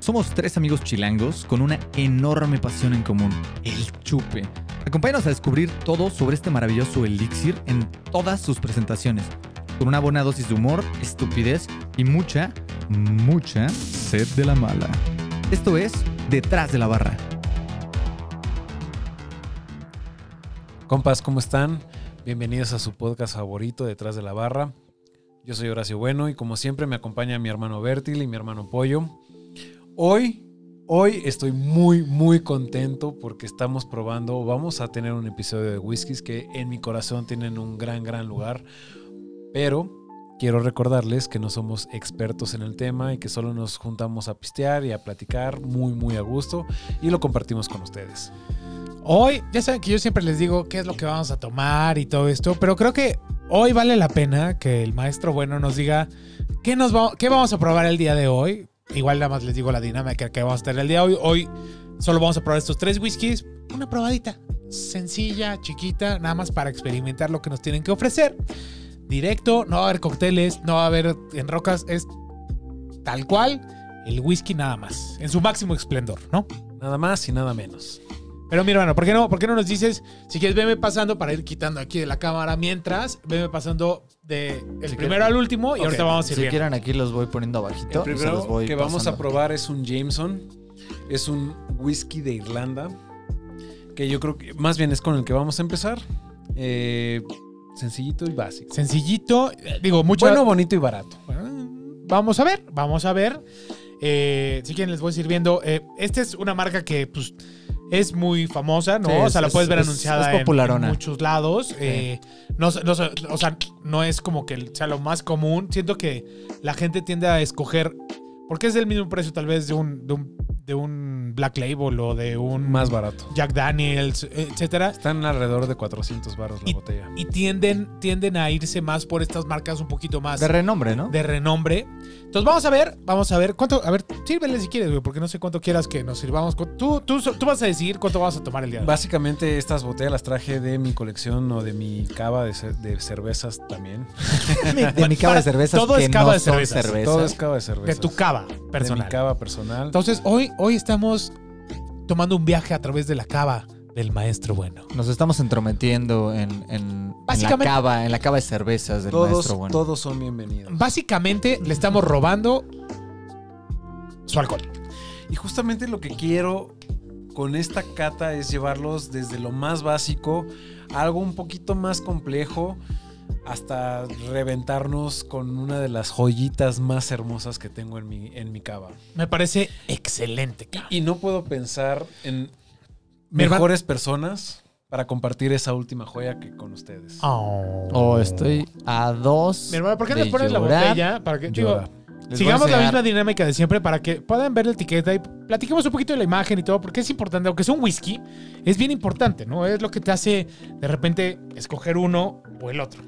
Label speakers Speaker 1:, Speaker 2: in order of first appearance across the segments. Speaker 1: Somos tres amigos chilangos con una enorme pasión en común, el chupe. Acompáñanos a descubrir todo sobre este maravilloso elixir en todas sus presentaciones, con una buena dosis de humor, estupidez y mucha, mucha sed de la mala. Esto es Detrás de la Barra.
Speaker 2: Compas, ¿cómo están? Bienvenidos a su podcast favorito, Detrás de la Barra. Yo soy Horacio Bueno y como siempre me acompaña mi hermano Bertil y mi hermano Pollo. Hoy, hoy estoy muy, muy contento porque estamos probando, vamos a tener un episodio de whiskies que en mi corazón tienen un gran, gran lugar. Pero quiero recordarles que no somos expertos en el tema y que solo nos juntamos a pistear y a platicar muy, muy a gusto y lo compartimos con ustedes.
Speaker 3: Hoy, ya saben que yo siempre les digo qué es lo que vamos a tomar y todo esto, pero creo que hoy vale la pena que el maestro bueno nos diga qué, nos va- qué vamos a probar el día de hoy. Igual nada más les digo la dinámica que vamos a tener el día de hoy. Hoy solo vamos a probar estos tres whiskies. Una probadita, sencilla, chiquita, nada más para experimentar lo que nos tienen que ofrecer. Directo, no va a haber cócteles, no va a haber en rocas, es tal cual el whisky nada más, en su máximo esplendor, ¿no?
Speaker 2: Nada más y nada menos.
Speaker 3: Pero mi hermano, ¿por qué no, por qué no nos dices, si quieres, veme pasando para ir quitando aquí de la cámara mientras, veme pasando de el
Speaker 4: Si
Speaker 3: primero
Speaker 4: quieres-
Speaker 3: al último y
Speaker 2: Ok,
Speaker 3: ahorita vamos a
Speaker 4: Si
Speaker 3: ir viendo.
Speaker 4: quieren, aquí los voy poniendo
Speaker 2: El
Speaker 4: abajito. y se
Speaker 2: primero
Speaker 4: los voy
Speaker 2: que vamos a
Speaker 4: pasando.
Speaker 2: probar es un Jameson. Es un whisky de Irlanda. Que yo creo que más bien es con el que vamos a empezar. Eh, sencillito y básico.
Speaker 3: Sencillito, eh, digo, mucho.
Speaker 2: Bueno, bonito y barato.
Speaker 3: vamos a ver, vamos a ver. Eh, si quieren, les voy sirviendo. Eh, esta es una marca que, pues, es muy famosa, ¿no?
Speaker 4: Sí,
Speaker 3: o
Speaker 4: es-
Speaker 3: sea, la
Speaker 4: es-
Speaker 3: puedes ver
Speaker 4: es-
Speaker 3: anunciada
Speaker 4: es
Speaker 3: en- en,
Speaker 4: popularona.
Speaker 3: muchos lados. Eh, no, sé- no sé, o sea, no es como que sea lo más común. Siento que la gente tiende a escoger, porque es el mismo precio tal vez de un, de un, de un Black Label o de un
Speaker 2: Más barato.
Speaker 3: Jack Daniels, etcétera.
Speaker 2: Están alrededor de 400 barros la botella.
Speaker 3: Y tienden, tienden a irse más por estas marcas un poquito más
Speaker 4: De renombre, ¿no?
Speaker 3: de renombre. Entonces vamos a ver, vamos a ver cuánto, a ver, sírvele si quieres, güey, porque no sé cuánto quieras que nos sirvamos. Cu- Tú, tú, tú vas a decidir cuánto vas a tomar el día. de hoy.
Speaker 2: Básicamente estas botellas las traje de mi colección o de mi cava de, ce- de cervezas también.
Speaker 4: de mi cava de cervezas.
Speaker 3: todo
Speaker 4: que
Speaker 3: es cava
Speaker 4: no
Speaker 3: de
Speaker 4: son
Speaker 3: cervezas.
Speaker 4: cervezas.
Speaker 2: Todo es cava de cervezas.
Speaker 3: De tu cava
Speaker 2: De
Speaker 3: personal.
Speaker 2: mi cava personal.
Speaker 3: Entonces hoy, hoy estamos tomando un viaje a través de la cava del maestro bueno.
Speaker 4: Nos estamos entrometiendo en, en- en
Speaker 3: Básicamente-
Speaker 4: la cava, en la cava de cervezas del
Speaker 2: todos,
Speaker 4: maestro bueno.
Speaker 2: todos son bienvenidos.
Speaker 3: Básicamente le estamos robando su alcohol.
Speaker 2: Y justamente lo que quiero con esta cata es llevarlos desde lo más básico a algo un poquito más complejo hasta reventarnos con una de las joyitas más hermosas que tengo en mi, en mi cava.
Speaker 3: Me parece excelente, cava.
Speaker 2: Y no puedo pensar en
Speaker 3: Mi hermano-
Speaker 2: mejores personas para compartir esa última joya que con ustedes.
Speaker 3: Oh.
Speaker 4: Oh, estoy a dos.
Speaker 3: Mi hermano, ¿por qué
Speaker 4: de
Speaker 3: no pones la
Speaker 4: llorar.
Speaker 3: botella? Para que, digo,
Speaker 2: Llora.
Speaker 4: Les voy a
Speaker 3: Sigamos la
Speaker 4: enseñar.
Speaker 3: misma dinámica de siempre para que puedan ver la etiqueta y platiquemos un poquito de la imagen y todo, porque es importante, aunque sea un whisky, es bien importante, ¿no? Es lo que te hace de repente escoger uno o el otro.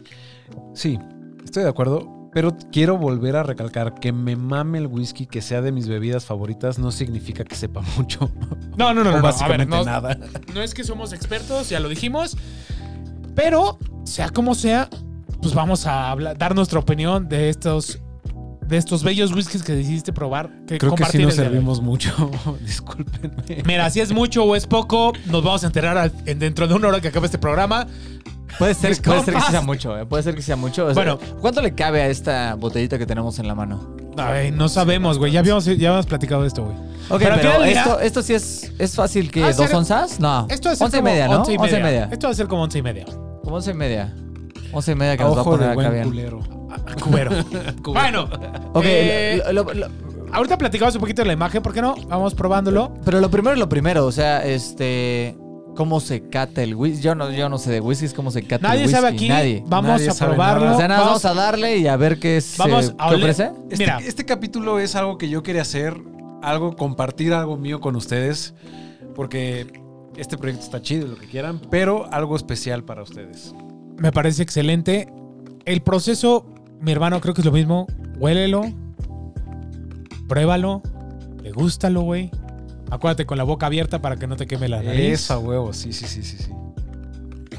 Speaker 2: Sí, estoy de acuerdo. Pero quiero volver a recalcar que me mame el whisky, que sea de mis bebidas favoritas, no significa que sepa mucho.
Speaker 3: No, no, no,
Speaker 2: o
Speaker 3: no, no. A
Speaker 2: básicamente
Speaker 3: ver, no,
Speaker 2: nada.
Speaker 3: no es que somos expertos, ya lo dijimos, pero sea como sea, pues vamos a hablar- dar nuestra opinión de estos, de estos bellos whiskies que decidiste probar. Que
Speaker 2: Creo que sí
Speaker 3: compartir
Speaker 2: nos
Speaker 3: el día de hoy.
Speaker 2: servimos mucho, discúlpenme.
Speaker 3: Mira, si es mucho o es poco, nos vamos a enterar al- en- dentro de una hora que acabe este programa.
Speaker 4: Puede ser,
Speaker 3: Mis
Speaker 4: puede ser que
Speaker 3: compas.
Speaker 4: sea mucho, eh, puede ser que sea mucho. O sea,
Speaker 3: Bueno.
Speaker 4: ¿cuánto le cabe a esta botellita que tenemos en la mano?
Speaker 3: Ay, no sabemos, güey. Ya habíamos, ya habíamos platicado de esto, güey.
Speaker 4: Ok,
Speaker 3: Pero
Speaker 4: pero,
Speaker 3: al final del día-
Speaker 4: esto, esto sí es, es fácil que
Speaker 3: Va a
Speaker 4: dos
Speaker 3: ser-
Speaker 4: onzas, no,
Speaker 3: Esto va a ser
Speaker 4: once y
Speaker 3: como
Speaker 4: media, ¿no?
Speaker 3: once y
Speaker 4: Once y
Speaker 3: media.
Speaker 4: media,
Speaker 3: Esto va a ser como once y media.
Speaker 4: como once y media, once y media que
Speaker 2: A
Speaker 4: nos va a
Speaker 2: ojo
Speaker 4: poner
Speaker 2: de
Speaker 4: acá
Speaker 2: buen
Speaker 4: bien.
Speaker 2: culero.
Speaker 3: Cubero. Ah, bueno.
Speaker 4: Ok,
Speaker 3: eh,
Speaker 4: lo- lo- lo-
Speaker 3: ahorita platicamos un poquito de la imagen, ¿por qué no? Vamos probándolo.
Speaker 4: pero lo primero es lo primero, o sea, este, cómo se cata el whisky. Yo no, yo no sé de whiskies, cómo se cata
Speaker 3: Nadie
Speaker 4: el whisky.
Speaker 3: sabe aquí.
Speaker 4: Nadie.
Speaker 3: Vamos
Speaker 2: Nadie
Speaker 3: a
Speaker 2: sabe
Speaker 3: probarlo.
Speaker 2: nada.
Speaker 4: O sea, nada,
Speaker 3: vamos,
Speaker 4: vamos, a darle y a ver qué se
Speaker 3: vamos a
Speaker 4: qué
Speaker 3: oler.
Speaker 4: ofrece.
Speaker 2: Este,
Speaker 3: Mira,
Speaker 2: este capítulo es algo que yo quería hacer, algo, compartir algo mío con ustedes, porque este proyecto está chido, lo que quieran, pero algo especial para ustedes.
Speaker 3: me parece excelente. El proceso, mi hermano, creo que es lo mismo. Huélelo. Pruébalo. Degústalo, güey. Acuérdate con la boca abierta para que no te queme la nariz.
Speaker 2: Esa huevo, sí, sí, sí, sí, sí.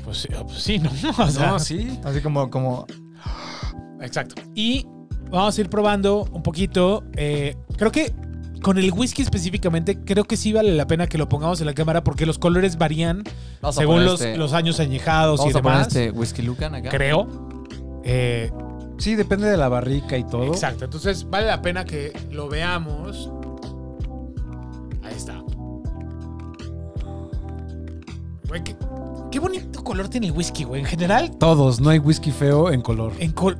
Speaker 3: Pues, sí, pues sí, ¿no? O sea,
Speaker 2: No, sí.
Speaker 4: Así como, como,
Speaker 3: Exacto. Y vamos a ir probando un poquito. eh, creo que con el whisky específicamente, creo que sí vale la pena que lo pongamos en la cámara porque los colores varían
Speaker 4: Vamos a
Speaker 3: según
Speaker 4: poner
Speaker 3: los,
Speaker 4: este-
Speaker 3: los años añejados
Speaker 4: Vamos
Speaker 3: y
Speaker 4: a poner
Speaker 3: demás.
Speaker 4: este whisky Lucan acá.
Speaker 3: Creo. Eh,
Speaker 2: Sí, depende de la barrica y
Speaker 4: Oh.
Speaker 2: todo.
Speaker 3: Exacto, entonces vale la pena que lo veamos. Ahí está. Güey, qué, qué bonito color tiene el whisky, güey. En general,
Speaker 2: Todos, no hay whisky feo en color.
Speaker 3: en col...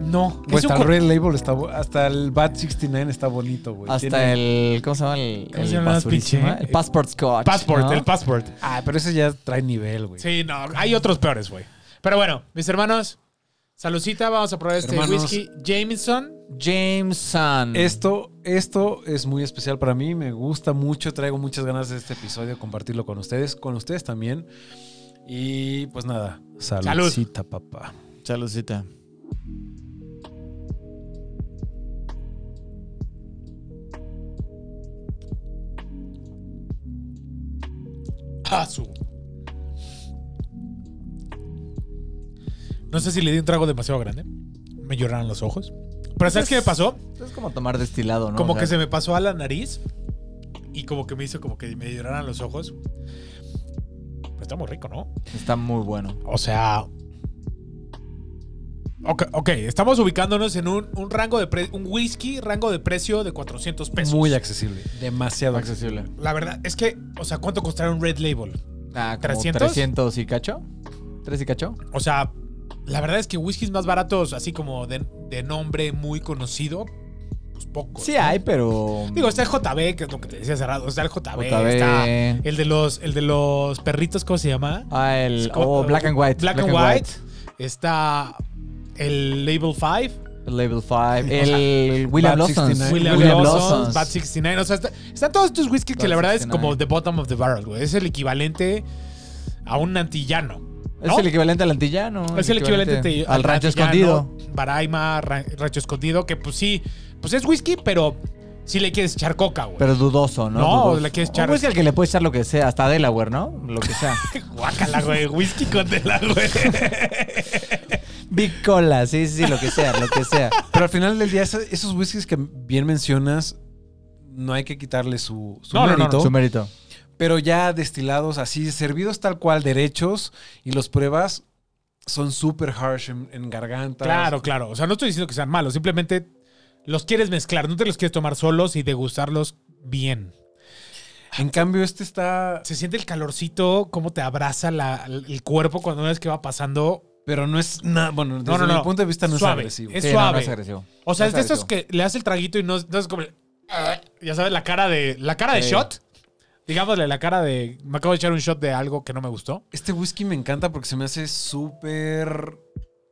Speaker 3: No,
Speaker 2: Güey,
Speaker 3: es un
Speaker 2: hasta el
Speaker 3: col-
Speaker 2: Red Label está bu- hasta el Bat 69 está bonito, güey.
Speaker 4: Hasta
Speaker 2: Tiene-
Speaker 4: el. ¿Cómo se llama el.
Speaker 3: ¿Cómo
Speaker 4: el
Speaker 3: se llama, este
Speaker 4: basurísima?
Speaker 3: pinche?
Speaker 4: El Passport Scotch.
Speaker 3: passport,
Speaker 4: ¿no?
Speaker 3: el passport.
Speaker 2: Ah, pero ese ya trae nivel, güey.
Speaker 3: Sí, no, hay otros peores, güey. Pero bueno, mis hermanos, saludcita, vamos a probar este
Speaker 2: Hermanos.
Speaker 3: whisky Jameson.
Speaker 4: Jameson.
Speaker 2: Esto, esto es muy especial para mí, me gusta mucho, traigo muchas ganas de este episodio, compartirlo con ustedes, con ustedes también. Y pues nada, saludcita, papá.
Speaker 4: Saludcita.
Speaker 3: Ah, su. No sé si le di un trago demasiado grande. Me lloraron los ojos. Pero ¿sabes qué me pasó?
Speaker 4: Es como tomar destilado, ¿no?
Speaker 3: Como
Speaker 4: O
Speaker 3: que
Speaker 4: sea,
Speaker 3: se me pasó a la nariz y como que me hizo como que me lloraran los ojos. Pero está muy rico, ¿no?
Speaker 4: Está muy bueno.
Speaker 3: O sea... Ok, ok, estamos ubicándonos en un, un rango de pre- un whisky rango de precio de 400 pesos.
Speaker 2: Muy accesible, demasiado accesible.
Speaker 4: Accesible.
Speaker 3: La verdad es que, o sea, ¿cuánto costará un Red Label?
Speaker 4: Ah, como
Speaker 3: ¿300?
Speaker 4: 300 y cacho. ¿Tres y cacho?
Speaker 3: O sea, la verdad es que whiskies más baratos, así como de, de nombre muy conocido, pues poco.
Speaker 4: Sí
Speaker 3: ¿no?
Speaker 4: hay, pero.
Speaker 3: Digo, está el JB, que es lo que te decía cerrado. Está el JB,
Speaker 4: JB.
Speaker 3: está el de los, el de los perritos, ¿cómo se llama?
Speaker 4: Ah, el.
Speaker 3: Scott-
Speaker 4: Oh, Black and White.
Speaker 3: Black, and White. Está el Label 5,
Speaker 4: El Label 5. El William
Speaker 2: Bad
Speaker 4: Lawson.
Speaker 2: 69.
Speaker 3: William,
Speaker 2: William
Speaker 3: Lawson's,
Speaker 4: Lawson's.
Speaker 3: Bad 69. O sea, está- están todos estos whiskies que
Speaker 4: Bad
Speaker 3: la verdad es
Speaker 4: 69.
Speaker 3: como the bottom of the barrel, güey. Es el equivalente a un antillano.
Speaker 4: Es
Speaker 3: ¿no?
Speaker 4: el equivalente al antillano.
Speaker 3: Es el equivalente te-
Speaker 4: al rancho escondido.
Speaker 3: Baraima, ra- rancho escondido, que pues sí, pues es whisky, pero si le quieres echar coca, güey.
Speaker 4: Pero dudoso, ¿no?
Speaker 3: No,
Speaker 4: dudoso.
Speaker 3: le quieres echar-
Speaker 4: Un whisky al que le puedes echar lo que sea, hasta Delaware, ¿no? Lo que sea.
Speaker 3: Guácala, güey. Whisky con tela, güey.
Speaker 4: Big Cola, sí, sí, sí, lo que sea, lo que sea.
Speaker 2: Pero al final del día, esa- esos whiskies que bien mencionas, no hay que quitarle su, su
Speaker 3: No, no, no,
Speaker 2: mérito.
Speaker 4: Su mérito.
Speaker 2: pero ya destilados así, servidos tal cual, derechos, y los pruebas son súper harsh en, en garganta.
Speaker 3: Claro, claro. O sea, no estoy diciendo que sean malos, simplemente los quieres mezclar, no te los quieres tomar solos y degustarlos bien.
Speaker 2: En cambio, este está...
Speaker 3: Se siente el calorcito, cómo te abraza la- el cuerpo cuando una vez que va pasando.
Speaker 2: Pero no es nada... Bueno, desde
Speaker 3: No, no,
Speaker 2: mi
Speaker 3: no.
Speaker 2: punto de vista no
Speaker 3: Suave.
Speaker 2: es agresivo.
Speaker 3: Es
Speaker 4: Sí, no,
Speaker 3: suave.
Speaker 4: no es agresivo.
Speaker 3: O sea,
Speaker 4: No
Speaker 3: es de estos
Speaker 4: agresivo.
Speaker 3: que le das el traguito y no, no es como. el- ah, Ya sabes, la cara de. La cara de
Speaker 4: Sí.
Speaker 3: shot. Digámosle, la cara de. Me acabo de echar un shot de algo que no me gustó.
Speaker 2: Este whisky me encanta porque se me hace súper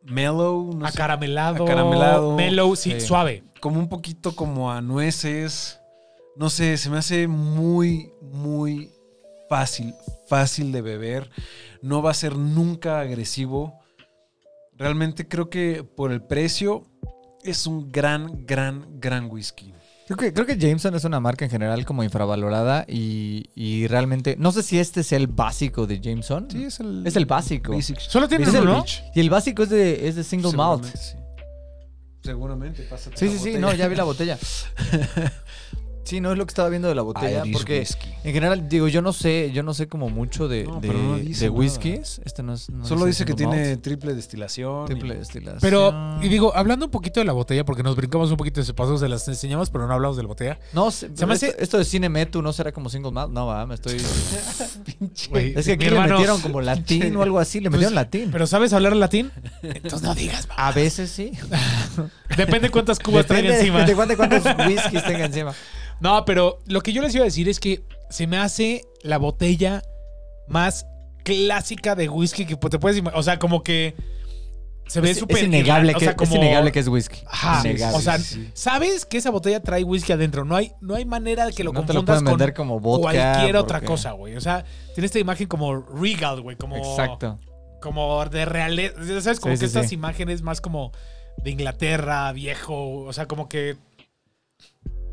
Speaker 2: mellow, no sé,
Speaker 3: acaramelado.
Speaker 2: acaramelado.
Speaker 3: Mellow, sí,
Speaker 4: Sí.
Speaker 3: suave.
Speaker 2: como un poquito como a nueces. No sé, se me hace muy, muy fácil, fácil de beber. No va a ser nunca agresivo. Realmente creo que por el precio es un gran, gran, gran whisky.
Speaker 4: Creo que, creo que Jameson es una marca en general como infravalorada y, y realmente. No sé si este es el básico de Jameson.
Speaker 2: es el,
Speaker 4: Es el básico.
Speaker 3: Solo tiene
Speaker 4: Es
Speaker 3: uno,
Speaker 4: el
Speaker 3: ¿no?
Speaker 4: Y el básico es de, es de single malt.
Speaker 2: Seguramente pasa.
Speaker 4: Sí, sí, sí, no, ya vi la botella. sí, no es lo que estaba viendo de la
Speaker 2: Ah,
Speaker 4: botella. porque en general, digo, yo no sé, yo no sé como mucho de,
Speaker 2: No,
Speaker 4: de,
Speaker 2: pero no dice
Speaker 4: de
Speaker 2: nada.
Speaker 4: whiskies. Este no es. no
Speaker 2: Solo dice que
Speaker 4: single
Speaker 2: tiene
Speaker 4: malt,
Speaker 2: triple destilación.
Speaker 4: triple destilación.
Speaker 3: Pero, y digo, hablando un poquito de la botella, porque nos brincamos un poquito de ese paso, se las enseñamos, pero no hablamos de la botella.
Speaker 4: No, se,
Speaker 3: Se me hace-
Speaker 4: esto, esto de cine metu no será como single malt. No, va, me estoy.
Speaker 3: Güey,
Speaker 4: Es que aquí
Speaker 3: mi
Speaker 4: le
Speaker 3: hermano-
Speaker 4: metieron como latín o algo así. Le metieron latín.
Speaker 3: ¿Pero sabes hablar latín? Entonces no digas, ma.
Speaker 4: a veces sí.
Speaker 3: Depende cuántas cubas traen
Speaker 4: Depende
Speaker 3: encima.
Speaker 4: De cuánto- cuántos whiskies tenga encima.
Speaker 3: No, pero lo que yo les iba a decir es que se me hace la botella más clásica de whisky que te puedes imaginar. O sea, como que se ve
Speaker 4: Es,
Speaker 3: súper.
Speaker 4: es innegable
Speaker 3: irla- o
Speaker 4: que,
Speaker 3: sea,
Speaker 4: es
Speaker 3: como-
Speaker 4: innegable que es whisky.
Speaker 3: Ajá.
Speaker 4: Innegable.
Speaker 3: O sea,
Speaker 2: Sí, sí, sí.
Speaker 3: sabes que esa botella trae whisky adentro. No hay, no hay manera de que lo
Speaker 4: no te lo
Speaker 3: confundas
Speaker 4: pueden vender
Speaker 3: con
Speaker 4: como vodka.
Speaker 3: cualquier otra
Speaker 4: porque-
Speaker 3: cosa, güey. O sea, tiene esta imagen como regal, güey. Como,
Speaker 4: Exacto.
Speaker 3: Como de realeza. ¿Sabes? Como
Speaker 4: Sí,
Speaker 3: que
Speaker 4: sí,
Speaker 3: estas
Speaker 4: sí.
Speaker 3: imágenes más como de Inglaterra, viejo. O sea, como que.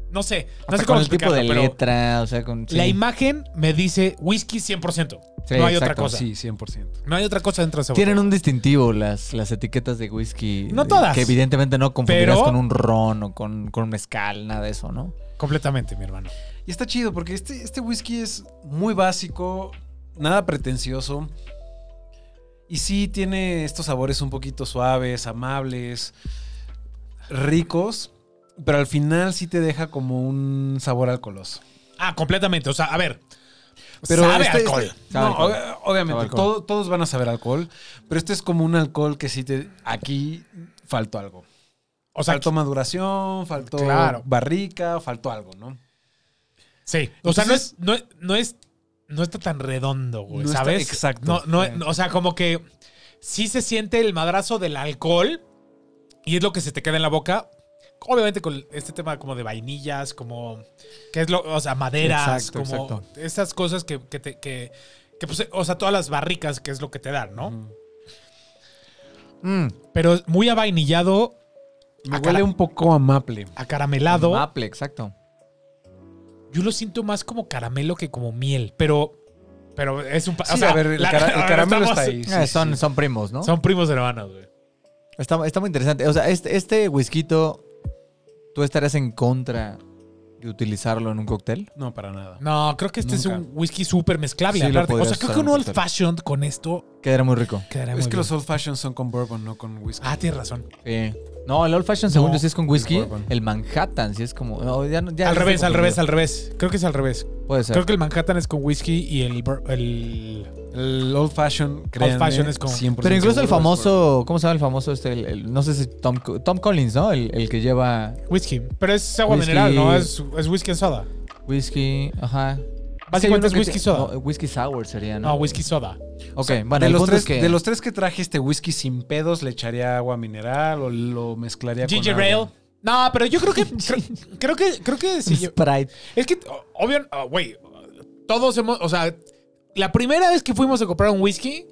Speaker 3: No sé, no
Speaker 4: Hasta con
Speaker 3: sé cómo
Speaker 4: el tipo
Speaker 3: explicarlo,
Speaker 4: de
Speaker 3: pero
Speaker 4: letra, o sea, con...
Speaker 3: la
Speaker 4: sí.
Speaker 3: imagen me dice whisky 100%.
Speaker 4: Sí,
Speaker 3: no hay otra
Speaker 4: exacto.
Speaker 3: cosa.
Speaker 2: Sí, 100%.
Speaker 3: No hay otra cosa dentro de esa
Speaker 4: Tienen
Speaker 3: botella.
Speaker 4: un distintivo las, las etiquetas de whisky.
Speaker 3: No
Speaker 4: de-
Speaker 3: todas.
Speaker 4: Que evidentemente no confundirás
Speaker 3: Pero-
Speaker 4: con un ron o con, con mezcal, nada de eso, ¿no?
Speaker 3: Completamente, mi hermano.
Speaker 2: Y está chido porque este, este whisky es muy básico, nada pretencioso. Y sí tiene estos sabores un poquito suaves, amables, ricos. Pero al final sí te deja como un sabor alcoholoso.
Speaker 3: Ah, completamente. O sea, a ver.
Speaker 2: Pero
Speaker 3: sabe
Speaker 2: este-
Speaker 3: alcohol.
Speaker 2: este-
Speaker 4: Sabe
Speaker 2: no,
Speaker 4: alcohol.
Speaker 2: ob- obviamente,
Speaker 4: Sabe alcohol.
Speaker 2: todo- todos van a saber alcohol. Pero este es como un alcohol que sí te. Aquí faltó algo.
Speaker 3: O sea,
Speaker 2: faltó maduración, faltó
Speaker 3: Claro.
Speaker 2: barrica, faltó algo, ¿no?
Speaker 3: sí. O sea, no
Speaker 2: Entonces-
Speaker 3: es, no, es- no es. No está tan redondo, güey.
Speaker 2: No está-
Speaker 3: ¿Sabes?
Speaker 2: exacto.
Speaker 3: No, no,
Speaker 2: Sí.
Speaker 3: O sea, como que sí se siente el madrazo del alcohol y es lo que se te queda en la boca. Obviamente con este tema como de vainillas, como. que es lo? O sea, maderas,
Speaker 4: Exacto,
Speaker 3: como. Esas cosas que, que te. Que, que, pues, o sea, todas las barricas que es lo que te dan, ¿no?
Speaker 2: Ujú.
Speaker 4: Mm,
Speaker 3: Pero muy avainillado,
Speaker 2: Me
Speaker 3: Ah,
Speaker 2: huele
Speaker 3: cara-
Speaker 2: un poco a maple.
Speaker 3: acaramelado.
Speaker 4: Maple, exacto.
Speaker 3: Yo lo siento más como caramelo que como miel, pero. Pero es un. pa-
Speaker 2: Sí, a ver, el,
Speaker 3: la-
Speaker 2: cara-
Speaker 3: a
Speaker 2: el
Speaker 3: ver,
Speaker 2: caramelo
Speaker 3: estamos-
Speaker 2: está ahí. sí,
Speaker 4: Ah,
Speaker 2: sí,
Speaker 4: son,
Speaker 2: sí.
Speaker 4: son primos, ¿no?
Speaker 3: Son primos hermanos, güey.
Speaker 4: Está, está muy interesante. O sea, este, este whisky, ¿tú estarías en contra de utilizarlo en un cóctel?
Speaker 2: No, para nada.
Speaker 3: No, creo que este
Speaker 2: Nunca.
Speaker 3: es un whisky súper mezclable.
Speaker 4: Sí, lo
Speaker 3: aparte. O sea,
Speaker 4: podrías
Speaker 3: creo
Speaker 4: usar
Speaker 3: que un
Speaker 4: en un
Speaker 3: old
Speaker 4: cóctel.
Speaker 3: fashioned con esto
Speaker 4: Quedaría muy rico.
Speaker 3: quedaría muy
Speaker 2: Es que
Speaker 3: bien.
Speaker 2: los old fashions son con bourbon, no con whisky.
Speaker 3: Ah, tienes razón.
Speaker 4: Sí. Eh, No, el Old Fashioned, según
Speaker 3: No,
Speaker 4: yo, sí es con whisky.
Speaker 2: bourbon.
Speaker 4: El Manhattan, sí es como. no, ya no- ya
Speaker 3: al
Speaker 4: estoy
Speaker 3: revés, al
Speaker 4: confundido.
Speaker 3: revés, al revés. Creo que es al revés.
Speaker 4: Puede ser.
Speaker 3: Creo que el Manhattan es con whisky y el. bur- el-
Speaker 2: El old fashion, créanme,
Speaker 3: fashion es con-
Speaker 2: 100%
Speaker 4: Pero incluso el
Speaker 2: seguro es
Speaker 4: famoso, ¿cómo se llama el famoso este? El- el- no sé si Tom, Co- Tom Collins, ¿no? El, el que lleva
Speaker 3: whisky. Pero es agua
Speaker 4: Whisky.
Speaker 3: mineral, ¿no? Es, es whisky en soda.
Speaker 4: whisky, ajá.
Speaker 3: Básicamente
Speaker 4: Sí,
Speaker 3: es
Speaker 4: hay uno que
Speaker 3: whisky
Speaker 4: te-
Speaker 3: soda.
Speaker 4: no, whisky sour sería, ¿no?
Speaker 3: No, whisky soda.
Speaker 4: Ok,
Speaker 2: O sea,
Speaker 4: bueno,
Speaker 2: de
Speaker 4: el
Speaker 2: los,
Speaker 4: punto
Speaker 2: tres,
Speaker 4: es que...
Speaker 2: de los tres que traje este whisky sin pedos, le echaría agua mineral o lo mezclaría
Speaker 3: Ginger
Speaker 2: con agua.
Speaker 3: ale. No, pero yo creo que. creo, creo que. Creo que si yo-
Speaker 4: Sprite.
Speaker 3: Es que, o- obvio, ah, güey, todos hemos, o sea, la primera vez que fuimos a comprar un whisky,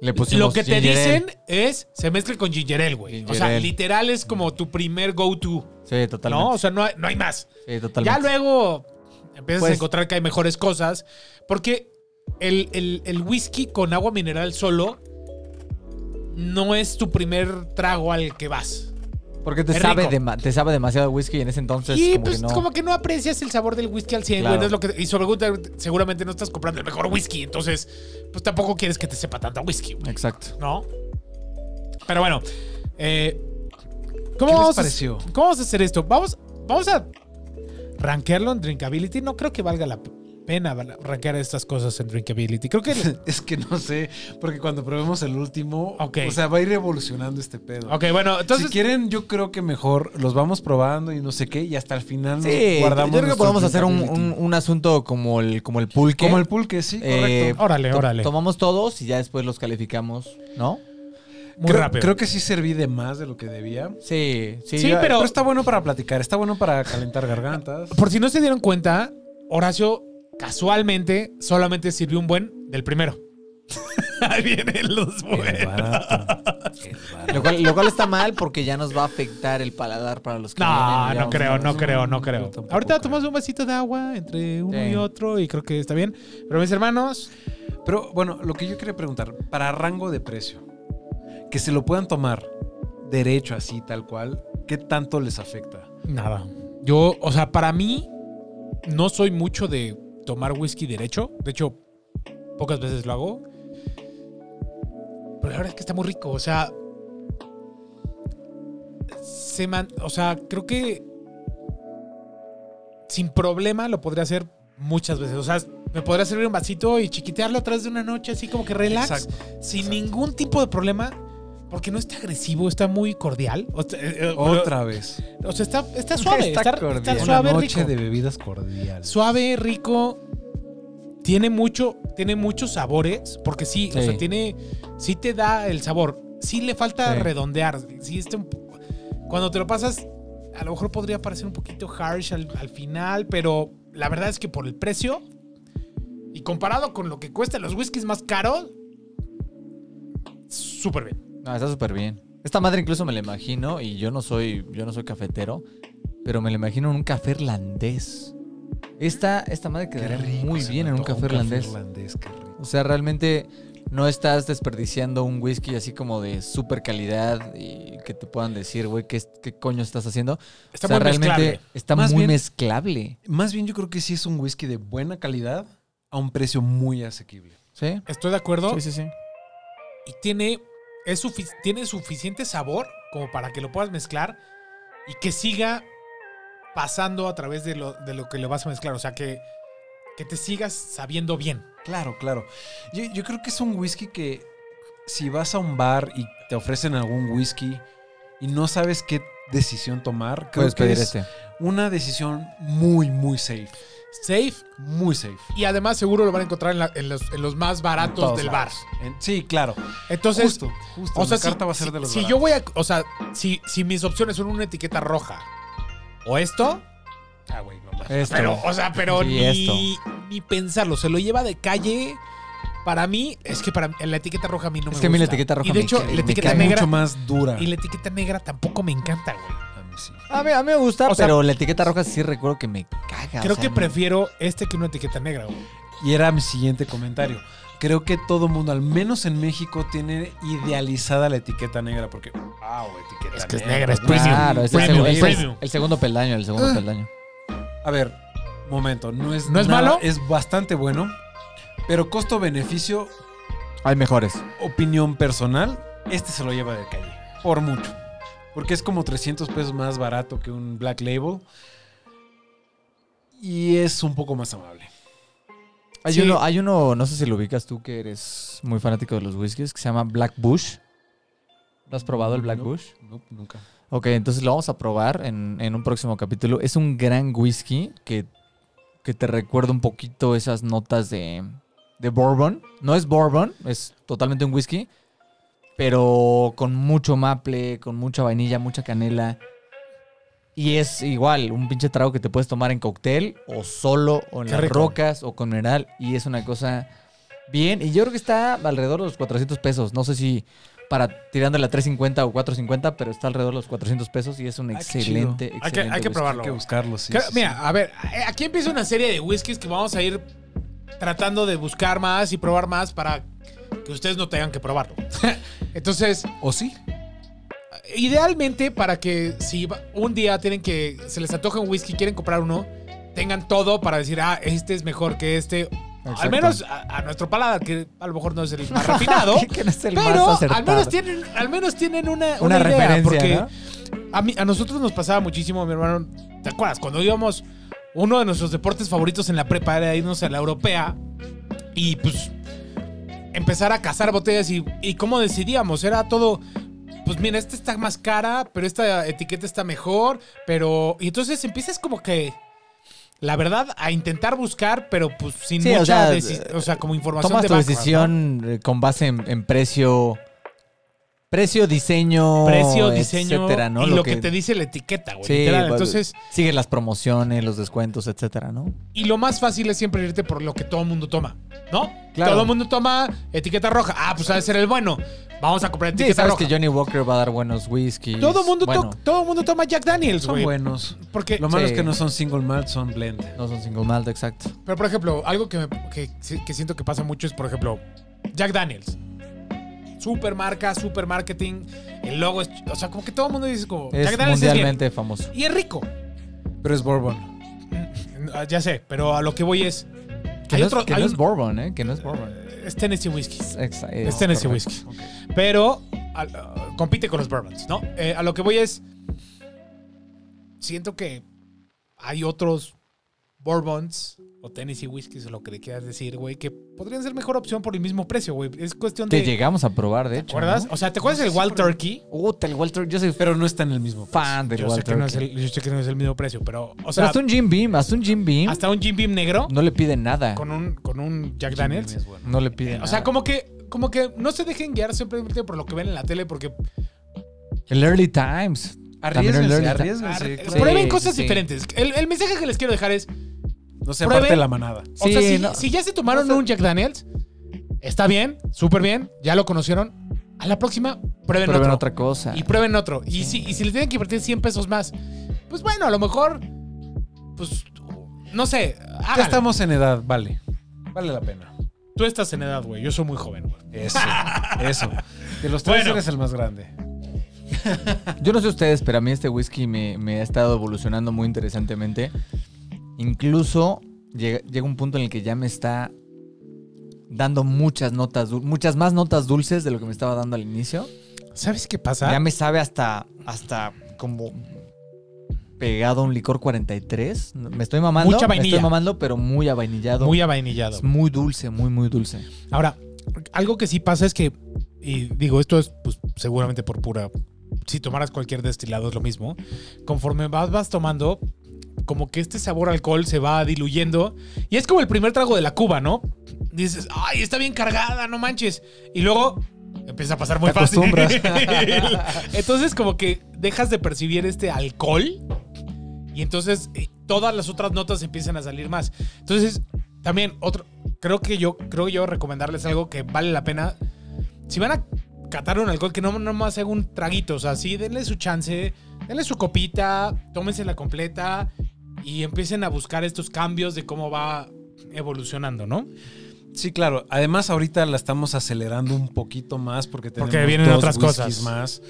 Speaker 4: Le pusimos
Speaker 3: Pues lo que te
Speaker 4: ginger ale.
Speaker 3: dicen es, se mezcle con ginger ale, güey. O
Speaker 4: Ginger
Speaker 3: sea,
Speaker 4: ale.
Speaker 3: literal es como tu primer go-to,
Speaker 4: Sí, totalmente.
Speaker 3: ¿no? O sea, no hay, no hay más.
Speaker 4: sí, totalmente.
Speaker 3: Ya luego empiezas a
Speaker 4: Pues-
Speaker 3: encontrar que hay mejores cosas, porque el, el- el whisky con agua mineral solo no es tu primer trago al que vas.
Speaker 4: Porque te
Speaker 3: es
Speaker 4: sabe,
Speaker 3: rico.
Speaker 4: dema- te sabe demasiado whisky y en ese entonces
Speaker 3: y
Speaker 4: como
Speaker 3: pues
Speaker 4: que no.
Speaker 3: como que no aprecias el sabor del whisky al 100, güey,
Speaker 4: Claro.
Speaker 3: no es lo que y sobre todo, seguramente no estás comprando el mejor whisky, entonces pues tampoco quieres que te sepa tanto a whisky, güey,
Speaker 4: Exacto.
Speaker 3: ¿no? Pero bueno, eh,
Speaker 2: ¿Qué
Speaker 3: ¿cómo,
Speaker 2: les
Speaker 3: vamos a,
Speaker 2: pareció?
Speaker 3: cómo vamos a hacer esto? Vamos, vamos a rankearlo en drinkability. No creo que valga la pena val- rankear estas cosas en drinkability. Creo que...
Speaker 2: Es que no sé, porque cuando probemos el último,
Speaker 3: Ok.
Speaker 2: o sea, va a ir revolucionando este pedo.
Speaker 3: ok, bueno, entonces...
Speaker 2: si quieren, yo creo que mejor los vamos probando y no sé qué, y hasta el final nos
Speaker 4: Sí,
Speaker 2: guardamos.
Speaker 4: yo creo que
Speaker 2: nuestro
Speaker 4: podemos hacer un,
Speaker 2: drinkability.
Speaker 4: un- un asunto como el, como el pulque.
Speaker 2: Como el pulque, sí,
Speaker 4: Eh,
Speaker 2: correcto.
Speaker 3: Órale,
Speaker 4: To-
Speaker 3: órale.
Speaker 4: Tomamos todos y ya después los calificamos, ¿no?
Speaker 3: Muy
Speaker 2: creo,
Speaker 3: rápido.
Speaker 2: creo que sí serví de más de lo que debía.
Speaker 4: Sí, sí.
Speaker 3: Sí,
Speaker 4: yo-
Speaker 3: pero-
Speaker 2: Pero, está bueno para platicar, está bueno para calentar gargantas.
Speaker 3: Por si no se dieron cuenta, Horacio casualmente solamente sirvió un buen del primero. Ahí vienen los
Speaker 2: El
Speaker 3: buenos.
Speaker 2: barato. El barato.
Speaker 4: Lo cual, lo cual está mal porque ya nos va a afectar el paladar para los que
Speaker 3: No,
Speaker 4: vienen,
Speaker 3: no
Speaker 4: digamos,
Speaker 3: creo, no
Speaker 2: no,
Speaker 3: creo, no
Speaker 2: yo
Speaker 3: creo.
Speaker 2: tampoco
Speaker 3: Ahorita
Speaker 2: creo.
Speaker 3: tomas un vasito de agua entre uno
Speaker 4: Sí.
Speaker 3: y otro y creo que está bien. Pero mis hermanos,
Speaker 2: Pero bueno, lo que yo quería preguntar, para rango de precio, que se lo puedan tomar derecho así, tal cual, ¿qué tanto les afecta?
Speaker 3: nada. Yo, o sea, para mí no soy mucho de tomar whisky derecho. De hecho, pocas veces lo hago. Pero la verdad es que está muy rico. O sea, se man- o sea, creo que sin problema lo podría hacer muchas veces. O sea, me podría servir un vasito y chiquitearlo atrás de una noche así como que relax,
Speaker 2: Exacto,
Speaker 3: sin
Speaker 2: exacto.
Speaker 3: ningún tipo de problema. Porque no está agresivo, está muy cordial. O sea, eh, eh,
Speaker 2: Otra vez.
Speaker 3: o sea, está, está suave. Está,
Speaker 4: Está
Speaker 3: está
Speaker 4: cordial.
Speaker 2: Una
Speaker 3: suave,
Speaker 2: noche
Speaker 3: rico.
Speaker 2: de bebidas cordiales.
Speaker 3: Suave, rico. Tiene mucho, tiene muchos sabores. Porque sí, o
Speaker 4: Sí.
Speaker 3: sea, tiene. Sí te da el sabor. Sí le falta
Speaker 4: Sí.
Speaker 3: redondear. Sí está un po- cuando te lo pasas, a lo mejor podría parecer un poquito harsh al, al final. Pero la verdad es que por el precio. Y comparado con lo que cuestan los whiskies más caros. Súper bien.
Speaker 4: No, está súper bien. Esta madre incluso me la imagino y yo no soy, yo no soy cafetero. pero me lo imagino en un café irlandés. Esta, esta madre quedaría muy bien en un café irlandés.
Speaker 2: qué rico.
Speaker 4: O sea, realmente no estás desperdiciando un whisky así como de super calidad y que te puedan decir, güey, ¿qué, es- qué coño estás haciendo?
Speaker 3: Está
Speaker 4: o sea,
Speaker 3: muy
Speaker 4: realmente
Speaker 3: mezclable.
Speaker 4: está
Speaker 2: Más
Speaker 4: muy
Speaker 2: bien-
Speaker 4: mezclable.
Speaker 2: Más bien yo creo que sí es un whisky de buena calidad a un precio muy asequible.
Speaker 4: ¿Sí?
Speaker 3: Estoy de acuerdo.
Speaker 4: Sí, sí, sí.
Speaker 3: y tiene, es sufi- tiene suficiente sabor como para que lo puedas mezclar y que siga pasando a través de lo, de lo que le vas a mezclar. O sea, que, que te sigas sabiendo bien.
Speaker 2: Claro, claro. Yo, yo creo que es un whisky que si vas a un bar y te ofrecen algún whisky y no sabes qué decisión tomar, creo
Speaker 4: Puedes
Speaker 2: que
Speaker 4: pedir
Speaker 2: es
Speaker 4: este.
Speaker 2: una decisión muy, muy safe.
Speaker 3: Safe.
Speaker 2: Muy safe.
Speaker 3: Y además seguro lo van a encontrar en, la- en los, en los más
Speaker 2: En
Speaker 3: baratos
Speaker 2: todos
Speaker 3: del
Speaker 2: lados.
Speaker 3: bar.
Speaker 2: En- sí, claro.
Speaker 3: Entonces,
Speaker 2: justo, justo.
Speaker 3: o sea,
Speaker 2: la
Speaker 3: si,
Speaker 2: carta va a ser
Speaker 3: si-
Speaker 2: de los
Speaker 3: si yo
Speaker 2: baratos.
Speaker 3: voy a... O sea, si, si mis opciones son una etiqueta roja o esto... Ah, güey, no mames.
Speaker 4: Esto.
Speaker 3: Pero, o sea, pero
Speaker 4: Sí,
Speaker 3: ni, ni pensarlo. Se lo lleva de calle. Para mí, es que para la etiqueta roja a mí no me
Speaker 4: Es que a mí la
Speaker 3: gusta.
Speaker 4: etiqueta roja
Speaker 3: Y de
Speaker 4: me
Speaker 3: hecho,
Speaker 4: cae-
Speaker 3: la
Speaker 4: me
Speaker 3: etiqueta
Speaker 4: cae
Speaker 3: negra.
Speaker 2: mucho más dura.
Speaker 3: Y la etiqueta negra tampoco me encanta, güey.
Speaker 2: A mí sí.
Speaker 4: A mí, a mí me gusta,
Speaker 3: O sea,
Speaker 4: pero la etiqueta roja sí recuerdo que me caga. o
Speaker 3: Creo
Speaker 4: sea,
Speaker 3: que
Speaker 4: no-
Speaker 3: prefiero este que una etiqueta negra, güey.
Speaker 2: Y era mi siguiente comentario. Creo que todo mundo, al menos en México, tiene idealizada la etiqueta negra porque, wow, Ah, etiqueta
Speaker 3: Es que es negra, es
Speaker 2: güey.
Speaker 3: premium.
Speaker 4: Claro, es el,
Speaker 3: Premium,
Speaker 4: segundo- es el-
Speaker 3: premium.
Speaker 4: el segundo peldaño, el segundo
Speaker 2: Ah.
Speaker 4: peldaño.
Speaker 2: A ver, momento, no es
Speaker 3: ¿No es
Speaker 2: nada-
Speaker 3: malo?
Speaker 2: es bastante bueno, pero costo-beneficio,
Speaker 4: Hay mejores.
Speaker 2: opinión personal, este se lo lleva de calle, por mucho. Porque es como 300 pesos más barato que un Black Label y es un poco más amable.
Speaker 4: Hay,
Speaker 3: Sí.
Speaker 4: uno, hay uno, no sé si lo ubicas tú, que eres muy fanático de los whiskies, que se llama Black Bush. ¿Lo has probado el Black
Speaker 2: No,
Speaker 4: Bush?
Speaker 2: no, nunca.
Speaker 4: Ok, entonces lo vamos a probar en, en un próximo capítulo. Es un gran whisky que, que te recuerda un poquito esas notas de, de bourbon. No es bourbon, es totalmente un whisky, pero con mucho maple, con mucha vainilla, mucha canela. Y es igual, un pinche trago que te puedes tomar en cóctel o solo o en
Speaker 3: Qué
Speaker 4: las
Speaker 3: rico.
Speaker 4: rocas o con mineral. Y es una cosa bien. Y yo creo que está alrededor de los 400 pesos. No sé si para tirándole a 350 o 450, pero está alrededor de los 400 pesos y es un
Speaker 2: Ah, qué
Speaker 4: excelente,
Speaker 3: Hay que-
Speaker 4: excelente.
Speaker 3: hay que
Speaker 4: whisky.
Speaker 3: probarlo.
Speaker 2: Hay que buscarlo, sí.
Speaker 3: Creo-
Speaker 2: sí, sí.
Speaker 3: mira, a ver, a- aquí empieza una serie de whiskies que vamos a ir tratando de buscar más y probar más para que ustedes no tengan que probarlo. Entonces,
Speaker 2: ¿O sí?
Speaker 3: idealmente para que si va- un día tienen que se les antoja un whisky, quieren comprar uno, tengan todo para decir, ah, este es mejor que este. Al
Speaker 4: Exacto.
Speaker 3: menos a, a nuestro paladar, que a lo mejor no es el más refinado.
Speaker 4: Que no es el más
Speaker 3: Pero al
Speaker 4: acertado.
Speaker 3: menos tienen, al menos tienen una,
Speaker 4: una,
Speaker 3: una, idea,
Speaker 4: referencia,
Speaker 3: porque
Speaker 4: ¿no?
Speaker 3: a, mí- a nosotros nos pasaba muchísimo, mi hermano. ¿Te acuerdas? Cuando íbamos, uno de nuestros deportes favoritos en la prepa era irnos a la europea y pues empezar a cazar botellas y, y cómo decidíamos. Era todo, pues mira, esta está más cara, pero esta etiqueta está mejor, pero... Y entonces empiezas como que... La verdad, a intentar buscar, pero pues sin
Speaker 4: Sí, o
Speaker 3: mucha
Speaker 4: sea, eh,
Speaker 3: deci- o sea, como información
Speaker 4: Tomas
Speaker 3: de
Speaker 4: tu
Speaker 3: background, ¿no?
Speaker 4: decisión eh, con base en, en precio, precio, diseño,
Speaker 3: precio, diseño
Speaker 4: etcétera, ¿no?
Speaker 3: y lo, que... te dice la etiqueta, güey.
Speaker 4: Sí,
Speaker 3: literal.
Speaker 4: bueno,
Speaker 3: Entonces,
Speaker 4: sigue las promociones, los descuentos, etcétera, ¿no?
Speaker 3: y lo más fácil es siempre irte por lo que todo el mundo toma, ¿no?
Speaker 4: Claro.
Speaker 3: Todo el mundo toma etiqueta roja. Ah, pues ha de ser el bueno. Vamos a comprar
Speaker 4: Sí,
Speaker 3: etiqueta
Speaker 4: sabes
Speaker 3: roja.
Speaker 4: que Johnny Walker va a dar buenos whiskies.
Speaker 3: todo el mundo, to-
Speaker 4: bueno,
Speaker 3: todo el mundo toma Jack Daniels,
Speaker 2: Son
Speaker 3: güey.
Speaker 2: buenos.
Speaker 3: Porque,
Speaker 2: Lo malo
Speaker 4: Sí.
Speaker 2: es que no son single malt, son blend.
Speaker 4: no son single malt, exacto.
Speaker 3: pero por ejemplo, algo que, me- que, que siento que pasa mucho es, por ejemplo, Jack Daniels. Super marca, super marketing. El logo es. O sea, como que todo el mundo dice, como.
Speaker 4: Es
Speaker 3: Jack Daniels es bien.
Speaker 4: mundialmente famoso.
Speaker 3: Y es rico.
Speaker 2: Pero es bourbon.
Speaker 3: Mm, Ya sé, pero a lo que voy es.
Speaker 4: Que,
Speaker 3: hay
Speaker 4: no,
Speaker 3: otro-
Speaker 4: es, que
Speaker 3: hay
Speaker 4: no es
Speaker 3: un- Oh,
Speaker 4: bourbon, ¿eh? Que no es bourbon.
Speaker 3: es Tennessee Whiskey.
Speaker 4: Exa- eh,
Speaker 3: Es Tennessee
Speaker 4: correcto.
Speaker 3: Whiskey. Pero al- uh, compite con los bourbons, ¿no? Eh, a lo que voy es. Siento que hay otros bourbons o Tennessee Whiskies o lo que le quieras decir, güey, que podrían ser mejor opción por el mismo precio, güey. Es cuestión
Speaker 4: Que
Speaker 3: de.
Speaker 4: llegamos a probar, de
Speaker 3: ¿Te
Speaker 4: hecho.
Speaker 3: acuerdas?
Speaker 4: ¿no?
Speaker 3: O sea, ¿te acuerdas del Wild Turkey?
Speaker 4: Puta, el Walter, yo soy
Speaker 2: Pero no está en el mismo.
Speaker 4: fan del
Speaker 3: Yo sé, que
Speaker 4: Walter.
Speaker 3: no es el, yo sé que no es el mismo precio, pero. O
Speaker 4: Pero
Speaker 3: sea,
Speaker 4: hasta un Jim Beam, hasta un Jim Beam,
Speaker 3: hasta un Jim Beam negro
Speaker 4: no le piden nada.
Speaker 3: con un, con un Jack Daniels.
Speaker 2: Es bueno.
Speaker 4: No le piden
Speaker 3: O sea,
Speaker 4: nada.
Speaker 3: como que, como que no se dejen guiar simplemente por lo que ven en la tele, porque
Speaker 4: El Early Times. También el
Speaker 2: Arriesguense,
Speaker 4: Early
Speaker 2: arriesguense.
Speaker 3: Ar-
Speaker 2: Pues, claro.
Speaker 4: sí,
Speaker 3: prueben
Speaker 4: sí,
Speaker 3: cosas
Speaker 4: sí.
Speaker 3: diferentes. El, el mensaje que les quiero dejar es:
Speaker 2: No se
Speaker 3: Prueben.
Speaker 2: parte de la manada.
Speaker 3: o
Speaker 4: Sí,
Speaker 3: sea, si,
Speaker 4: no.
Speaker 3: si ya se tomaron un Jack Daniels, está bien, súper bien, ya lo conocieron. A la próxima,
Speaker 4: Prueben
Speaker 3: prueben, otro.
Speaker 4: otra cosa.
Speaker 3: Y prueben otro. Y, si, y si les tienen que invertir 100 pesos más, pues pues bueno, a lo mejor, pues, no sé,
Speaker 2: Ya
Speaker 3: háganlo.
Speaker 2: estamos en edad, vale. Vale la pena.
Speaker 3: Tú estás en edad, güey. Yo soy muy joven, güey.
Speaker 2: Eso, eso. De los tres
Speaker 3: Bueno.
Speaker 2: eres el más grande.
Speaker 4: Yo no sé ustedes, pero a mí este whisky me, me ha estado evolucionando muy interesantemente. Incluso llega, llega un punto en el que ya me está dando muchas notas, dul- muchas más notas dulces de lo que me estaba dando al inicio.
Speaker 3: ¿Sabes qué pasa?
Speaker 4: Ya me sabe hasta, hasta como pegado a un licor 43. Me estoy mamando,
Speaker 3: Mucha
Speaker 4: me
Speaker 3: vainilla.
Speaker 4: estoy mamando, pero muy avainillado.
Speaker 3: Muy avainillado.
Speaker 4: Es muy dulce, muy, muy dulce.
Speaker 3: Ahora, algo que sí pasa es que, y digo, esto es pues, seguramente por pura. Si tomaras cualquier destilado es lo mismo. Conforme vas, vas tomando, como que este sabor a alcohol se va diluyendo. Y es como el primer trago de la cuba, ¿no? Dices, ay, está bien cargada, no manches. Y luego empieza a pasar muy
Speaker 2: Te
Speaker 3: fácil.
Speaker 2: acostumbras.
Speaker 3: entonces, como que dejas de percibir este alcohol. Y entonces eh, todas las otras notas empiezan a salir más. Entonces, también otro. Creo que yo, creo yo recomendarles algo que vale la pena. Si van a catar un alcohol, que no nomás haga un traguito. O sea, sí, denle su chance, denle su copita, tómense la completa y empiecen a buscar estos cambios de cómo va evolucionando, ¿no?
Speaker 2: Sí, claro. Además, ahorita la estamos acelerando un poquito más porque tenemos
Speaker 3: Porque vienen
Speaker 2: dos
Speaker 3: otras
Speaker 2: whiskies
Speaker 3: cosas.
Speaker 2: más.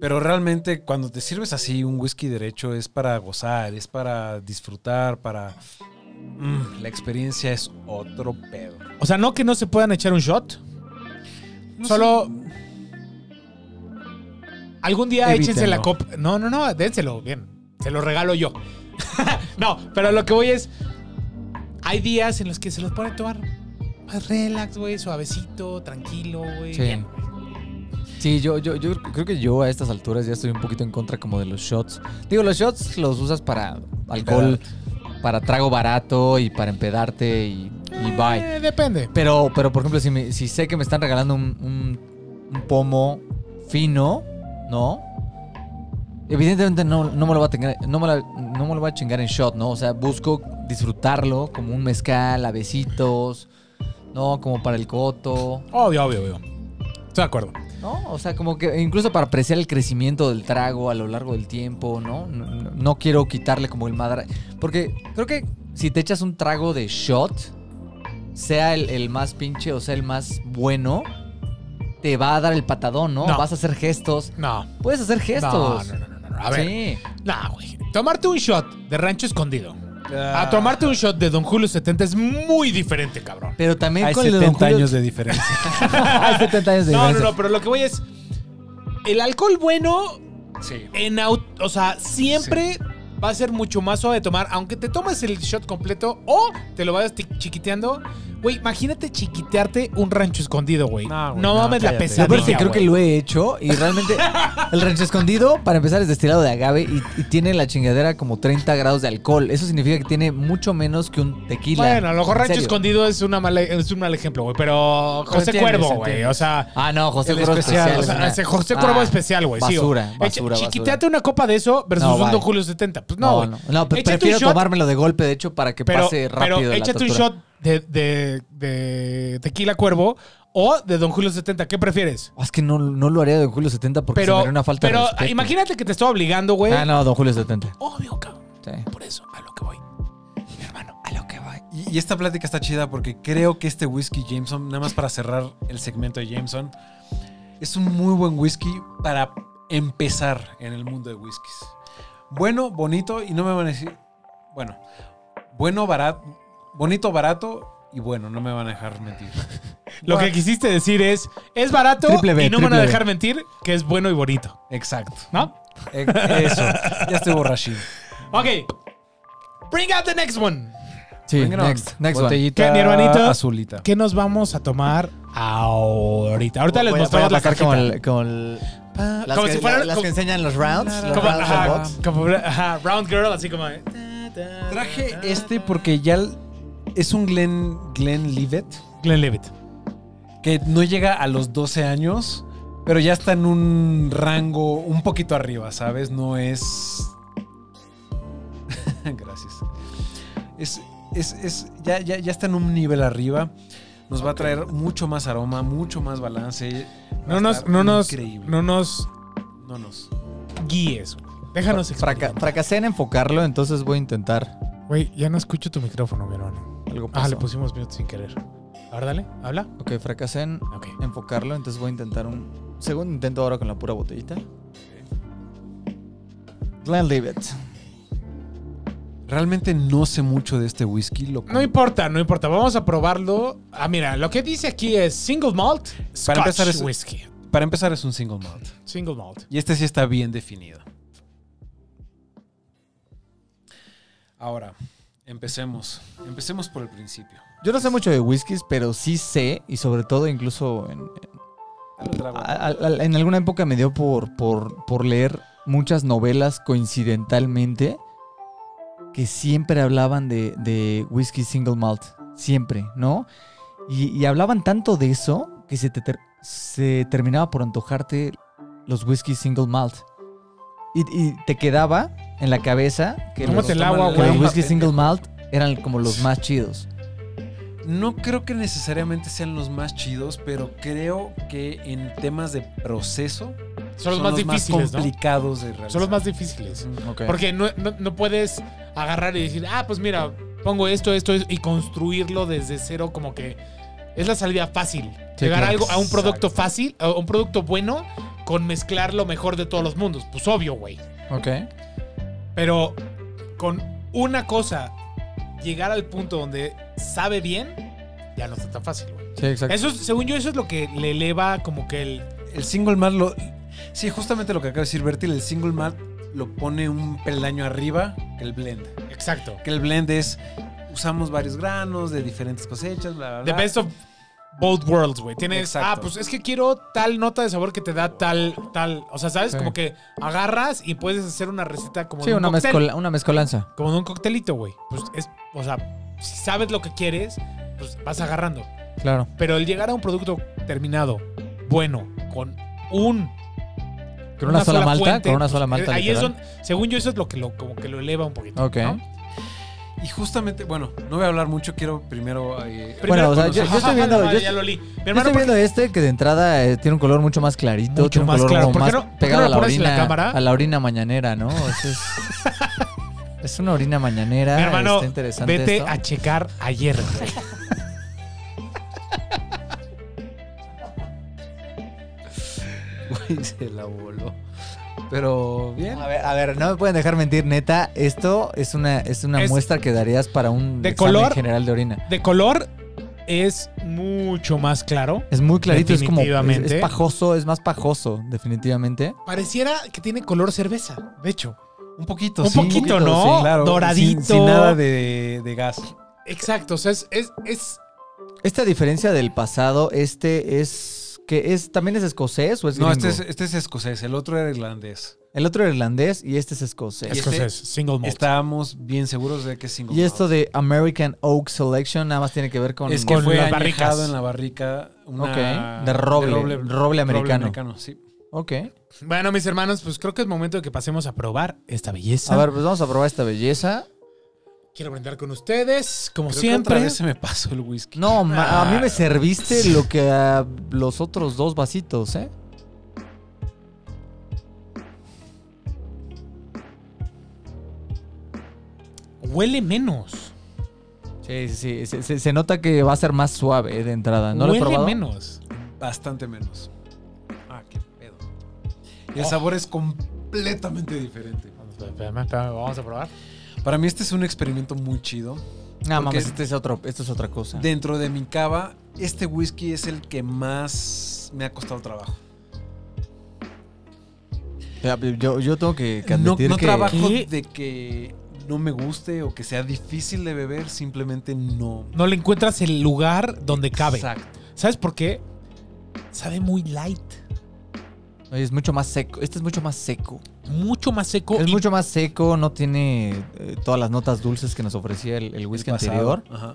Speaker 2: Pero realmente cuando te sirves así un whisky derecho es para gozar, es para disfrutar, para... Mm, la experiencia es otro pedo.
Speaker 3: O sea, no que no se puedan echar un shot. Solo. Algún día
Speaker 4: Evítenlo.
Speaker 3: échense la copa. No, no, no, dénselo, bien. Se lo regalo yo. no, pero lo que voy es. Hay días en los que se los pueden tomar más relax, güey, suavecito, tranquilo, güey.
Speaker 4: Sí.
Speaker 3: bien.
Speaker 4: Sí, yo, yo, yo creo que yo a estas alturas ya estoy un poquito en contra como de los shots. Digo, los shots los usas para alcohol, para trago barato y para empedarte y, y bye.
Speaker 3: Eh, depende.
Speaker 4: Pero, pero por ejemplo, si, me- si sé que me están regalando un, un- un pomo fino, ¿no? Evidentemente no, no, me lo va a tener- no, me la- no me lo va a chingar en shot, ¿no? O sea, busco disfrutarlo como un mezcal, a besitos, ¿no? Como para el coto.
Speaker 3: Obvio, obvio, obvio. Estoy de acuerdo.
Speaker 4: ¿No? O sea, como que incluso para apreciar el crecimiento del trago a lo largo del tiempo, ¿no? No, no- no quiero quitarle como el madra. Porque creo que si te echas un trago de shot, sea el, el más pinche o sea el más bueno, te va a dar el patadón, ¿no?
Speaker 3: No.
Speaker 4: Vas a hacer gestos.
Speaker 3: No.
Speaker 4: Puedes hacer gestos.
Speaker 3: No, no, no, no, no, A ver.
Speaker 4: Sí.
Speaker 3: No, güey. Tomarte un shot de rancho escondido.
Speaker 2: Ah,
Speaker 3: A tomarte un shot de Don Julio 70 es muy diferente, cabrón.
Speaker 4: Pero también
Speaker 2: Hay
Speaker 4: con el de Don
Speaker 2: 70
Speaker 4: Julio-
Speaker 2: años de diferencia.
Speaker 4: Hay 70 años de
Speaker 3: No, no,
Speaker 4: diferencia.
Speaker 3: no, pero lo que voy es. El alcohol bueno,
Speaker 2: sí.
Speaker 3: en au- o sea, siempre va a ser mucho más suave de tomar, aunque te tomes el shot completo o te lo vayas ti- chiquiteando. Güey, imagínate chiquitearte un rancho escondido, güey.
Speaker 2: No,
Speaker 3: No,
Speaker 2: güey, no,
Speaker 3: mames la
Speaker 2: cállate.
Speaker 4: Lo peor es que
Speaker 3: pesadilla.
Speaker 4: creo que
Speaker 3: güey.
Speaker 4: lo he hecho y realmente el rancho escondido, para empezar, es destilado de agave y, y tiene la chingadera como 30 grados de alcohol. Eso significa que tiene mucho menos que un tequila.
Speaker 3: Bueno, a lo mejor
Speaker 4: En
Speaker 3: rancho
Speaker 4: serio.
Speaker 3: escondido es, una mala, es un mal ejemplo, güey. Pero José
Speaker 4: entiendes,
Speaker 3: Cuervo, güey.
Speaker 4: entiendes.
Speaker 3: O sea,
Speaker 4: Ah, no, José
Speaker 2: El
Speaker 4: Cuervo
Speaker 2: especial,
Speaker 4: especial.
Speaker 3: O
Speaker 4: es
Speaker 3: sea,
Speaker 4: una-
Speaker 3: ese José Cuervo
Speaker 4: Ah,
Speaker 3: especial, güey. sí,
Speaker 4: Basura,
Speaker 3: Echa-
Speaker 4: basura,
Speaker 3: Chiquiteate una copa de eso versus
Speaker 4: No,
Speaker 3: un Don
Speaker 4: bye.
Speaker 3: Julio 70. Pues no,
Speaker 4: No,
Speaker 3: güey.
Speaker 4: no, no, pre-
Speaker 3: Échate un
Speaker 4: prefiero
Speaker 3: shot.
Speaker 4: tomármelo de golpe, de hecho, para que
Speaker 3: Pero,
Speaker 4: pase rápido.
Speaker 3: pero
Speaker 4: la
Speaker 3: échate un
Speaker 4: tortura.
Speaker 3: shot de, de- de tequila cuervo o de Don Julio 70. ¿Qué prefieres?
Speaker 4: Ah, Es que no, no lo haría de Don Julio 70 porque se me
Speaker 3: Pero,
Speaker 4: haría una falta
Speaker 3: pero
Speaker 4: de respeto.
Speaker 3: imagínate que te estoy obligando, güey.
Speaker 4: Ah, no, Don Julio 70.
Speaker 3: Obvio, cabrón.
Speaker 4: Sí.
Speaker 3: Por eso, a lo que voy. Mi hermano.
Speaker 4: A lo que va.
Speaker 2: Y, y esta plática está chida porque creo que este whisky Jameson, nada más para cerrar el segmento de Jameson, es un muy buen whisky para empezar en el mundo de whiskies. Bueno, bonito y no me van a decir. Bueno, bueno, barato. Bonito, barato y bueno, no me van a dejar mentir.
Speaker 3: Lo que quisiste decir es, es barato
Speaker 4: Triple B,
Speaker 3: y no me van a
Speaker 4: triple B.
Speaker 3: dejar mentir que es bueno y bonito,
Speaker 2: Exacto.
Speaker 3: ¿no?
Speaker 2: E- Eso. Ya estoy borrachín.
Speaker 3: Ok. Bring out the next one.
Speaker 4: Sí,
Speaker 2: Venga,
Speaker 4: next, next one.
Speaker 2: Botellita
Speaker 3: ¿Qué, mi hermanito?
Speaker 2: azulita.
Speaker 3: ¿Qué nos vamos a tomar ahorita? Ahorita les
Speaker 4: Voy a-
Speaker 3: mostramos
Speaker 4: voy a
Speaker 3: la
Speaker 4: pasar
Speaker 3: cajita.
Speaker 4: como el- como el-
Speaker 3: Pa-
Speaker 4: las
Speaker 3: como
Speaker 4: que-
Speaker 3: si fueran...
Speaker 4: las
Speaker 3: como-
Speaker 4: que enseñan los rounds, los
Speaker 3: Como,
Speaker 4: rounds
Speaker 3: ajá,
Speaker 4: and box.
Speaker 3: como, ajá, Round Girl, así como. eh.
Speaker 2: Traje este porque ya l- es un Glen, Glen Livet.
Speaker 3: Glenlivet.
Speaker 2: que no llega a los 12 años, pero ya está en un rango un poquito arriba, ¿sabes? No es... Gracias. Es, es, es- ya, ya, ya está en un nivel arriba. Nos va a traer mucho más aroma, mucho más balance. Va a
Speaker 3: No nos,
Speaker 2: estar
Speaker 3: no nos,
Speaker 2: Increíble.
Speaker 3: no nos
Speaker 2: No nos.
Speaker 3: guíes. güey. Déjanos
Speaker 4: Fraca-
Speaker 3: experimentar.
Speaker 4: fracasé en enfocarlo, entonces voy a intentar
Speaker 3: Güey, ya no escucho tu micrófono, mi hermano.
Speaker 4: algo
Speaker 3: Ah, le
Speaker 4: pasó.
Speaker 3: pusimos mute sin querer. Ahora dale, habla.
Speaker 4: ok, fracasé en
Speaker 3: Ok.
Speaker 4: enfocarlo, entonces voy a intentar un segundo intento ahora con la pura botellita. Glenn Leavitt.
Speaker 2: Realmente no sé mucho de este whisky. Lo
Speaker 3: No importa, no importa. Vamos a probarlo. Ah, mira, lo que dice aquí es single malt. Scotch
Speaker 2: empezar es-
Speaker 3: whisky.
Speaker 2: Para empezar es un single malt.
Speaker 3: Single malt.
Speaker 2: Y este sí está bien definido. Ahora, empecemos. Empecemos por el principio.
Speaker 4: Yo no sé mucho de whiskies, pero sí sé, y sobre todo incluso en, a- a- en alguna época me dio por, por, por leer muchas novelas coincidentalmente que siempre hablaban de, de whisky single malt. Siempre, ¿no? Y, y hablaban tanto de eso que se, te ter- se terminaba por antojarte los whisky single malt. Y, y te quedaba en la cabeza que los,
Speaker 3: Tómate el agua,
Speaker 4: que los
Speaker 3: güey.
Speaker 4: whisky single malt eran como los más chidos.
Speaker 2: No creo que necesariamente sean los más chidos, pero creo que en temas de proceso
Speaker 3: Son los más difíciles, ¿no?
Speaker 2: complicados de realizar.
Speaker 3: Son los más difíciles.
Speaker 4: Okay.
Speaker 3: Porque no, no- no puedes agarrar y decir, ah, pues mira, pongo esto, esto esto", y construirlo desde cero, como que es la salida fácil.
Speaker 4: Sí,
Speaker 3: Llegar a
Speaker 4: claro.
Speaker 3: algo, a un producto
Speaker 2: Exacto.
Speaker 3: fácil, a un producto bueno, con mezclar lo mejor de todos los mundos. Pues obvio, güey.
Speaker 4: Ok.
Speaker 3: Pero con una cosa, llegar al punto donde sabe bien, ya no está tan fácil, güey.
Speaker 4: Sí, exacto.
Speaker 3: Eso, es- según yo, eso es lo que le eleva como que el...
Speaker 2: El single malt lo. Sí, justamente lo que acaba de decir Bertil, el single malt lo pone un peldaño arriba que el blend.
Speaker 3: Exacto.
Speaker 2: Que el blend es. Usamos varios granos de diferentes cosechas, bla, bla,
Speaker 3: The
Speaker 2: bla.
Speaker 3: best of both worlds, güey. Tienes,
Speaker 2: Exacto.
Speaker 3: ah, pues es que quiero tal nota de sabor que te da tal, tal. O sea, ¿sabes?
Speaker 4: Sí.
Speaker 3: Como que agarras y puedes hacer una receta como
Speaker 4: Sí,
Speaker 3: de un
Speaker 4: una,
Speaker 3: cóctel.
Speaker 4: mezcola- una mezcolanza.
Speaker 3: Como de un coctelito, güey. Pues es, o sea, si sabes lo que quieres, pues vas agarrando.
Speaker 4: Claro.
Speaker 3: Pero el llegar a un producto terminado, bueno, con un
Speaker 4: Con una, sola, malta,
Speaker 3: fuente,
Speaker 4: con una sola
Speaker 3: pues,
Speaker 4: malta.
Speaker 3: Ahí es
Speaker 4: literal.
Speaker 3: donde, según yo, eso es lo que lo, como que lo eleva un poquito.
Speaker 4: Ok.
Speaker 3: ¿no?
Speaker 2: Y justamente, bueno, no voy a hablar mucho, quiero primero. eh,
Speaker 4: Bueno, o sea,
Speaker 2: conocer-
Speaker 4: yo- yo estoy viendo-
Speaker 3: Ajá,
Speaker 4: yo-
Speaker 3: ya lo olí. Mi
Speaker 4: Yo
Speaker 3: hermano,
Speaker 4: estoy viendo este que de entrada eh, tiene un color mucho más clarito,
Speaker 3: Mucho
Speaker 4: tiene un
Speaker 3: más
Speaker 4: color
Speaker 3: claro.
Speaker 4: como
Speaker 3: ¿Por qué
Speaker 4: más
Speaker 3: no- por qué
Speaker 4: pegado
Speaker 3: no
Speaker 4: a la
Speaker 3: pones la
Speaker 4: orina,
Speaker 3: cámara?
Speaker 4: a la orina mañanera, ¿no? O sea, es, es una orina mañanera.
Speaker 3: Mi hermano,
Speaker 4: Ah, está interesante
Speaker 3: vete
Speaker 4: esto.
Speaker 3: a checar ayer. güey.
Speaker 2: Güey, se la voló. Pero bien.
Speaker 4: A ver, a ver, no me pueden dejar mentir, neta, esto es una es una
Speaker 3: Es-
Speaker 4: muestra que darías para un
Speaker 3: de
Speaker 4: examen
Speaker 3: color.
Speaker 4: general de orina.
Speaker 3: De color es mucho más claro.
Speaker 4: Es muy clarito, es como es,
Speaker 3: Definitivamente.
Speaker 4: es pajoso, es más pajoso, definitivamente.
Speaker 3: Pareciera que tiene color cerveza, de hecho.
Speaker 2: Un poquito,
Speaker 3: Un
Speaker 2: sí.
Speaker 3: poquito, ¿no? Doradito.
Speaker 2: Sin, sin nada de, de gas.
Speaker 3: Exacto, o sea, es, es, es-
Speaker 4: Esta diferencia del pasado, este es que es también es escocés o es
Speaker 2: No, este
Speaker 4: gringo?
Speaker 2: es, este es escocés, el otro era irlandés.
Speaker 4: El otro irlandés y este es escocés.
Speaker 2: Y este-
Speaker 3: escocés, single malt.
Speaker 2: Estábamos bien seguros de que es single
Speaker 4: Y esto
Speaker 2: malt.
Speaker 4: de American Oak Selection nada más tiene que ver con...
Speaker 2: es que
Speaker 3: con
Speaker 2: fue
Speaker 3: las
Speaker 2: añejado
Speaker 3: barricas.
Speaker 2: en la barrica una,
Speaker 4: Ok, de roble, roble americano.
Speaker 2: sí.
Speaker 4: Ok.
Speaker 3: Bueno, mis hermanos, pues creo que es momento de que pasemos a probar esta belleza.
Speaker 4: A ver, pues vamos a probar esta belleza.
Speaker 3: Quiero brindar con ustedes, como
Speaker 2: Creo que
Speaker 3: siempre.
Speaker 2: otra vez se me pasó el whisky.
Speaker 4: No, ma- a mí
Speaker 3: Ah.
Speaker 4: me serviste lo que a los otros dos vasitos, ¿eh?
Speaker 3: Huele menos.
Speaker 4: Sí, sí, sí. Se, se- se nota que va a ser más suave eh, de entrada. ¿No lo he
Speaker 3: huele
Speaker 4: probado?
Speaker 3: menos.
Speaker 2: Bastante menos. Ah, qué pedo. Y el
Speaker 3: Oh.
Speaker 2: sabor es completamente diferente.
Speaker 3: Espérame, espérame, Vamos a probar.
Speaker 2: Para mí este es un experimento muy chido.
Speaker 4: No,
Speaker 2: Porque
Speaker 4: mames,
Speaker 2: es-
Speaker 4: este es otro, esto es otra cosa.
Speaker 2: Dentro de mi cava, este whisky es el que más me ha costado trabajo.
Speaker 4: Ya, Yo, yo tengo que, que
Speaker 2: No,
Speaker 4: admitir
Speaker 2: no
Speaker 4: que...
Speaker 2: trabajo
Speaker 3: ¿Qué?
Speaker 2: de que no me guste o que sea difícil de beber, simplemente no.
Speaker 3: No le encuentras el lugar donde cabe.
Speaker 2: Exacto.
Speaker 3: ¿Sabes por qué? Sabe muy light.
Speaker 4: Oye, es mucho más seco. Este es mucho más seco.
Speaker 3: Mucho más seco.
Speaker 4: Es
Speaker 3: y
Speaker 4: mucho más seco, no tiene eh, todas las notas dulces que nos ofrecía el, el whisky
Speaker 2: El pasado.
Speaker 4: anterior.
Speaker 2: Ajá.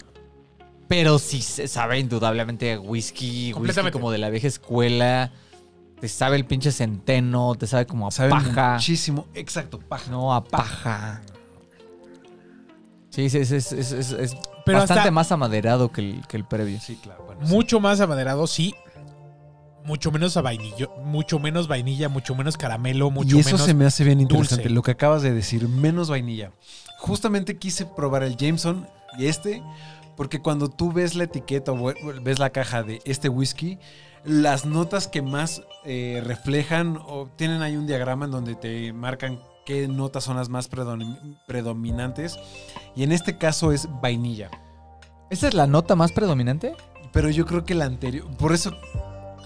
Speaker 4: Pero sí se sabe indudablemente a whisky, whisky
Speaker 3: Completamente.
Speaker 4: como de la vieja escuela. Te sabe el pinche centeno, te sabe como a
Speaker 2: Sabe
Speaker 4: paja.
Speaker 2: muchísimo. Exacto, paja.
Speaker 4: No, a paja. Sí, sí, es, es- es- es- es
Speaker 3: Pero
Speaker 4: bastante
Speaker 3: hasta-
Speaker 4: más amaderado que el, que el previo.
Speaker 2: Sí, claro. bueno, sí.
Speaker 3: Mucho más amaderado, sí. mucho menos a vainillo, mucho menos vainilla, mucho menos caramelo, mucho
Speaker 2: y eso
Speaker 3: menos.
Speaker 2: se me hace bien interesante,
Speaker 3: dulce.
Speaker 2: lo que acabas de decir, menos vainilla. Justamente quise probar el Jameson y este, porque cuando tú ves la etiqueta o ves la caja de este whisky, las notas que más eh, reflejan o tienen ahí un diagrama en donde te marcan qué notas son las más predomin- predominantes. Y en este caso es vainilla.
Speaker 4: ¿Esa es la nota más predominante?
Speaker 2: Pero yo creo que la anterior, por eso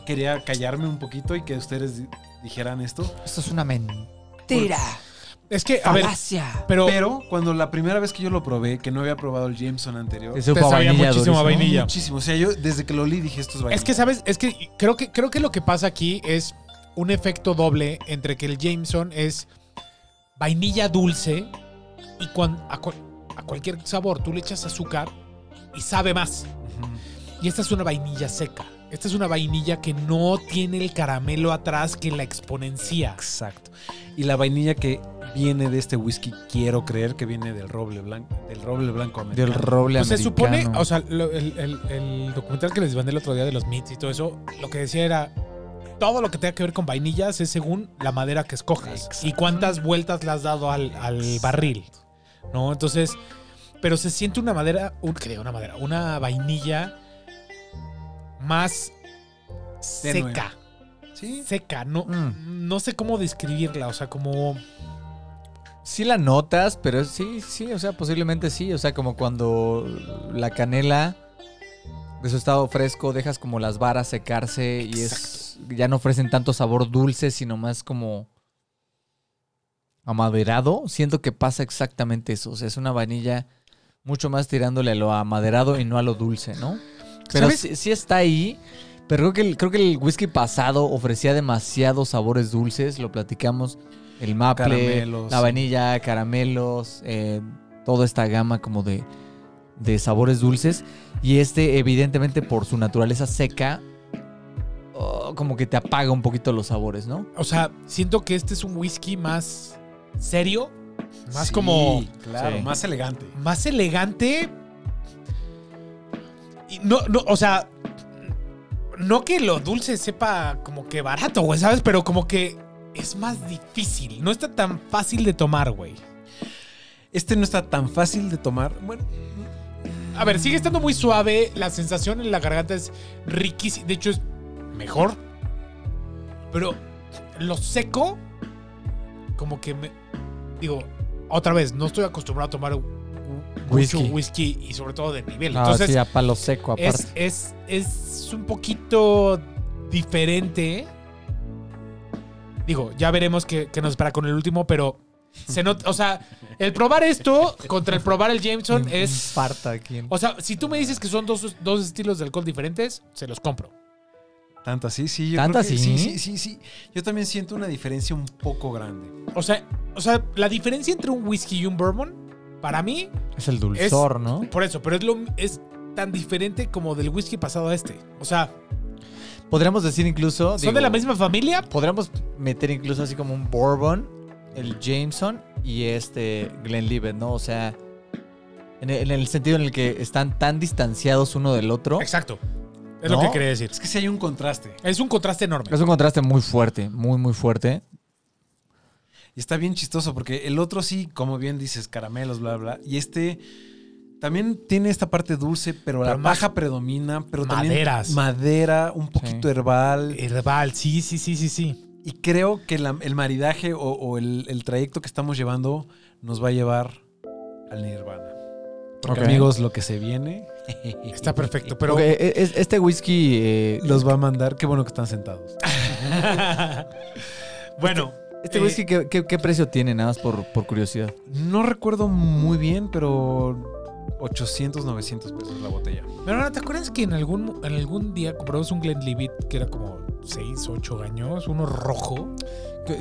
Speaker 2: quería callarme un poquito y que ustedes di- dijeran esto.
Speaker 4: Esto es una mentira.
Speaker 3: Es que, a ver, pero,
Speaker 2: Pero cuando la primera vez que yo lo probé, que no había probado el Jameson anterior,
Speaker 4: Eso
Speaker 3: Te
Speaker 4: fue
Speaker 3: sabía
Speaker 4: vainilla
Speaker 3: muchísimo a
Speaker 4: durísimo.
Speaker 3: vainilla.
Speaker 2: muchísimo. O sea, yo desde que lo olí dije, esto es vainilla.
Speaker 3: es que, ¿sabes? Es que creo que creo que lo que pasa aquí es un efecto doble entre que el Jameson es vainilla dulce y cuan- a, cual- a cualquier sabor tú le echas azúcar y sabe más.
Speaker 2: Ujú.
Speaker 3: Y esta es una vainilla seca. Esta es una vainilla que no tiene el caramelo atrás que la exponencia.
Speaker 2: Exacto. Y la vainilla que viene de este whisky, quiero creer que viene del roble blanco. Del roble blanco americano.
Speaker 4: Del roble
Speaker 3: Pues se supone,
Speaker 4: americano.
Speaker 3: o sea, lo- el, el- el documental que les mandé el otro día de los meats y todo eso, lo que decía era, todo lo que tenga que ver con vainillas es según la madera que escojas
Speaker 2: Exacto.
Speaker 3: y cuántas vueltas le has dado al, al
Speaker 2: Exacto.
Speaker 3: barril, ¿no? Entonces, pero se siente una madera, un, que diga una madera, una vainilla más
Speaker 2: Tenue.
Speaker 3: seca,
Speaker 2: Sí.
Speaker 3: seca, no,
Speaker 4: Mm.
Speaker 3: no sé cómo describirla, o sea, como...
Speaker 4: Sí la notas, pero es- sí, sí, o sea, posiblemente sí. O sea, como cuando la canela de su estado fresco dejas como las varas secarse y es ya no ofrecen tanto sabor dulce, sino más como amaderado. Siento que pasa exactamente eso. O sea, es una vainilla mucho más tirándole a lo amaderado y no a lo dulce, ¿no? Pero
Speaker 3: ¿Sabes?
Speaker 4: sí, sí está ahí. Pero creo que, el, creo que el whisky pasado ofrecía demasiados sabores dulces. Lo platicamos. El maple,
Speaker 2: Caramelos.
Speaker 4: la vainilla, caramelos, eh, toda esta gama como de, de sabores dulces. Y este, evidentemente, por su naturaleza seca, oh, como que te apaga un poquito los sabores, ¿no?
Speaker 3: O sea, siento que este es un whisky más serio, más
Speaker 2: Sí,
Speaker 3: como
Speaker 2: Claro,
Speaker 4: Sí.
Speaker 2: más elegante.
Speaker 3: más elegante. Y no, no, o sea, no que lo dulce sepa como que barato, güey, ¿sabes? Pero como que es más difícil, no está tan fácil de tomar, güey.
Speaker 2: Este no está tan fácil de tomar. Bueno,
Speaker 3: A ver, sigue estando muy suave, la sensación en la garganta es riquísima, de hecho es mejor. Pero lo seco como que me digo, otra vez, no estoy acostumbrado a tomar whisky,
Speaker 4: Whisky.
Speaker 3: whisky y sobre todo de nivel.
Speaker 4: Ah,
Speaker 3: Entonces,
Speaker 4: sí, a palo seco, aparte.
Speaker 3: es, es, es un poquito diferente. Digo, ya veremos qué, qué nos espera con el último, pero se nota, o sea, el probar esto contra el probar el Jameson es...
Speaker 4: Parta aquí.
Speaker 3: O sea, si tú me dices que son dos, dos estilos de alcohol diferentes, se los compro.
Speaker 2: tanto así, sí. Yo
Speaker 4: ¿Tanto
Speaker 2: creo que-
Speaker 4: así?
Speaker 2: Sí, sí, sí, sí. Yo también siento una diferencia un poco grande.
Speaker 3: O sea, o sea, la diferencia entre un whisky y un bourbon, para mí,
Speaker 4: Es el dulzor, ¿no?
Speaker 3: por eso, pero es, lo, es tan diferente como del whisky pasado a este. O sea,
Speaker 4: Podríamos decir incluso.
Speaker 3: son
Speaker 4: digo,
Speaker 3: de la misma familia,
Speaker 4: Podríamos meter incluso así como un Bourbon, el Jameson y este Glenlivet, ¿no? O sea, en el, en el sentido en el que están tan distanciados uno del otro.
Speaker 3: exacto. Es
Speaker 4: No.
Speaker 3: lo que quería decir.
Speaker 2: Es que sí hay un contraste.
Speaker 3: Es un contraste enorme.
Speaker 4: Es un contraste muy fuerte, muy, muy fuerte.
Speaker 2: Y está bien chistoso porque el otro sí, como bien dices, caramelos, bla, bla. Y este también tiene esta parte dulce, pero, la
Speaker 3: Pero más
Speaker 2: baja predomina. Pero también
Speaker 3: maderas.
Speaker 2: madera, un poquito
Speaker 4: Sí.
Speaker 2: herbal.
Speaker 3: Herbal, sí, sí, sí, sí, sí.
Speaker 2: Y creo que la- el maridaje o, o el, el trayecto que estamos llevando nos va a llevar al Nirvana. Porque
Speaker 4: Ok.
Speaker 2: amigos, lo que se viene
Speaker 3: Está perfecto, pero
Speaker 4: Ok, e- es- este whisky. eh,
Speaker 2: los va a mandar. Qué bueno que están sentados.
Speaker 3: bueno.
Speaker 4: este
Speaker 3: eh,
Speaker 4: whisky, ¿qué, qué, qué precio tiene? Nada más por, por curiosidad.
Speaker 2: No recuerdo muy bien, pero 800, 900 pesos la botella.
Speaker 3: Pero ahora, ¿te acuerdas que en algún, en algún día compramos un Glenlivet que era como 6, 8 años? Uno rojo.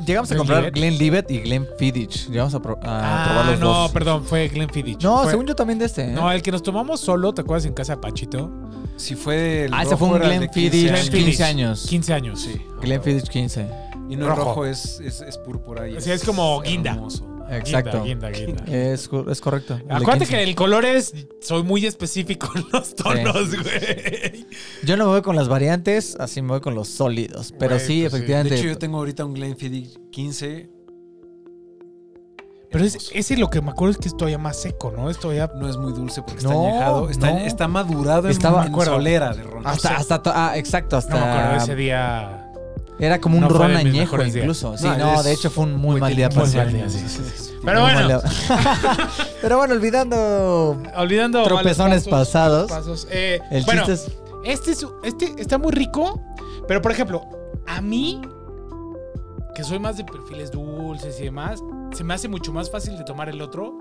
Speaker 4: Llegamos a
Speaker 3: ¿Glenlivet?
Speaker 4: comprar Glenlivet y Glenfiddich. Llegamos a, pro- a Ah, probar los
Speaker 3: Ah, no,
Speaker 4: dos.
Speaker 3: perdón, fue Glenfiddich.
Speaker 4: No,
Speaker 3: Fue-
Speaker 4: según yo también de este. ¿eh?
Speaker 3: No, el que nos tomamos solo, ¿te acuerdas en casa de Panchito?
Speaker 2: Si fue el
Speaker 4: ah, ese
Speaker 2: rojo,
Speaker 4: fue un
Speaker 2: era el de 15
Speaker 4: Glenfiddich
Speaker 2: años.
Speaker 4: 15 años.
Speaker 3: 15 años.
Speaker 2: Sí.
Speaker 4: Glenfiddich 15.
Speaker 2: Y no es
Speaker 3: Rojo.
Speaker 2: rojo, es, es, es púrpura. Y
Speaker 3: Sí, es como guinda.
Speaker 2: hermoso.
Speaker 4: Exacto.
Speaker 3: Guinda, guinda, guinda.
Speaker 4: Es, co- es correcto. El de
Speaker 3: Acuérdate
Speaker 4: 15.
Speaker 3: que el color es. Soy muy específico en los tonos, güey.
Speaker 4: Yo no me voy con las variantes, así me voy con los sólidos. Pero
Speaker 3: Güey,
Speaker 4: sí,
Speaker 3: pues sí.
Speaker 4: efectivamente.
Speaker 2: De hecho, yo tengo ahorita un Glenfiddich 15.
Speaker 3: Pero es,
Speaker 2: Hermoso.
Speaker 3: ese lo que me acuerdo es que es todavía más seco, ¿no? Es todavía.
Speaker 2: no es muy dulce porque está
Speaker 4: No,
Speaker 2: añejado. Está,
Speaker 4: no.
Speaker 2: está madurado en-
Speaker 4: Estaba-
Speaker 2: en
Speaker 4: me acuerdo.
Speaker 2: solera de ron.
Speaker 4: hasta,
Speaker 3: sé.
Speaker 4: hasta, to- ah, exacto,
Speaker 3: No me acuerdo,
Speaker 4: hasta.
Speaker 3: ese día.
Speaker 4: era como un
Speaker 3: no fue
Speaker 4: ron
Speaker 3: de mis
Speaker 4: añejo,
Speaker 3: mejores días.
Speaker 4: incluso. Sí,
Speaker 2: No,
Speaker 4: no,
Speaker 2: es
Speaker 4: de hecho fue un muy mal día
Speaker 3: muy
Speaker 4: para
Speaker 3: mal
Speaker 4: ser-
Speaker 3: día, sí, sí, sí.
Speaker 4: muy
Speaker 3: Pero
Speaker 4: mal
Speaker 3: bueno.
Speaker 4: día. Pero bueno, olvidando.
Speaker 3: Olvidando. malos
Speaker 4: Tropezones pasados.
Speaker 3: pasos, eh,
Speaker 4: El
Speaker 3: bueno,
Speaker 4: chiste es.
Speaker 3: este, es- este está muy rico, pero por ejemplo, a mí, que soy más de perfiles dulces y demás, se me hace mucho más fácil de tomar el otro.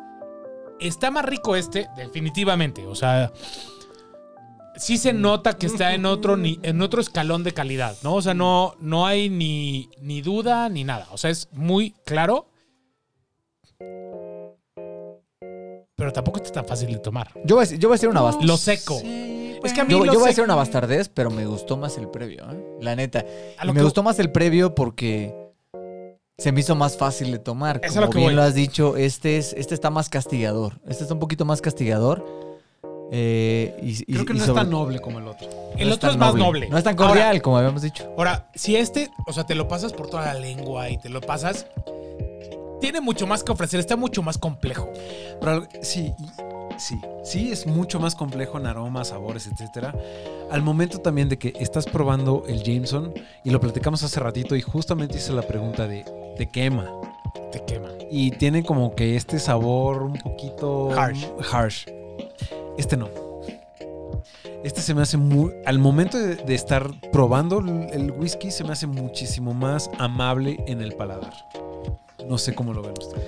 Speaker 3: Está más rico este, definitivamente. O sea, sí se nota que está en otro, ni, en otro escalón de calidad, ¿no? O sea, no, no hay ni, ni duda ni nada. O sea, es muy claro. Pero tampoco está tan fácil de tomar.
Speaker 4: Yo voy, a decir- yo voy a decir una bastardez.
Speaker 3: Lo seco. Es que a mí
Speaker 4: Yo, yo voy a
Speaker 3: lo seco-
Speaker 4: decir una bastardez, pero me gustó más el previo, ¿eh? La neta.
Speaker 3: a
Speaker 4: Y
Speaker 3: lo
Speaker 4: me
Speaker 3: que-
Speaker 4: gustó más el previo porque se me hizo más fácil de tomar.
Speaker 3: Es a
Speaker 4: Como
Speaker 3: lo que
Speaker 4: bien
Speaker 3: voy.
Speaker 4: lo has dicho, este, es, este está más castigador. Este está un poquito más castigador. eh, y, y-
Speaker 2: Creo que
Speaker 4: y
Speaker 2: no es
Speaker 4: sobre-
Speaker 2: tan noble como el otro.
Speaker 3: El
Speaker 4: no
Speaker 3: otro
Speaker 4: tan
Speaker 3: es más noble.
Speaker 4: No es tan
Speaker 3: Ahora-
Speaker 4: cordial, como habíamos dicho.
Speaker 3: Ahora, si este, o sea, te lo pasas por toda la lengua y te lo pasas, tiene mucho más que ofrecer, está mucho más complejo.
Speaker 2: Pero al- sí, y- sí, sí, es mucho más complejo en aromas, sabores, etcétera. Al momento también de que estás probando el Jameson, y lo platicamos hace ratito, y justamente hice la pregunta de, ¿te quema?
Speaker 3: Te quema.
Speaker 2: Y tiene como que este sabor un poquito...
Speaker 3: Harsh.
Speaker 2: Harsh. Este no. Este se me hace muy... Al momento de, de estar probando el el whisky, se me hace muchísimo más amable en el paladar. No sé cómo lo ven ustedes.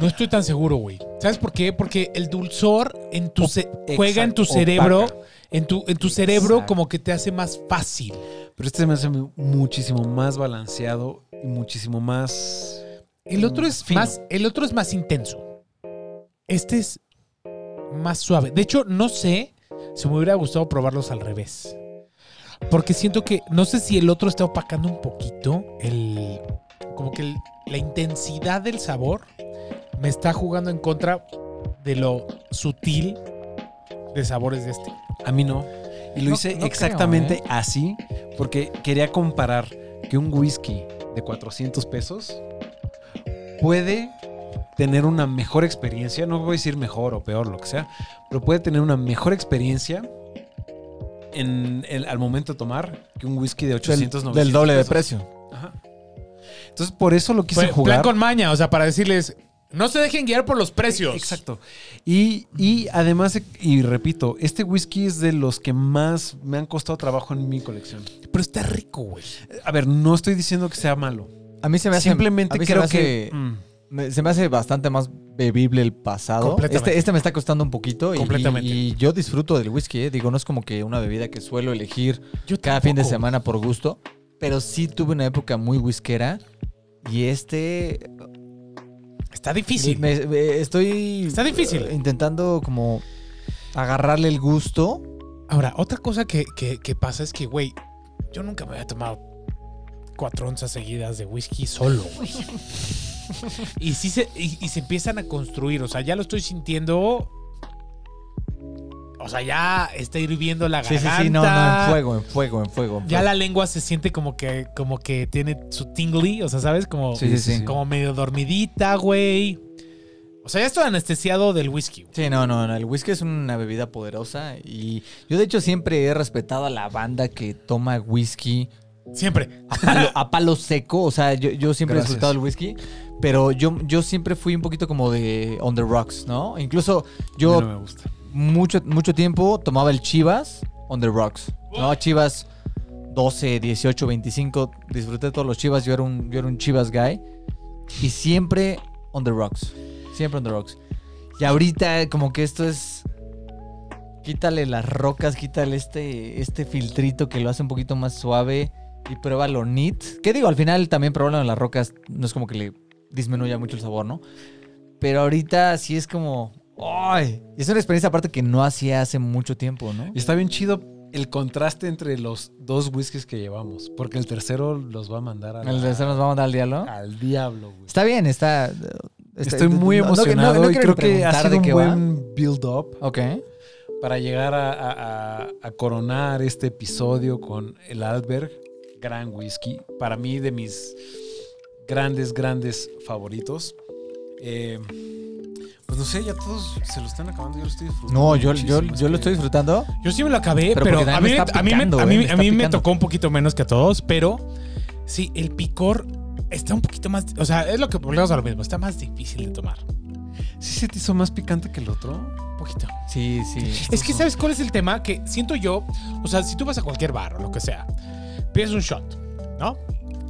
Speaker 3: No estoy tan seguro, güey. ¿Sabes por qué? Porque el dulzor en tu ce-
Speaker 2: Exacto.
Speaker 3: juega en tu
Speaker 2: Opaca.
Speaker 3: cerebro, en tu, en tu cerebro
Speaker 2: Exacto.
Speaker 3: como que te hace más fácil.
Speaker 2: Pero este se me hace mu- muchísimo más balanceado y muchísimo más...
Speaker 3: El otro es
Speaker 2: Fino.
Speaker 3: más, el otro es más intenso. Este es más suave. De hecho, no sé si me hubiera gustado probarlos al revés. Porque siento que no sé si el otro está opacando un poquito el como que el- la intensidad del sabor me está jugando en contra de lo sutil de sabores de este.
Speaker 2: A mí no. Y lo
Speaker 4: No-
Speaker 2: hice
Speaker 4: no creo, ¿eh?
Speaker 2: exactamente así porque quería comparar que un whisky de 400 pesos puede tener una mejor experiencia, no voy a decir mejor o peor, lo que sea, pero puede tener una mejor experiencia en el- al momento de tomar que un whisky de 800,
Speaker 4: Del,
Speaker 2: 900
Speaker 4: del doble de
Speaker 2: pesos.
Speaker 4: precio.
Speaker 2: Ajá. Entonces por eso lo quise
Speaker 3: Fue
Speaker 2: jugar.
Speaker 3: plan con maña, o sea, para decirles, no se dejen guiar por los precios.
Speaker 2: Exacto. Y, y además, y repito, este whisky es de los que más me han costado trabajo en mi colección.
Speaker 3: Pero está rico, güey.
Speaker 2: A ver, no estoy diciendo que sea malo.
Speaker 4: A mí se me hace.
Speaker 2: Simplemente
Speaker 4: a mí se
Speaker 2: creo
Speaker 4: me hace-
Speaker 2: que. mm,
Speaker 4: me- se me hace bastante más bebible el pasado.
Speaker 3: Completamente.
Speaker 4: Este, este me está costando un poquito. y- y-
Speaker 3: Completamente.
Speaker 4: Y, yo disfruto del whisky, ¿eh? Digo, no es como que una bebida que suelo elegir
Speaker 3: Yo
Speaker 4: cada fin de
Speaker 3: tampoco.
Speaker 4: semana por gusto. Pero sí tuve una época muy whiskera. Y este.
Speaker 3: Está difícil.
Speaker 4: me- me- estoy.
Speaker 3: Está difícil.
Speaker 4: eh, Intentando como agarrarle el gusto.
Speaker 3: Ahora, otra cosa que, que- que pasa es que, güey, yo nunca me había tomado cuatro onzas seguidas de whisky solo, güey. y sí se, y, y se empiezan a construir, o sea, ya lo estoy sintiendo. O sea, ya está hirviendo la
Speaker 4: Sí,
Speaker 3: garganta.
Speaker 4: sí, sí, no, no, en fuego, en fuego, en fuego. en
Speaker 3: Ya
Speaker 4: fuego.
Speaker 3: la lengua se siente como que, como que tiene su tingly, o sea, ¿sabes? Como,
Speaker 4: Sí, sí, sí.
Speaker 3: como medio dormidita, güey. O sea, ya estoy anestesiado del whisky, güey.
Speaker 4: Sí, no, no, no, el whisky es una bebida poderosa y yo de hecho siempre he respetado a la banda que toma whisky
Speaker 3: Siempre.
Speaker 4: a palo, a palo seco, o sea, yo, yo siempre
Speaker 2: Gracias.
Speaker 4: he disfrutado el whisky, pero yo, yo siempre fui un poquito como de on the rocks, ¿no? Incluso
Speaker 2: a
Speaker 4: yo
Speaker 2: mí no me gusta.
Speaker 4: mucho, mucho tiempo tomaba el Chivas on the rocks, ¿no? Chivas 12, 18, 25, disfruté todos los Chivas, yo era un, yo era un Chivas guy y siempre on the rocks, siempre on the rocks. Y ahorita como que esto es... Quítale las rocas, quítale este, este filtrito que lo hace un poquito más suave y pruébalo neat. ¿Qué digo? Al final también probarlo en las rocas no es como que le disminuya mucho el sabor, ¿no? Pero ahorita sí es como... ¡Ay! Es una experiencia aparte que no hacía hace mucho tiempo, ¿no?
Speaker 2: Y está bien chido el contraste entre los dos whiskies que llevamos, porque el tercero los va a mandar a la- Ah,
Speaker 4: El tercero nos va a mandar al diablo.
Speaker 2: al diablo, güey.
Speaker 4: Está bien, está... Este-
Speaker 2: Estoy muy
Speaker 4: no- no- no- no
Speaker 2: emocionado y
Speaker 4: quiero
Speaker 2: creo que ha
Speaker 4: preguntar
Speaker 2: sido
Speaker 4: de
Speaker 2: un
Speaker 4: qué va.
Speaker 2: buen build-up
Speaker 4: Ok.
Speaker 2: para llegar a, a- a- a coronar este episodio con el Alberg. Gran whisky. Para mí, de mis grandes, grandes favoritos. Eh, pues no sé, ya todos se lo están acabando. Yo lo estoy disfrutando.
Speaker 4: No, yo, yo,
Speaker 2: muchísimo, es
Speaker 4: yo lo
Speaker 2: que-
Speaker 4: estoy disfrutando.
Speaker 3: Yo sí me lo acabé,
Speaker 4: Pero
Speaker 3: pero,
Speaker 4: porque
Speaker 3: a
Speaker 4: también
Speaker 3: mí,
Speaker 4: me
Speaker 3: me,
Speaker 4: está
Speaker 3: a mí me-
Speaker 4: picando,
Speaker 3: a
Speaker 4: eh,
Speaker 3: mí-
Speaker 4: me está
Speaker 3: a mí me
Speaker 4: picando.
Speaker 3: tocó un poquito menos que a todos, pero sí, el picor está un poquito más. O sea, es lo que volvemos a lo mismo. Está más difícil de tomar.
Speaker 2: ¿Sí se te hizo más picante que el otro?
Speaker 3: Un poquito.
Speaker 4: Sí, sí.
Speaker 3: Es que, ¿sabes cuál es el tema? Que siento yo, o sea, si tú vas a cualquier bar o lo que sea, pides un shot, ¿no?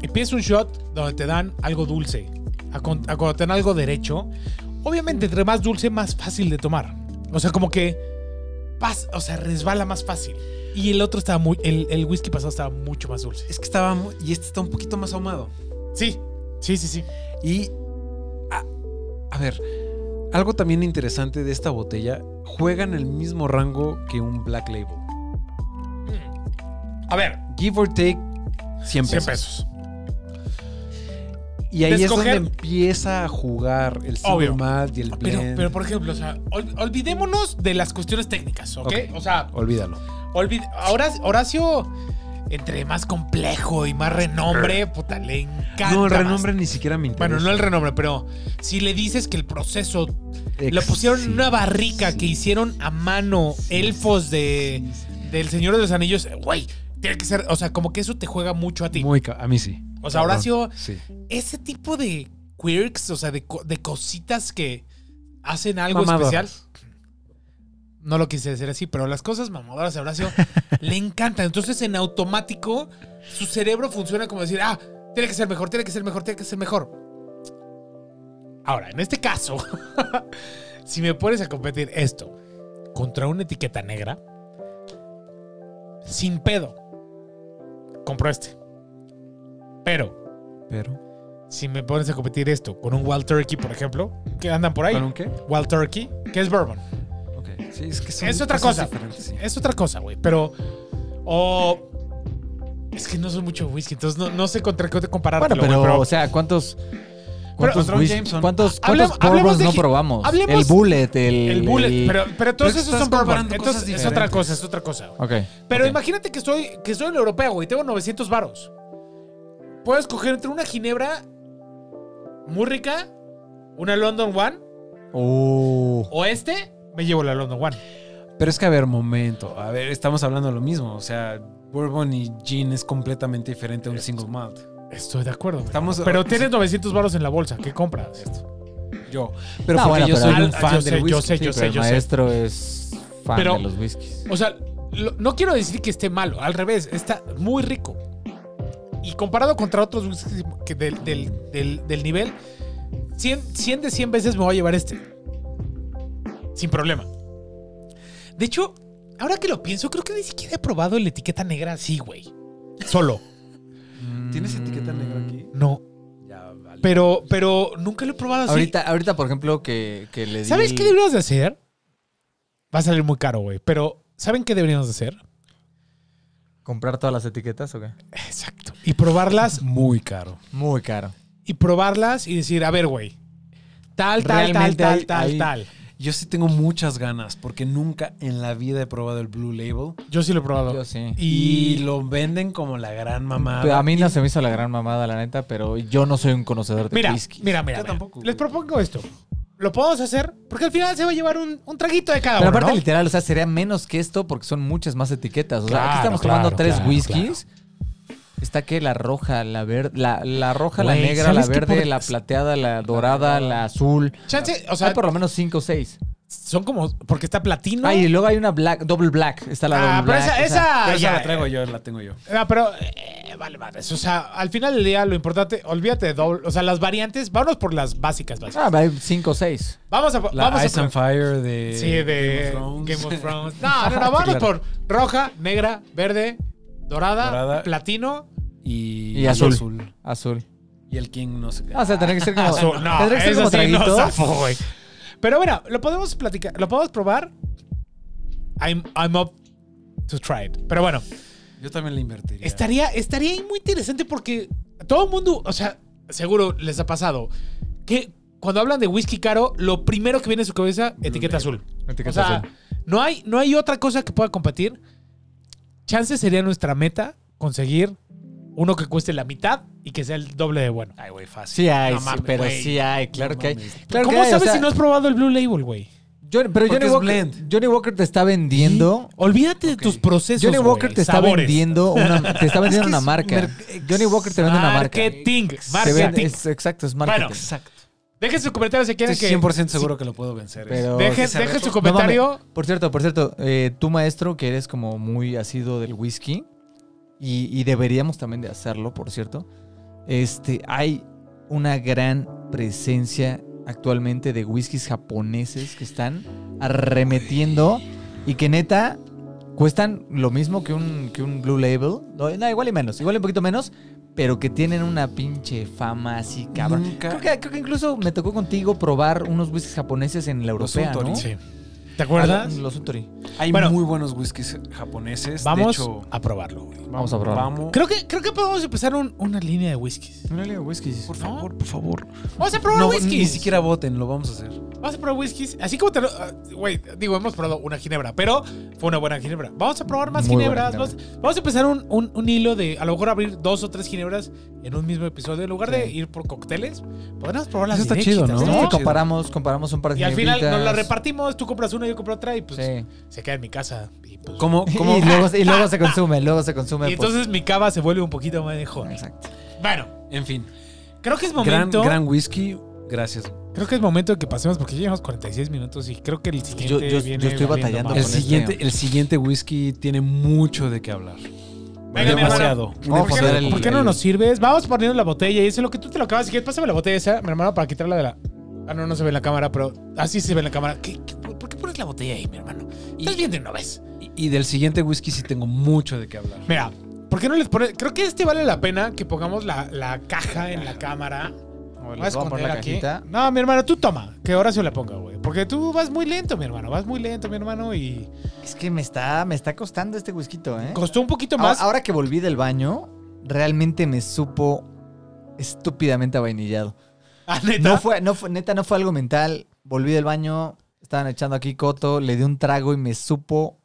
Speaker 3: Y pides un shot donde te dan algo dulce, a, con- a cuando te dan algo derecho. Obviamente, entre más dulce, más fácil de tomar. O sea, como que pas- o sea, resbala más fácil. Y el otro estaba muy, el, el whisky pasado estaba mucho más dulce.
Speaker 2: Es que estaba. mu- Y este está un poquito más ahumado.
Speaker 3: Sí, sí, sí, sí.
Speaker 2: Y. A, a ver. Algo también interesante de esta botella. Juega en el mismo rango que un Black Label.
Speaker 3: A ver,
Speaker 2: Give or take 100 pesos.
Speaker 3: 100 pesos.
Speaker 2: Y ahí
Speaker 3: De
Speaker 2: es donde
Speaker 3: escoger-
Speaker 2: empieza a jugar el single
Speaker 3: Obvio.
Speaker 2: malt y el
Speaker 3: Pero,
Speaker 2: blend.
Speaker 3: pero, por ejemplo, o sea, ol- olvidémonos de las cuestiones técnicas, ¿ok?
Speaker 2: Ok.
Speaker 3: O sea,
Speaker 2: Olvídalo.
Speaker 3: Olvid- Horac- Horacio, entre más complejo y más renombre, puta, le encanta.
Speaker 2: Eh. No, el
Speaker 3: más.
Speaker 2: renombre ni siquiera me interesa.
Speaker 3: Bueno, no el renombre, pero si le dices que el proceso
Speaker 2: Ex-
Speaker 3: lo pusieron
Speaker 2: sí.
Speaker 3: en una barrica
Speaker 2: sí.
Speaker 3: que hicieron a mano
Speaker 2: Sí,
Speaker 3: elfos de,
Speaker 2: Sí, sí.
Speaker 3: del Señor de los Anillos, eh, güey, tiene que ser, o sea, como que eso te juega mucho a ti.
Speaker 2: Muy ca- a mí sí.
Speaker 3: o sea, Horacio,
Speaker 2: Sí.
Speaker 3: ese tipo de quirks, o sea, de, co- de cositas que hacen algo
Speaker 2: Mamadoras.
Speaker 3: especial. No lo quise decir así, pero las cosas mamadoras a Horacio le encantan. Entonces, en automático, su cerebro funciona como decir, ah, tiene que ser mejor, tiene que ser mejor, tiene que ser mejor. Ahora, en este caso, si me pones a competir esto contra una etiqueta negra, sin pedo, compro este. Pero
Speaker 2: Pero.
Speaker 3: si me pones a competir esto con un Wild Turkey, por ejemplo, que andan por ahí.
Speaker 2: ¿Con un qué?
Speaker 3: Wild Turkey, que es bourbon.
Speaker 2: Ok. Sí, es que son
Speaker 3: Es otra cosa.
Speaker 2: cosas diferentes, sí.
Speaker 3: Es otra cosa, güey. Pero. O. es que no soy mucho whisky, entonces no, no sé contra qué comparar.
Speaker 4: Bueno, pero, o sea, ¿cuántos. ¿Cuántos,
Speaker 2: Strong
Speaker 4: whis-
Speaker 2: Jameson.
Speaker 4: ¿cuántos,
Speaker 3: Hablem-
Speaker 4: cuántos
Speaker 3: hablemos
Speaker 4: bourbons
Speaker 3: de
Speaker 4: no
Speaker 3: que-
Speaker 4: probamos?
Speaker 3: hablemos-
Speaker 4: el Bullet, el.
Speaker 3: el bullet,
Speaker 4: el-
Speaker 3: pero, pero todos
Speaker 2: Pero
Speaker 3: esos
Speaker 2: estás
Speaker 3: son bourbon.
Speaker 2: comparando
Speaker 3: Entonces
Speaker 2: cosas
Speaker 3: es otra
Speaker 2: diferentes.
Speaker 3: cosa, es otra cosa. güey.
Speaker 4: Ok.
Speaker 3: Pero
Speaker 4: ok.
Speaker 3: imagínate que soy, que soy el europeo, güey. Tengo 900 varos. Puedo escoger entre una ginebra muy rica, una London One,
Speaker 4: Uh,
Speaker 3: o este, me llevo la London One.
Speaker 2: Oh, Pero es que, a ver, momento. A ver, estamos hablando de lo mismo. O sea, Bourbon y Gin es completamente diferente a un single malt.
Speaker 3: Estoy de acuerdo. güey.
Speaker 2: Estamos-
Speaker 3: pero tienes 900 baros en la bolsa. ¿Qué compras?
Speaker 2: Yo. Pero
Speaker 4: No,
Speaker 2: porque
Speaker 4: bueno,
Speaker 2: yo
Speaker 4: pero-
Speaker 2: soy un
Speaker 3: Ah,
Speaker 2: fan
Speaker 3: yo sé,
Speaker 2: del whisky.
Speaker 3: yo sé,
Speaker 4: sí,
Speaker 3: yo
Speaker 4: pero
Speaker 3: sé,
Speaker 4: el
Speaker 3: yo sé.
Speaker 4: maestro es fan
Speaker 3: Pero-
Speaker 4: de los whiskies.
Speaker 3: O sea, lo- no quiero decir que esté malo. Al revés, está muy rico. Y comparado contra otros whiskies que del, del- del- del nivel, 100, 100 de 100 veces me voy a llevar este. Sin problema. De hecho, ahora que lo pienso, creo que ni siquiera he probado la etiqueta negra así, güey. Solo.
Speaker 2: ¿Tienes etiqueta negra aquí?
Speaker 3: No.
Speaker 2: Mm, Ya, vale.
Speaker 3: Pero, pero nunca lo he probado así.
Speaker 4: Ahorita, ahorita, por ejemplo, que, que le di
Speaker 3: ¿Sabes
Speaker 4: el-
Speaker 3: qué deberíamos de hacer? Va a salir muy caro, güey. Pero, ¿saben qué deberíamos de hacer?
Speaker 4: ¿Comprar todas las etiquetas o qué?
Speaker 3: Exacto. Y probarlas.
Speaker 2: muy caro.
Speaker 4: Muy caro.
Speaker 3: y probarlas y decir, a ver, güey. Tal, tal, tal,
Speaker 4: Realmente
Speaker 3: tal,
Speaker 4: hay-
Speaker 3: tal,
Speaker 4: hay-
Speaker 3: tal.
Speaker 2: Yo sí tengo muchas ganas porque nunca en la vida he probado el Blue Label.
Speaker 3: Yo sí lo he probado.
Speaker 4: Yo sí.
Speaker 2: Y,
Speaker 3: Y
Speaker 2: lo venden como la gran mamá.
Speaker 4: Pero a mí no se me hizo la gran mamada, la neta, pero yo no soy un conocedor de
Speaker 3: mira,
Speaker 4: whisky.
Speaker 3: mira, mira,
Speaker 2: Yo
Speaker 3: mira.
Speaker 2: tampoco, güey.
Speaker 3: Les propongo esto. Lo podemos hacer porque al final se va a llevar un, un traguito de cada
Speaker 4: Pero
Speaker 3: uno.
Speaker 4: aparte,
Speaker 3: ¿no?
Speaker 4: literal, o sea, sería menos que esto porque son muchas más etiquetas. O sea, aquí
Speaker 3: Claro,
Speaker 4: estamos
Speaker 3: claro,
Speaker 4: tomando tres
Speaker 3: claro,
Speaker 4: whiskies. Está que la roja, la verde, la, la roja, la
Speaker 3: Güey,
Speaker 4: negra, la
Speaker 3: ¿sabes qué
Speaker 4: verde,
Speaker 3: pod-
Speaker 4: la plateada, la dorada, la azul.
Speaker 3: Chance, o
Speaker 4: O sea,
Speaker 3: sea,
Speaker 4: Hay por lo menos cinco o seis.
Speaker 3: son como. Porque está platino.
Speaker 4: Ah, y luego hay una black, double black. Está la
Speaker 3: ah,
Speaker 4: double
Speaker 3: pero
Speaker 4: black.
Speaker 3: esa.
Speaker 4: o sea,
Speaker 3: esa
Speaker 2: Pero esa
Speaker 3: ya,
Speaker 2: la traigo yo, la tengo yo.
Speaker 3: Ah, pero eh, vale, vale. O sea, al final del día lo importante, olvídate de doble. O sea, las variantes, vámonos por las básicas, básicas.
Speaker 4: ah, hay cinco o seis.
Speaker 3: Vamos a.
Speaker 2: La
Speaker 3: vamos
Speaker 2: Ice
Speaker 3: a
Speaker 2: and Fire de.
Speaker 3: sí, de
Speaker 2: Game of Thrones.
Speaker 3: Thrones. No, no, no, vámonos
Speaker 2: Claro.
Speaker 3: por roja, negra, verde, dorada,
Speaker 2: Dorada.
Speaker 3: platino.
Speaker 2: Y,
Speaker 4: Y azul. Azul.
Speaker 2: Y el King, no sé qué.
Speaker 4: Ah, o sea, tendría que ser como,
Speaker 3: azul. No,
Speaker 4: tendría que ser
Speaker 3: eso
Speaker 4: como
Speaker 3: sí, no
Speaker 4: traguitos.
Speaker 3: zafo, güey. Pero bueno, lo podemos platicar, lo podemos probar. I'm, I'm up to try it. Pero bueno,
Speaker 2: yo también le invertiría.
Speaker 3: Estaría, estaría ahí muy interesante porque todo el mundo, o sea, seguro les ha pasado. ¿Qué, cuando hablan de whisky caro, lo primero que viene a su cabeza,
Speaker 4: Mm.
Speaker 3: etiqueta azul. O sea, no hay, no hay otra cosa que pueda competir. Chance sería nuestra meta conseguir uno que cueste la mitad y que sea el doble de bueno.
Speaker 2: Ay, güey, fácil.
Speaker 4: Sí hay,
Speaker 3: No
Speaker 4: sí,
Speaker 3: mames,
Speaker 4: pero
Speaker 3: güey.
Speaker 4: sí hay, claro
Speaker 2: No
Speaker 4: que hay.
Speaker 2: mames.
Speaker 4: Claro
Speaker 3: ¿Cómo
Speaker 4: que hay, o
Speaker 3: sabes
Speaker 4: sea,
Speaker 3: si no has probado el Blue Label, güey?
Speaker 4: Johnny- pero
Speaker 2: Porque
Speaker 4: Johnny
Speaker 2: es
Speaker 4: Walker,
Speaker 2: blend.
Speaker 4: Johnny Walker te está vendiendo.
Speaker 3: Olvídate de
Speaker 2: Ok.
Speaker 3: tus procesos.
Speaker 4: Johnny
Speaker 3: güey,
Speaker 4: Walker te está
Speaker 3: sabores.
Speaker 4: vendiendo una, te está vendiendo una marca. Johnny Walker te vende una marca.
Speaker 3: Marketing.
Speaker 4: Te vende-
Speaker 3: Marketing.
Speaker 4: es- exacto, es marketing.
Speaker 3: Bueno, Dejen sus comentarios si quieren
Speaker 2: Estoy
Speaker 3: que.
Speaker 2: 100% seguro que lo puedo vencer. ¿eh?
Speaker 4: Pero-
Speaker 2: eso.
Speaker 3: Dejen,
Speaker 2: Esa
Speaker 3: dejen
Speaker 2: vez-
Speaker 3: su comentario.
Speaker 4: No mames. por cierto, por cierto, eh, tu maestro, que eres como muy asiduo del whisky, y, y deberíamos también de hacerlo, por cierto, este, hay una gran presencia actualmente de whiskies japoneses que están arremetiendo y que neta cuestan lo mismo que un, que un Blue Label. No, no, igual y menos, igual y un poquito menos, pero que tienen una pinche fama así, cabrón.
Speaker 2: Nunca-
Speaker 4: Creo, que, creo que incluso me tocó contigo probar unos whiskies japoneses en la
Speaker 2: Los
Speaker 4: europea,
Speaker 2: Suntory.
Speaker 4: ¿no?
Speaker 3: Sí. ¿Te acuerdas?
Speaker 4: Los Suntory.
Speaker 2: Hay
Speaker 3: Bueno.
Speaker 2: muy buenos whiskies japoneses. De
Speaker 3: Vamos
Speaker 2: hecho,
Speaker 3: a probarlo, güey.
Speaker 4: Vamos a probar.
Speaker 2: Vamos.
Speaker 3: Creo que, creo que podemos empezar un- una línea de whiskies.
Speaker 4: Una liga de whiskies.
Speaker 2: Por favor, por favor.
Speaker 3: Vamos a probar
Speaker 2: No,
Speaker 3: whiskies.
Speaker 2: ni siquiera voten, lo vamos a hacer.
Speaker 3: Vamos a probar whiskies. Así como te lo. ah, Güey, digo, hemos probado una ginebra, pero fue una buena ginebra. Vamos a probar más
Speaker 4: Muy buena
Speaker 3: ginebras.
Speaker 4: ginebra.
Speaker 3: Vamos, vamos a empezar un, un- un hilo de a lo mejor abrir dos o tres ginebras en un mismo episodio. En lugar de
Speaker 4: Sí.
Speaker 3: ir por cócteles, podemos probar las
Speaker 2: Eso está
Speaker 3: directas,
Speaker 2: chido, ¿no?
Speaker 4: No,
Speaker 2: Chido.
Speaker 4: comparamos, comparamos un par de
Speaker 3: Y al final nos la
Speaker 4: ginevritas.
Speaker 3: repartimos. Tú compras una, yo compro otra y pues
Speaker 4: Sí.
Speaker 3: se queda en mi casa. Y, pues-
Speaker 2: ¿Cómo, cómo,
Speaker 4: Y, luego, y luego se consume, luego se consume.
Speaker 3: y
Speaker 4: pues,
Speaker 3: entonces mi cava se vuelve un poquito más mejor.
Speaker 4: Exacto.
Speaker 3: Bueno,
Speaker 2: en fin,
Speaker 3: creo que es
Speaker 2: gran,
Speaker 3: momento.
Speaker 2: gran whisky. Gracias.
Speaker 3: Creo que es momento de que pasemos porque ya llevamos 46 minutos y creo que el
Speaker 4: yo-
Speaker 3: siguiente.
Speaker 4: yo
Speaker 3: viene
Speaker 4: estoy
Speaker 3: valiendo
Speaker 4: batallando
Speaker 3: madre.
Speaker 2: El
Speaker 4: con este-
Speaker 2: siguiente, el siguiente whisky tiene mucho de qué hablar.
Speaker 3: Venga, mi
Speaker 2: Demasiado.
Speaker 4: Vamos a
Speaker 3: ¿Por qué,
Speaker 4: poner
Speaker 3: no-
Speaker 4: el-
Speaker 3: por qué no
Speaker 4: el-
Speaker 3: nos sirves? Vamos poniendo la botella y eso es lo que tú te lo acabas. Si quieres, pásame la botella esa, mi hermano, para quitarla de la. Ah, no, no se ve en la cámara, pero así se ve en la cámara. ¿Qué- qué- por por qué pones la botella ahí, mi hermano? Estás viendo y no ves.
Speaker 2: Y, y del siguiente whisky sí tengo mucho de qué hablar.
Speaker 3: Mira, ¿por qué no les pones? Creo que este vale la pena que pongamos la, la caja en la cámara.
Speaker 4: Voy
Speaker 3: Voy a
Speaker 4: poner
Speaker 3: esconder
Speaker 4: la
Speaker 3: aquí.
Speaker 4: cajita.
Speaker 3: No, mi hermano, tú toma. Que ahora se la ponga, güey. Porque tú vas muy lento, mi hermano. Vas muy lento, mi hermano. Y
Speaker 4: Es que me está, me está costando este whisky, ¿eh?
Speaker 3: costó un poquito
Speaker 4: Ahora-
Speaker 3: más.
Speaker 4: Ahora que volví del baño, realmente me supo estúpidamente avainillado.
Speaker 3: Ah, neta.
Speaker 4: No fue, no fue, neta, no fue algo mental. Volví del baño, estaban echando aquí coto, le di un trago y me supo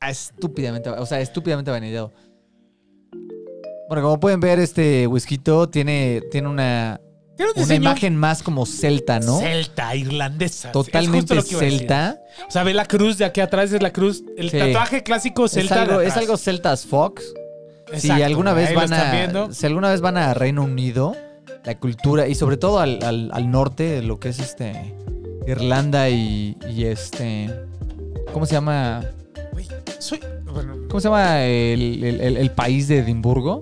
Speaker 4: a estúpidamente, o sea, estúpidamente vainillado. Bueno, como pueden ver, este whisky tiene, tiene una,
Speaker 3: Tiene un
Speaker 4: una
Speaker 3: diseño
Speaker 4: imagen más como celta, ¿no?
Speaker 3: Este Celta, irlandesa.
Speaker 4: Totalmente
Speaker 3: Es justo lo que iba a decir.
Speaker 4: celta.
Speaker 3: O sea, ve la cruz de aquí atrás, es la cruz. El
Speaker 4: Sí.
Speaker 3: tatuaje clásico
Speaker 4: Es
Speaker 3: celta.
Speaker 4: algo,
Speaker 3: de
Speaker 4: es
Speaker 3: atrás.
Speaker 4: algo celta as fox. si
Speaker 3: Exacto,
Speaker 4: alguna vez
Speaker 3: ahí lo
Speaker 4: van
Speaker 3: están
Speaker 4: a,
Speaker 3: viendo.
Speaker 4: si alguna vez van a Reino Unido, la cultura y sobre todo al, al- al norte, lo que es este Irlanda y, y este, ¿cómo se llama?
Speaker 3: Güey, soy. Bueno,
Speaker 4: ¿Cómo se llama el, el- el- el país de Edimburgo?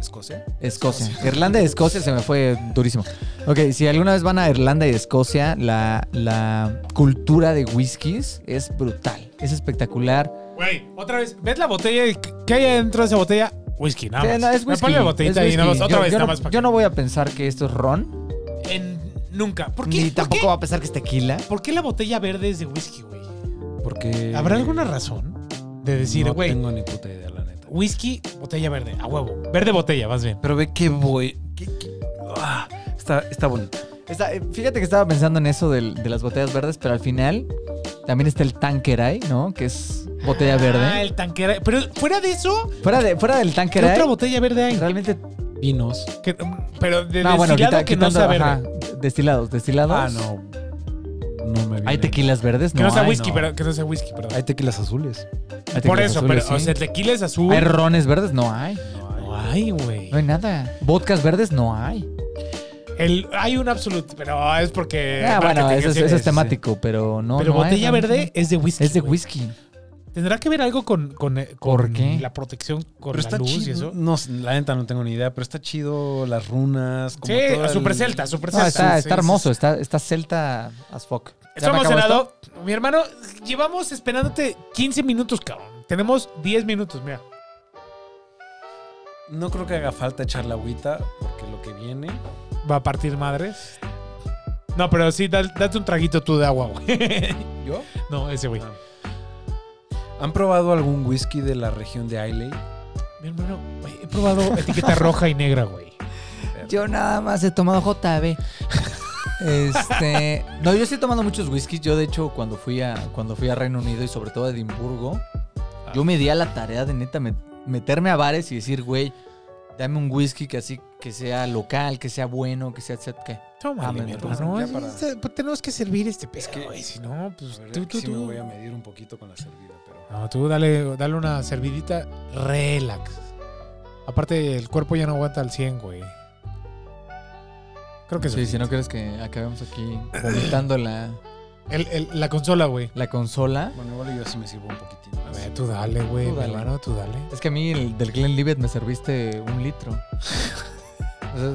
Speaker 2: Escocia.
Speaker 4: Escocia. Irlanda y Escocia se me fue durísimo. Ok, si alguna vez van a Irlanda y Escocia, la, la cultura de whiskies es brutal, es espectacular.
Speaker 3: güey, otra vez, ¿ves la botella? y ¿Qué hay adentro de esa botella? Whisky, nada
Speaker 4: Sí,
Speaker 3: más.
Speaker 4: no, es
Speaker 3: Me
Speaker 4: whisky,
Speaker 3: pongo la botellita
Speaker 4: es
Speaker 3: ahí, nada más.
Speaker 4: whisky.
Speaker 3: Otra
Speaker 4: Yo-
Speaker 3: vez,
Speaker 4: yo
Speaker 3: nada
Speaker 4: no-
Speaker 3: más. para
Speaker 4: yo
Speaker 3: que-
Speaker 4: no voy a pensar que esto es ron.
Speaker 3: en- nunca. ¿Por
Speaker 4: Ni
Speaker 3: qué? ¿Por
Speaker 4: tampoco
Speaker 3: qué?
Speaker 4: va a pensar que es tequila.
Speaker 3: ¿Por qué la botella verde es de whisky, güey?
Speaker 2: Porque.
Speaker 3: ¿Habrá alguna razón de decir,
Speaker 2: No
Speaker 3: güey,
Speaker 2: tengo ni puta idea, la neta.
Speaker 3: whisky, botella verde, a huevo? Verde botella, más bien.
Speaker 2: Pero ve que voy. qué- qué- ah, está, está bonito.
Speaker 4: Está- eh, fíjate que estaba pensando en eso del- de, las botellas verdes, pero al final también está el Tanqueray, ¿no? Que es botella
Speaker 3: Ah,
Speaker 4: verde.
Speaker 3: el tanquera. Pero fuera de eso,
Speaker 4: Fuera, de, fuera del
Speaker 3: ¿qué
Speaker 4: Tanqueray,
Speaker 3: otra botella verde hay?
Speaker 4: realmente...
Speaker 2: Vinos.
Speaker 3: Que- pero de
Speaker 4: No, bueno,
Speaker 3: destilado
Speaker 4: quita-
Speaker 3: que no
Speaker 4: quitando,
Speaker 3: sea verde.
Speaker 4: ajá, destilados, destilados.
Speaker 2: Ah, no. No me viene.
Speaker 4: ¿Hay tequilas verdes?
Speaker 3: Que
Speaker 4: No,
Speaker 3: no, sea
Speaker 4: hay,
Speaker 3: whisky,
Speaker 4: no.
Speaker 3: pero que no sea whisky, perdón.
Speaker 2: Hay tequilas azules.
Speaker 4: Hay
Speaker 3: Por
Speaker 4: tequilas
Speaker 3: eso,
Speaker 4: azules,
Speaker 3: pero o
Speaker 4: sí.
Speaker 3: sea, el tequila es azul.
Speaker 4: ¿Hay rones verdes? No hay.
Speaker 3: No hay, güey.
Speaker 4: No hay nada. ¿Vodkas verdes? No hay.
Speaker 3: El- Hay un absolute, pero es porque.
Speaker 4: Ah,
Speaker 3: marketing,
Speaker 4: bueno, eso, es-
Speaker 3: así
Speaker 4: eso
Speaker 3: de-
Speaker 4: es temático, pero no
Speaker 3: Pero
Speaker 4: no hay,
Speaker 3: botella
Speaker 4: no, no,
Speaker 3: verde
Speaker 4: no.
Speaker 3: es de whisky.
Speaker 4: Es de
Speaker 3: güey.
Speaker 4: whisky.
Speaker 3: ¿Tendrá que ver algo con, con, eh,
Speaker 4: ¿Por
Speaker 3: con
Speaker 4: qué?
Speaker 3: la protección, con
Speaker 2: Pero
Speaker 3: la
Speaker 2: está
Speaker 3: luz y
Speaker 2: chido.
Speaker 3: eso?
Speaker 2: No, la neta no tengo ni idea, pero está chido las runas. Como
Speaker 3: sí,
Speaker 2: todo el-
Speaker 3: super celta, super
Speaker 4: No,
Speaker 3: celta.
Speaker 4: está,
Speaker 3: Sí,
Speaker 4: está
Speaker 3: sí,
Speaker 4: hermoso, está, está celta as fuck.
Speaker 3: sí.
Speaker 4: ¿Ya
Speaker 3: Estoy
Speaker 4: me acabó esto?
Speaker 3: emocionado. Mi hermano, llevamos esperándote 15 minutos, cabrón. Tenemos 10 minutos, mira.
Speaker 2: No creo que haga falta echar la agüita, porque lo que viene.
Speaker 3: Va a partir madres. No, pero sí, da- date un traguito tú de agua, güey.
Speaker 2: ¿Yo?
Speaker 3: No, ese güey.
Speaker 2: Ah. ¿Han probado algún whisky de la región de Islay?
Speaker 3: Mi hermano, güey, he probado etiqueta roja y negra, güey.
Speaker 4: Yo nada más he tomado JB. Este, no, yo sí he tomado muchos whiskies. Yo de hecho cuando fui a cuando fui a Reino Unido y sobre todo a Edimburgo, yo me di a la tarea de neta met- meterme a bares y decir, güey, dame un whisky que así que sea local, que sea bueno, que sea que
Speaker 3: Toma,
Speaker 4: Ah, me
Speaker 3: hermano.
Speaker 2: ya
Speaker 3: es-
Speaker 2: para-
Speaker 3: es- pues Tenemos que servir este pedo,
Speaker 2: que-
Speaker 3: güey. Si no, pues
Speaker 2: A ver,
Speaker 3: tú,
Speaker 2: aquí
Speaker 3: tú,
Speaker 2: sí me
Speaker 3: tú.
Speaker 2: voy a medir un poquito con la servida, pero.
Speaker 3: No, tú dale, dale una servidita relax. Aparte, el cuerpo ya no aguanta al 100, güey. Creo que
Speaker 4: Sí,
Speaker 3: sí.
Speaker 4: si no crees que acabemos aquí vomitando la,
Speaker 3: El- el- la consola, güey.
Speaker 4: la consola.
Speaker 2: Bueno, igual yo sí me sirvo un poquitín.
Speaker 3: A
Speaker 2: más.
Speaker 3: ver, tú dale, güey,
Speaker 4: Tú
Speaker 3: mi
Speaker 4: dale.
Speaker 3: hermano, tú dale.
Speaker 4: Es que a mí el del Glenlivet me serviste un litro. O sea,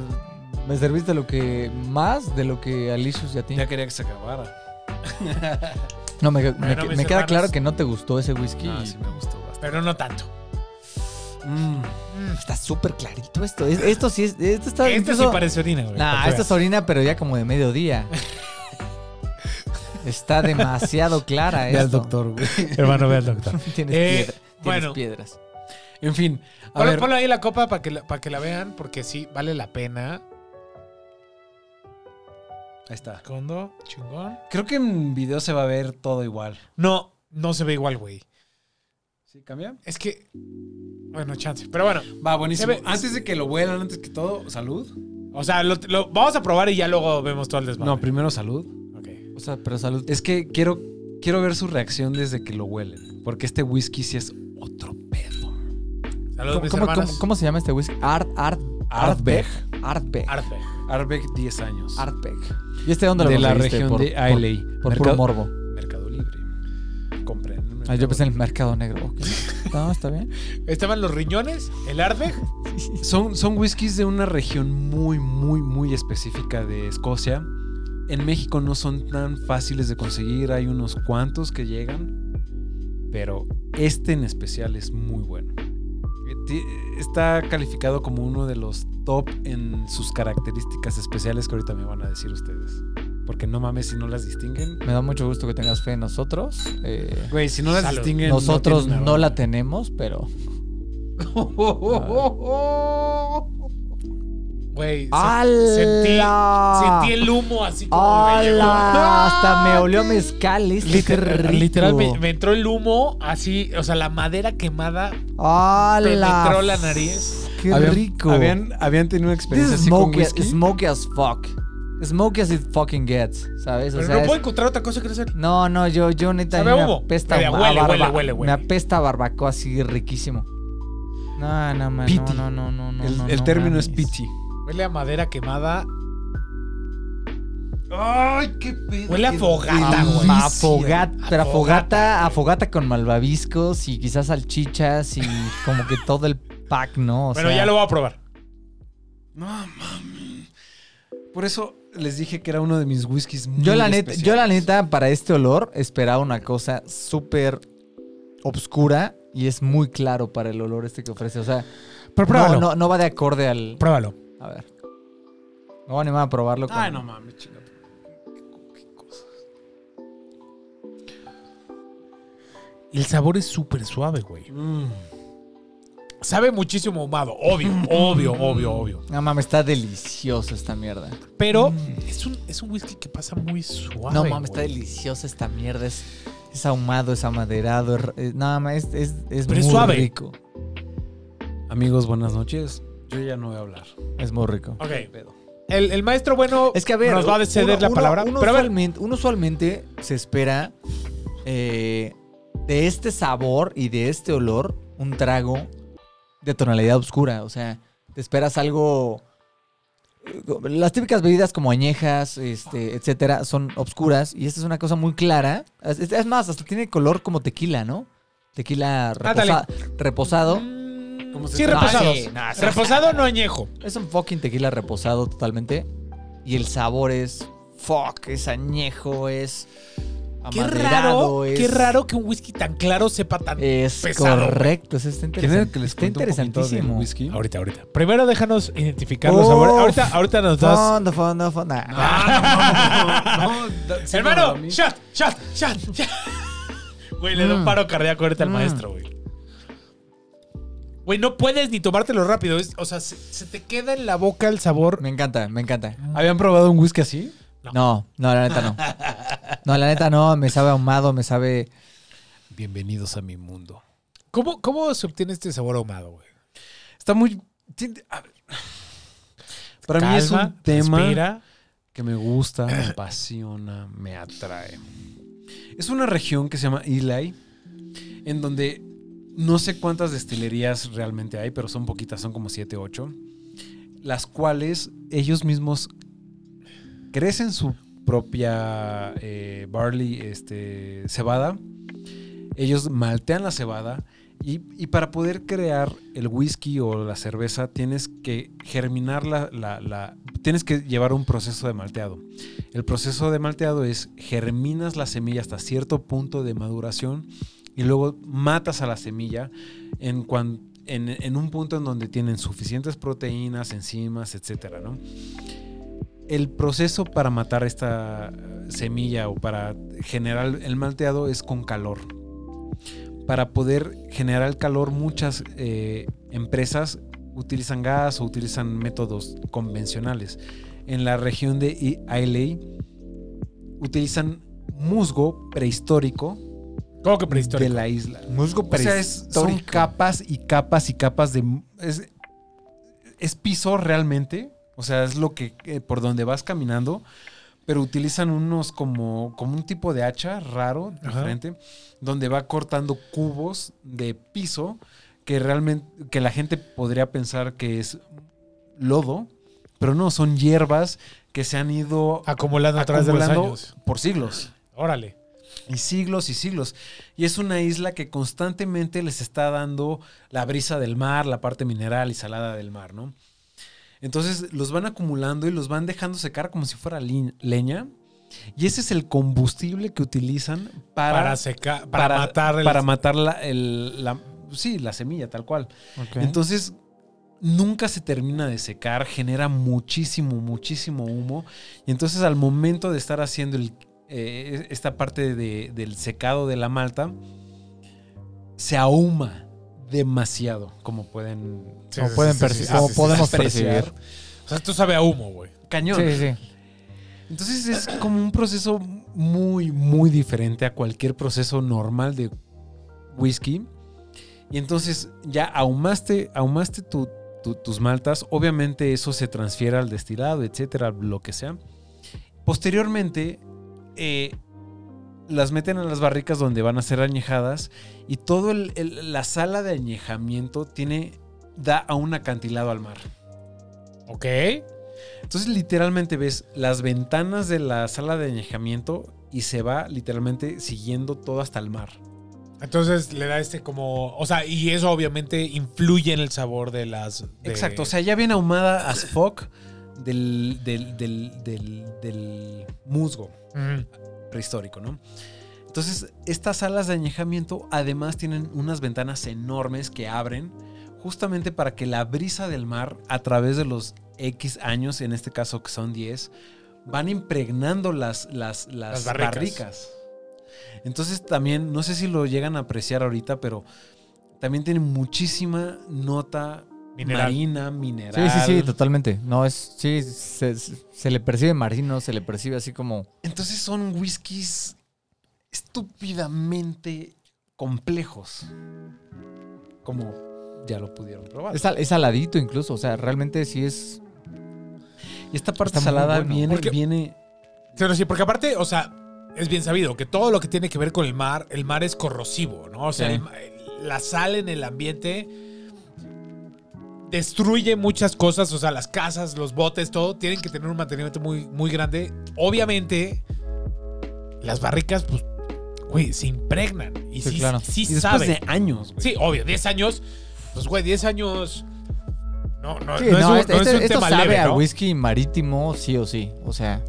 Speaker 4: me serviste lo que más de lo que Alicious y a ti.
Speaker 2: Ya quería que se acabara.
Speaker 4: No, me, me-
Speaker 3: Bueno, mis
Speaker 4: me queda
Speaker 3: hermanos.
Speaker 4: claro que no te gustó ese whisky.
Speaker 2: Ah,
Speaker 4: y-
Speaker 2: sí me gustó bastante.
Speaker 3: Pero no tanto.
Speaker 2: Mm,
Speaker 4: Está súper clarito esto. Es- esto sí es. Esto está.
Speaker 3: Esto Este sí
Speaker 4: incluso-
Speaker 3: parece orina, güey. para
Speaker 4: Nah,
Speaker 3: que
Speaker 4: esto es
Speaker 3: veas.
Speaker 4: orina, pero ya como de mediodía. está demasiado clara
Speaker 2: Ve al
Speaker 4: esto.
Speaker 2: doctor, güey.
Speaker 3: Hermano, ve al doctor.
Speaker 4: Tienes,
Speaker 3: Eh,
Speaker 4: piedra- tienes
Speaker 3: bueno.
Speaker 4: piedras.
Speaker 2: En fin, a
Speaker 3: Ponlo,
Speaker 2: ver,
Speaker 3: ponlo ahí la copa para que, la- para que la vean, porque sí, vale la pena.
Speaker 2: ahí está.
Speaker 3: Condo, chingón.
Speaker 2: Creo que en video se va a ver todo igual.
Speaker 3: No, no se ve igual, güey.
Speaker 2: ¿Sí cambia?
Speaker 3: Es que. Bueno, chance. Pero bueno,
Speaker 2: Va, buenísimo.
Speaker 3: Se ve-
Speaker 2: Antes de que lo vuelan, antes que todo, salud.
Speaker 3: o sea, lo, lo- vamos a probar y ya luego vemos todo el desmadre.
Speaker 2: No, primero salud.
Speaker 3: Ok.
Speaker 4: O sea, pero salud.
Speaker 2: Es que quiero, quiero ver su reacción desde que lo huelen. Porque este whisky sí es otro pedo.
Speaker 3: Saludos,
Speaker 4: ¿Cómo,
Speaker 3: mis
Speaker 4: cómo-
Speaker 3: hermanas.
Speaker 4: cómo- cómo se llama este whisky? Art, Art, Artbeg. Artbeg.
Speaker 3: Arte.
Speaker 2: Arbeck, 10 años.
Speaker 4: Artbeg. ¿Y este dónde lo
Speaker 2: de la
Speaker 4: conseguiste?
Speaker 2: región
Speaker 4: Por-
Speaker 2: de
Speaker 4: por-
Speaker 2: Ailey.
Speaker 4: Por puro
Speaker 2: Mercado-
Speaker 4: morbo.
Speaker 2: Mercado Libre. Compré. en el
Speaker 4: Ah,
Speaker 2: Mercado
Speaker 4: yo pensé en el mercado negro. ok. No, está bien.
Speaker 3: Estaban los riñones, el Ardbeg.
Speaker 2: Son, son whiskies de una región muy, muy, muy específica de Escocia. En México no son tan fáciles de conseguir, hay unos cuantos que llegan, pero este en especial es muy bueno. Eh, ti- Está calificado como uno de los top en sus características especiales que ahorita me van a decir ustedes. Porque no mames si no las distinguen.
Speaker 4: Me da mucho gusto que tengas fe en nosotros. Eh,
Speaker 2: Güey, si no las
Speaker 3: Salud.
Speaker 2: distinguen... no
Speaker 4: nosotros
Speaker 2: tienen
Speaker 4: no,
Speaker 2: una
Speaker 4: la
Speaker 2: banda.
Speaker 4: tenemos, pero.
Speaker 3: Güey, se- sentí,
Speaker 4: ¡Hala!
Speaker 3: sentí el humo así como
Speaker 4: Ah,
Speaker 3: me llegó.
Speaker 4: ¡Hala! Hasta me olió mezcal. este, qué rico.
Speaker 3: Literal, literal me, me entró el humo así, o sea, la madera quemada.
Speaker 4: ¡Hala!
Speaker 3: penetró la nariz.
Speaker 4: ¡Qué
Speaker 2: Habían-
Speaker 4: rico!
Speaker 2: Habían, habían tenido una
Speaker 4: This
Speaker 2: experiencia
Speaker 4: is
Speaker 2: así con
Speaker 4: smoky,
Speaker 2: whisky.
Speaker 4: smoky as fuck. Smoky as it fucking gets, ¿sabes? O
Speaker 3: Pero
Speaker 4: sea,
Speaker 3: no
Speaker 4: es-
Speaker 3: puedo encontrar otra cosa que no sea el-
Speaker 4: No, no, yo, yo neta
Speaker 3: Sabe
Speaker 4: a mí
Speaker 3: a
Speaker 4: me
Speaker 3: humo.
Speaker 4: apesta
Speaker 3: Huele,
Speaker 4: a
Speaker 3: huele,
Speaker 4: barba-
Speaker 3: huele, huele,
Speaker 4: Me
Speaker 3: huele.
Speaker 4: apesta a barbacoa así riquísimo. No, no, man,
Speaker 2: Piti.
Speaker 4: no, no, no, no,
Speaker 2: el
Speaker 4: no,
Speaker 2: el
Speaker 4: no
Speaker 2: término
Speaker 4: mames.
Speaker 2: es pity.
Speaker 3: Huele a madera quemada.
Speaker 2: Ay, qué pedo.
Speaker 3: Huele a
Speaker 2: Qué
Speaker 3: fogata,
Speaker 2: delicia.
Speaker 3: güey.
Speaker 4: A fogata,
Speaker 3: A
Speaker 4: pero a
Speaker 3: fogata,
Speaker 4: fogata, a fogata con malvaviscos y quizás salchichas y como que todo el pack, ¿no? O
Speaker 3: Bueno,
Speaker 4: sea,
Speaker 3: ya lo voy a probar.
Speaker 2: No mami. Por eso les dije que era uno de mis whiskies muy
Speaker 4: yo la neta,
Speaker 2: especiales.
Speaker 4: yo la neta para este olor esperaba una cosa súper obscura y es muy claro para el olor este que ofrece, o sea,
Speaker 3: Pero
Speaker 4: no, no, no va de acorde al
Speaker 3: Pruébalo.
Speaker 4: A ver. Me voy a animar a probarlo con
Speaker 2: Ay, no mames, chingada. Qué cosa.
Speaker 3: El sabor es súper suave, güey.
Speaker 2: Mm.
Speaker 3: Sabe muchísimo ahumado, obvio, obvio, obvio, obvio.
Speaker 4: No Ah, mames, está deliciosa esta mierda.
Speaker 3: Pero es, un, es un whisky que pasa muy suave.
Speaker 4: Mm. no mames, está
Speaker 3: güey.
Speaker 4: deliciosa esta mierda. Es, es ahumado, es amaderado. es- es- nada más, es, es, es
Speaker 3: Pero es
Speaker 4: muy
Speaker 3: suave.
Speaker 4: rico.
Speaker 2: Amigos, buenas noches. Yo ya no voy a hablar.
Speaker 4: Es muy rico.
Speaker 3: Ok. El, el maestro bueno
Speaker 4: Es que a ver.
Speaker 3: nos va a ceder
Speaker 4: uno-
Speaker 3: la
Speaker 4: uno-
Speaker 3: palabra.
Speaker 4: Uno,
Speaker 3: pero a ver,
Speaker 4: usualmente, uno usualmente se espera eh, de este sabor y de este olor un trago de tonalidad oscura. O sea, te esperas algo. Las típicas bebidas como añejas, este, etcétera, son oscuras y esta es una cosa muy clara. Es, es- es más, hasta tiene color como tequila, ¿no? Tequila
Speaker 3: Ándale.
Speaker 4: reposa- reposado.
Speaker 2: ¿Cómo se
Speaker 3: Mm, Sí,
Speaker 2: espera?
Speaker 3: reposados.
Speaker 4: Ah, sí, no, eso-
Speaker 3: Reposado no añejo.
Speaker 4: Es un fucking tequila reposado totalmente. Y el sabor es fuck, es añejo, es
Speaker 3: Qué
Speaker 4: amaderado.
Speaker 3: raro,
Speaker 4: es,
Speaker 3: qué raro que un whisky tan claro sepa tan.
Speaker 2: Eh.
Speaker 4: Es
Speaker 3: pesado,
Speaker 4: correcto, eso está
Speaker 2: ¿Quieren
Speaker 4: interesante.
Speaker 2: que les
Speaker 4: está
Speaker 2: cuente un poquito del
Speaker 4: interesantísimo.
Speaker 2: whisky?
Speaker 3: Ahorita, ahorita. Primero déjanos identificar
Speaker 4: Oh,
Speaker 3: los sabores. Ahorita, ahorita nos das.
Speaker 4: Fondo, fondo, fondo. Ah,
Speaker 2: Ah, no, no, no, no, da- sí, no,
Speaker 3: Hermano,
Speaker 2: a mí-
Speaker 3: shot, shot, shot, shot. Güey, le da un
Speaker 4: Mm.
Speaker 3: paro cardíaco ahorita al
Speaker 4: Mm.
Speaker 3: maestro, güey. Güey, no puedes ni tomártelo rápido. es- o sea, se, se te queda en la boca el sabor.
Speaker 4: Me encanta, me encanta.
Speaker 2: Ah. ¿Habían probado un whisky así?
Speaker 4: No, no, la neta no. No, la neta no, me sabe ahumado, me sabe...
Speaker 2: Bienvenidos a mi mundo.
Speaker 3: ¿Cómo, cómo se obtiene este sabor ahumado, güey?
Speaker 2: Está muy. tiene- a ver. Para mí es
Speaker 3: Calma,
Speaker 2: un tema
Speaker 3: respira.
Speaker 2: que me gusta, me apasiona, me atrae. Es una región que se llama Ilai, en donde no sé cuántas destilerías realmente hay, pero son poquitas, son como 7, 8, las cuales ellos mismos crecen su propia eh, barley, este, cebada. Ellos maltean la cebada y, y para poder crear el whisky o la cerveza tienes que germinar la, la- la- Tienes que llevar un proceso de malteado. El proceso de malteado es germinas la semilla hasta cierto punto de maduración y luego matas a la semilla en, cuan- en, en un punto en donde tienen suficientes proteínas, enzimas, etcétera, ¿no? El proceso para matar esta semilla o para generar el malteado es con calor para poder generar el calor, muchas eh, empresas utilizan gas o utilizan métodos convencionales. En la región de I- Islay utilizan musgo prehistórico
Speaker 3: ¿Cómo que
Speaker 2: de
Speaker 3: prehistórico?
Speaker 2: la isla.
Speaker 1: Musgo
Speaker 2: O sea, es- son capas y capas y capas de... Es, es piso realmente, o sea, es lo que... eh, por donde vas caminando, pero utilizan unos como, como un tipo de hacha raro,
Speaker 3: Ajá.
Speaker 2: diferente, donde va cortando cubos de piso que realmente... que la gente podría pensar que es lodo, pero no, son hierbas que se han ido
Speaker 3: Acumulando a través de los
Speaker 2: acumulando
Speaker 3: años.
Speaker 2: por siglos
Speaker 3: Órale.
Speaker 2: y siglos y siglos. Y es una isla que constantemente les está dando la brisa del mar, la parte mineral y salada del mar, ¿no? Entonces los van acumulando y los van dejando secar como si fuera lin- leña. Y ese es el combustible que utilizan para,
Speaker 3: Para, secar, para, matar el-
Speaker 2: para matar la, el- la- sí, la semilla, tal cual.
Speaker 4: Entonces,
Speaker 2: Entonces, nunca se termina de secar, genera muchísimo, muchísimo humo. Y entonces, al momento de estar haciendo el- eh, esta parte de- del secado de la malta, se ahuma demasiado, como pueden.
Speaker 3: Sí,
Speaker 4: Como
Speaker 3: sí,
Speaker 4: pueden
Speaker 3: sí, sí,
Speaker 4: perci-
Speaker 3: sí,
Speaker 4: como
Speaker 3: sí, sí,
Speaker 4: podemos
Speaker 3: sí, sí, sí.
Speaker 4: percibir.
Speaker 3: O sea, esto sabe a humo, güey.
Speaker 2: Cañón.
Speaker 4: sí, sí, sí.
Speaker 2: Entonces es como un proceso muy, muy diferente a cualquier proceso normal de whisky. Y entonces ya ahumaste, ahumaste tu- tu- tus maltas. Obviamente eso se transfiere al destilado, etcétera, lo que sea. Posteriormente, eh, las meten a las barricas donde van a ser añejadas. Y todo el- el- la sala de añejamiento tiene, da a un acantilado al mar.
Speaker 3: Ok.
Speaker 2: Entonces literalmente ves las ventanas de la sala de añejamiento y se va literalmente siguiendo todo hasta el mar.
Speaker 3: Entonces le da este como. O sea, y eso obviamente influye en el sabor de las. de-
Speaker 2: Exacto, o sea, ya viene ahumada as fuck del, del, del, del, del musgo
Speaker 3: Mm.
Speaker 2: prehistórico, ¿no? Entonces, estas salas de añejamiento además tienen unas ventanas enormes que abren justamente para que la brisa del mar a través de los X años, en este caso que son 10, van impregnando las, las, las
Speaker 3: Las barricas.
Speaker 2: barricas. Entonces también, no sé si lo llegan a apreciar ahorita, pero también tiene muchísima nota
Speaker 3: Mineral.
Speaker 2: marina, mineral.
Speaker 4: Sí, sí, sí, totalmente. No, es, sí, se, se le percibe marino, se le percibe así como...
Speaker 2: Entonces son whiskies estúpidamente complejos. Como ya lo pudieron probar.
Speaker 4: Es, al- es saladito incluso, o sea, realmente sí es...
Speaker 2: Y esta
Speaker 4: está
Speaker 2: parte
Speaker 4: muy
Speaker 2: salada
Speaker 4: bueno.
Speaker 2: viene,
Speaker 3: Porque-
Speaker 2: viene.
Speaker 3: Pero sí, porque aparte, o sea, es bien sabido que todo lo que tiene que ver con el mar, el mar es corrosivo, ¿no? O sea,
Speaker 4: Sí.
Speaker 3: el ma- la sal en el ambiente destruye muchas cosas, o sea, las casas, los botes, todo, tienen que tener un mantenimiento muy, muy grande. Obviamente, las barricas, pues, güey, se impregnan y
Speaker 4: Sí,
Speaker 3: sí,
Speaker 4: claro.
Speaker 3: sí
Speaker 2: Y después
Speaker 3: saben.
Speaker 2: de años, güey.
Speaker 3: Sí, obvio, 10 años, pues, güey, 10 años... No, no,
Speaker 4: Sí,
Speaker 3: no, es un,
Speaker 4: este-
Speaker 3: no es
Speaker 4: este-
Speaker 3: un
Speaker 4: esto
Speaker 3: tema
Speaker 4: sabe
Speaker 3: leve,
Speaker 4: a
Speaker 3: ¿no?
Speaker 4: whisky marítimo sí o sí, o sea...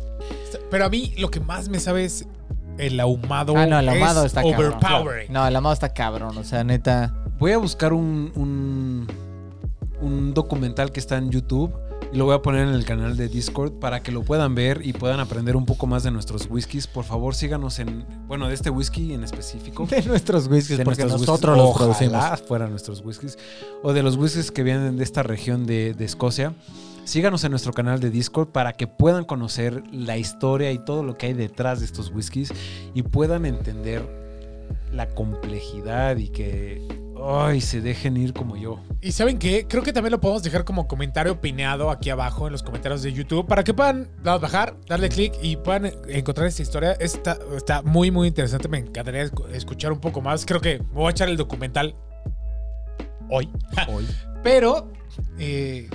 Speaker 3: Pero a mí lo que más me sabe es el ahumado.
Speaker 4: Ah, no, el ahumado
Speaker 3: es
Speaker 4: está cabrón.
Speaker 3: overpowering.
Speaker 4: No, el ahumado está cabrón, o sea, neta...
Speaker 2: Voy a buscar un, un, un documental que está en YouTube y lo voy a poner en el canal de Discord para que lo puedan ver y puedan aprender un poco más de nuestros whiskies. Por favor, síganos en, bueno, de este whisky en específico.
Speaker 4: De nuestros whiskies,
Speaker 2: de
Speaker 4: porque
Speaker 2: nuestros whiskies.
Speaker 4: nosotros los producimos.
Speaker 2: Ojalá fueran nuestros whiskies. O de los whiskies que vienen de esta región de, de Escocia. Síganos en nuestro canal de Discord para que puedan conocer la historia y todo lo que hay detrás de estos whiskies y puedan entender la complejidad y que ay, se dejen ir como yo.
Speaker 3: Y saben qué, creo que también lo podemos dejar como comentario opinado aquí abajo en los comentarios de YouTube para que puedan nada más bajar, darle clic y puedan encontrar esta historia. Está, está muy, muy interesante. Me encantaría escu- escuchar un poco más. Creo que me voy a echar el documental hoy.
Speaker 2: Hoy.
Speaker 3: Pero, eh,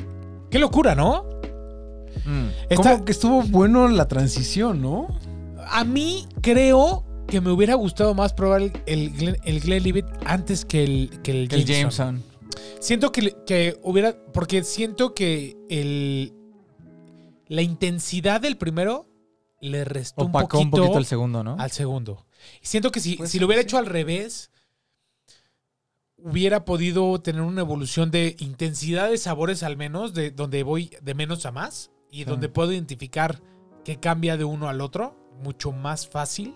Speaker 3: qué locura, ¿no?
Speaker 4: Mm.
Speaker 3: Está-
Speaker 2: Como que estuvo bueno la transición, ¿no?
Speaker 3: a mí creo que me hubiera gustado más probar el, el, Glen- el Glenlivet antes que el, que el
Speaker 4: El Jameson.
Speaker 3: Jameson. Siento que, que hubiera. Porque siento que el. La intensidad del primero le restó un
Speaker 4: Opacó
Speaker 3: poquito,
Speaker 4: un poquito el segundo, ¿no?
Speaker 3: al segundo. Y siento que si,
Speaker 2: Pues
Speaker 3: si
Speaker 2: sí,
Speaker 3: lo hubiera
Speaker 2: sí.
Speaker 3: hecho al revés, hubiera podido tener una evolución de intensidad de sabores, al menos, de donde voy de menos a más y donde puedo identificar qué cambia de uno al otro, mucho más fácil.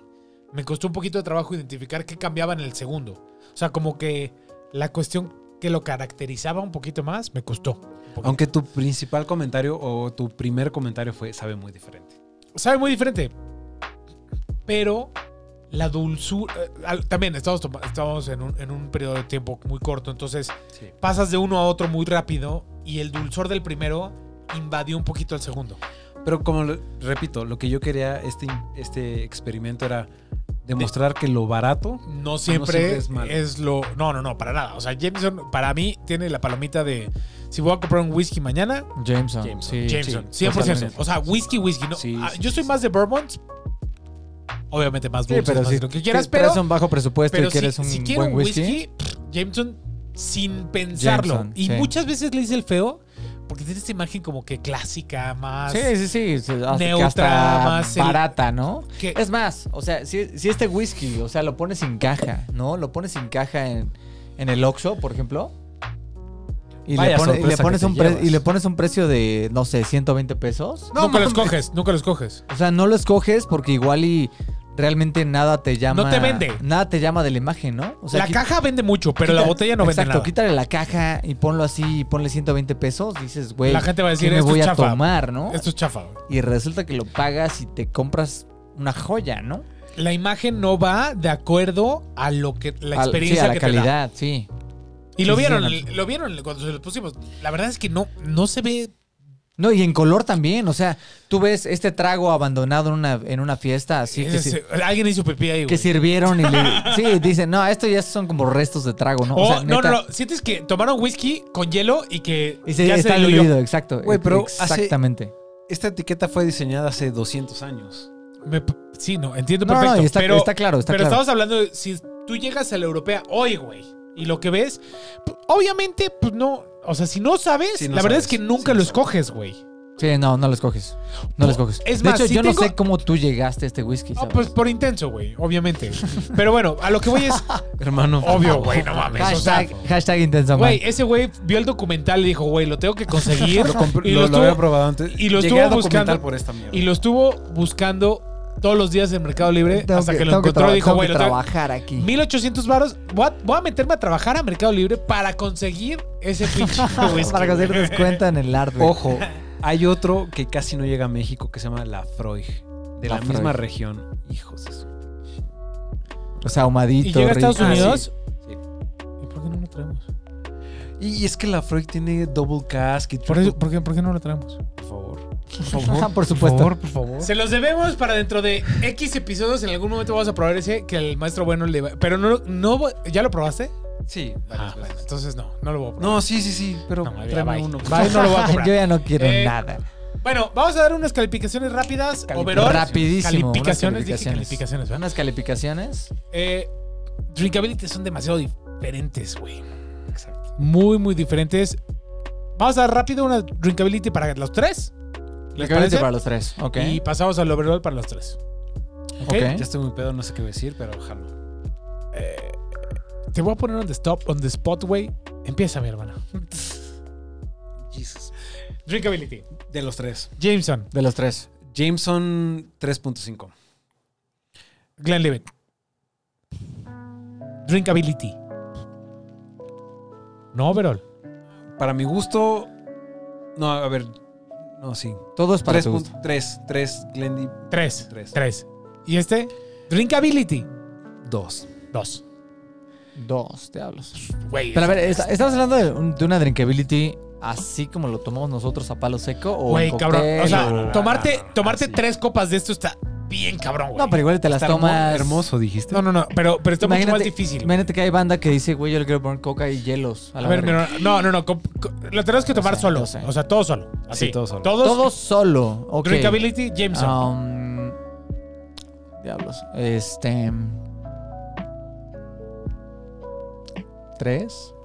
Speaker 3: Me costó un poquito de trabajo identificar qué cambiaba en el segundo. O sea, como que la cuestión que lo caracterizaba un poquito más me costó. un poquito.
Speaker 2: Aunque tu principal comentario o tu primer comentario fue sabe muy diferente.
Speaker 3: sabe muy diferente. Pero la dulzura. eh, al- también estamos, toma- estamos en, un, en un periodo de tiempo muy corto, entonces
Speaker 2: Sí.
Speaker 3: pasas de uno a otro muy rápido y el dulzor del primero invadió un poquito el segundo.
Speaker 2: Pero como lo- repito, lo que yo quería este, este experimento era demostrar que lo barato
Speaker 3: No siempre,
Speaker 2: siempre
Speaker 3: es,
Speaker 2: es malo.
Speaker 3: lo. No, no, no, para nada. O sea, Jameson para mí tiene la palomita de. Si voy a comprar un whisky mañana,
Speaker 4: Jameson.
Speaker 2: Jameson.
Speaker 4: Sí.
Speaker 3: Jameson,
Speaker 4: sí,
Speaker 3: 100%.
Speaker 4: totalmente.
Speaker 3: O sea, whisky, whisky. No,
Speaker 2: Sí,
Speaker 3: Ah,
Speaker 2: sí,
Speaker 3: yo soy
Speaker 2: sí.
Speaker 3: más de bourbons. Obviamente más
Speaker 4: Sí,
Speaker 3: dulces,
Speaker 4: pero
Speaker 3: más
Speaker 4: si
Speaker 3: lo que quieras,
Speaker 4: te-
Speaker 3: pero.
Speaker 4: traes un bajo presupuesto
Speaker 3: Pero
Speaker 4: y quieres
Speaker 3: si,
Speaker 4: Este un
Speaker 3: si quiero
Speaker 4: buen
Speaker 3: un whisky,
Speaker 4: whisky,
Speaker 3: pff, Jameson sin pensarlo.
Speaker 4: Jameson,
Speaker 3: y
Speaker 4: sí.
Speaker 3: muchas veces le dice el feo porque tiene esta imagen como que clásica, más...
Speaker 4: Sí, sí, sí. se- hasta- que
Speaker 3: neutra,
Speaker 4: hasta
Speaker 3: más el-
Speaker 4: barata, ¿no?
Speaker 3: que-
Speaker 4: Es más, o sea, si, si este whisky, o sea, lo pones sin caja, ¿no? Lo pones sin caja en, en el Oxxo, por ejemplo. Y,
Speaker 2: Vaya
Speaker 4: le, pone- y le
Speaker 2: sorpresa que
Speaker 4: pones
Speaker 2: te
Speaker 4: un pre-
Speaker 2: llevas.
Speaker 4: y le pones un precio de, no sé, 120 pesos.
Speaker 3: nunca lo
Speaker 1: mames.
Speaker 3: escoges, nunca lo escoges.
Speaker 4: O sea, no lo escoges porque igual y realmente nada te llama.
Speaker 3: No te vende.
Speaker 4: Nada te llama de la imagen, ¿no? O sea,
Speaker 3: la
Speaker 4: qui-
Speaker 3: caja vende mucho, pero la
Speaker 4: quita-
Speaker 3: botella no vende
Speaker 4: Exacto,
Speaker 3: nada.
Speaker 4: quítale la caja y ponlo así y ponle 120 pesos. Dices, güey,
Speaker 3: La gente va a decir,
Speaker 4: ¿qué me
Speaker 3: esto
Speaker 4: voy
Speaker 3: es
Speaker 4: a
Speaker 3: chafa.
Speaker 4: tomar, ¿no?
Speaker 3: Esto es chafa. güey.
Speaker 4: Y resulta que lo pagas y te compras una joya, ¿no?
Speaker 3: La imagen no va de acuerdo a lo que la
Speaker 4: Al-
Speaker 3: experiencia
Speaker 4: sí, a la
Speaker 3: que te da.
Speaker 4: calidad, sí.
Speaker 3: Y lo
Speaker 4: Sí, sí,
Speaker 3: vieron,
Speaker 4: sí,
Speaker 3: lo vieron cuando se lo pusimos. La verdad es que no, no se ve
Speaker 4: No, y en color también, o sea, tú ves este trago abandonado en una, en una fiesta, así que,
Speaker 3: ese-
Speaker 4: sir-
Speaker 3: alguien hizo pipí ahí,
Speaker 4: que
Speaker 3: güey.
Speaker 4: sirvieron y le- Sí, dicen, no, esto ya son como restos de trago, ¿no? O
Speaker 3: O,
Speaker 4: sea,
Speaker 3: Oh, no,
Speaker 4: neta,
Speaker 3: no, no. Sientes que tomaron whisky con hielo y que
Speaker 4: Y se,
Speaker 3: ya
Speaker 4: está
Speaker 3: diluyó.
Speaker 4: diluido, exacto. e-
Speaker 2: Güey, pero hace-
Speaker 4: exactamente.
Speaker 2: Esta etiqueta fue diseñada hace 200 años.
Speaker 3: Me p- sí, no, entiendo
Speaker 4: No,
Speaker 3: perfecto.
Speaker 4: no, y está,
Speaker 3: pero
Speaker 4: está claro, está
Speaker 3: pero
Speaker 4: claro.
Speaker 3: estamos hablando de si tú llegas a la europea hoy, güey, y lo que ves, p- obviamente, pues no. O sea, si no sabes,
Speaker 2: Si no
Speaker 3: la verdad
Speaker 2: sabes,
Speaker 3: es que
Speaker 2: si
Speaker 3: nunca
Speaker 2: no
Speaker 3: lo
Speaker 2: sabes.
Speaker 3: escoges, güey.
Speaker 4: Sí, no, no lo escoges. No lo escoges.
Speaker 3: Oh, Es
Speaker 4: de
Speaker 3: más,
Speaker 4: hecho,
Speaker 3: sí
Speaker 4: yo no
Speaker 3: tengo-
Speaker 4: sé cómo tú llegaste a este whisky,
Speaker 3: Ah,
Speaker 4: ¿sabes?
Speaker 3: pues por intenso, güey, obviamente. Pero bueno, a lo que voy es
Speaker 2: Hermano.
Speaker 3: obvio, güey, no mames. O sea,
Speaker 4: hashtag, hashtag intenso,
Speaker 3: güey,
Speaker 4: man.
Speaker 3: ese güey vio el documental y dijo, güey, lo tengo que conseguir.
Speaker 2: Lo,
Speaker 3: y
Speaker 2: compré- lo-
Speaker 3: lo
Speaker 2: lo
Speaker 3: estuvo-
Speaker 2: había probado antes.
Speaker 3: y lo
Speaker 2: Llegué
Speaker 3: estuvo
Speaker 2: a documentar
Speaker 3: buscando-
Speaker 2: por esta mierda.
Speaker 3: Y lo estuvo buscando todos los días en Mercado Libre
Speaker 4: Tengo
Speaker 3: eh, hasta que, lo
Speaker 4: tengo
Speaker 3: encontró y
Speaker 4: traba-
Speaker 3: dijo,
Speaker 4: tengo
Speaker 3: güey, lo tengo,
Speaker 4: trabajar aquí.
Speaker 3: 1800 varos. Voy, a- voy a meterme a trabajar a Mercado Libre para conseguir ese pinche whisky.
Speaker 4: Para conseguir
Speaker 3: güey.
Speaker 4: descuento en el arte.
Speaker 2: Ojo, hay otro que casi no llega a México que se llama La Freud, de la,
Speaker 4: La
Speaker 2: misma
Speaker 4: Freud.
Speaker 2: región. Hijos de su.
Speaker 4: O sea,
Speaker 3: Y
Speaker 4: ahumadito.
Speaker 3: llega a Estados
Speaker 2: Ah, sí.
Speaker 3: Unidos.
Speaker 2: Sí.
Speaker 3: ¿Y por qué no lo traemos?
Speaker 2: Y es que La Freud tiene double cask y
Speaker 3: ¿Por,
Speaker 2: triple-
Speaker 3: eso- por qué, por qué no lo traemos?
Speaker 2: por favor.
Speaker 4: Ajá, por supuesto.
Speaker 3: por favor. Se los debemos para dentro de X episodios. En algún momento vamos a probar ese que el maestro bueno le va. Pero no, no ¿ya lo probaste?
Speaker 2: Sí, varias
Speaker 3: Ah, bueno,
Speaker 2: veces.
Speaker 3: entonces no, no lo voy a probar.
Speaker 2: No, sí, sí, sí, pero
Speaker 3: No, madre,
Speaker 2: tráeme
Speaker 3: bye.
Speaker 2: uno.
Speaker 3: Bye, no lo voy a comprar.
Speaker 4: Yo ya no quiero
Speaker 3: Eh,
Speaker 4: nada.
Speaker 3: Bueno, vamos a dar unas calificaciones rápidas.
Speaker 2: Calificaciones.
Speaker 3: Overall.
Speaker 4: Rapidísimo. unas
Speaker 3: Calificaciones, dije calificaciones, ¿verdad?
Speaker 4: Unas calificaciones.
Speaker 3: Eh, drinkability son demasiado diferentes, güey.
Speaker 2: Exacto.
Speaker 3: Muy, muy diferentes. Vamos a dar rápido una drinkability para los tres. ¿Les
Speaker 4: Calificaciones
Speaker 3: parece?
Speaker 4: para los tres. Ok.
Speaker 3: Y pasamos al overall para los tres. ¿Ok?
Speaker 4: Ok.
Speaker 2: Ya estoy muy pedo, no sé qué decir, pero jalo.
Speaker 3: Eh, te voy a poner on the, stop, on the spot, güey. Empieza, mi hermano.
Speaker 2: Jesus.
Speaker 3: Drinkability.
Speaker 2: De los tres.
Speaker 3: Jameson.
Speaker 4: De los tres.
Speaker 2: Jameson 3.5.
Speaker 3: Glenlivet. Drinkability. No overall.
Speaker 2: Para mi gusto. No, a ver. No, sí.
Speaker 4: Todo es para tu gusto.
Speaker 2: 3.3. 3 Glendy
Speaker 3: Tres.
Speaker 2: Tres.
Speaker 3: Tres. ¿Y este? Drinkability.
Speaker 2: 2.
Speaker 3: Dos.
Speaker 4: Dos, te hablas.
Speaker 3: Güey.
Speaker 4: Pero a ver, ¿est- ¿estamos hablando de, un- de una drinkability así como lo tomamos nosotros a palo seco? O
Speaker 3: Güey,
Speaker 4: en
Speaker 3: cabrón.
Speaker 4: cóctel,
Speaker 3: O sea,
Speaker 4: o-
Speaker 3: tomarte, tomarte tres copas de esto está bien cabrón, güey.
Speaker 4: No, pero igual te las tomas.
Speaker 2: Hermoso, dijiste.
Speaker 3: No, no, no, pero, pero está mucho más difícil. güey.
Speaker 4: Imagínate que hay banda que dice, güey, yo le quiero poner coca y hielos. A,
Speaker 3: A
Speaker 4: la
Speaker 3: ver,
Speaker 4: verga.
Speaker 3: pero no, no, no. co- co- Lo tenemos que tomar
Speaker 4: sé,
Speaker 3: solo.
Speaker 4: lo sé.
Speaker 3: O sea, todo solo. Así.
Speaker 2: Sí, todo solo.
Speaker 3: Todos.
Speaker 4: Todo solo. ok.
Speaker 3: Drinkability, Jameson.
Speaker 4: Um, diablos. Este. Tres.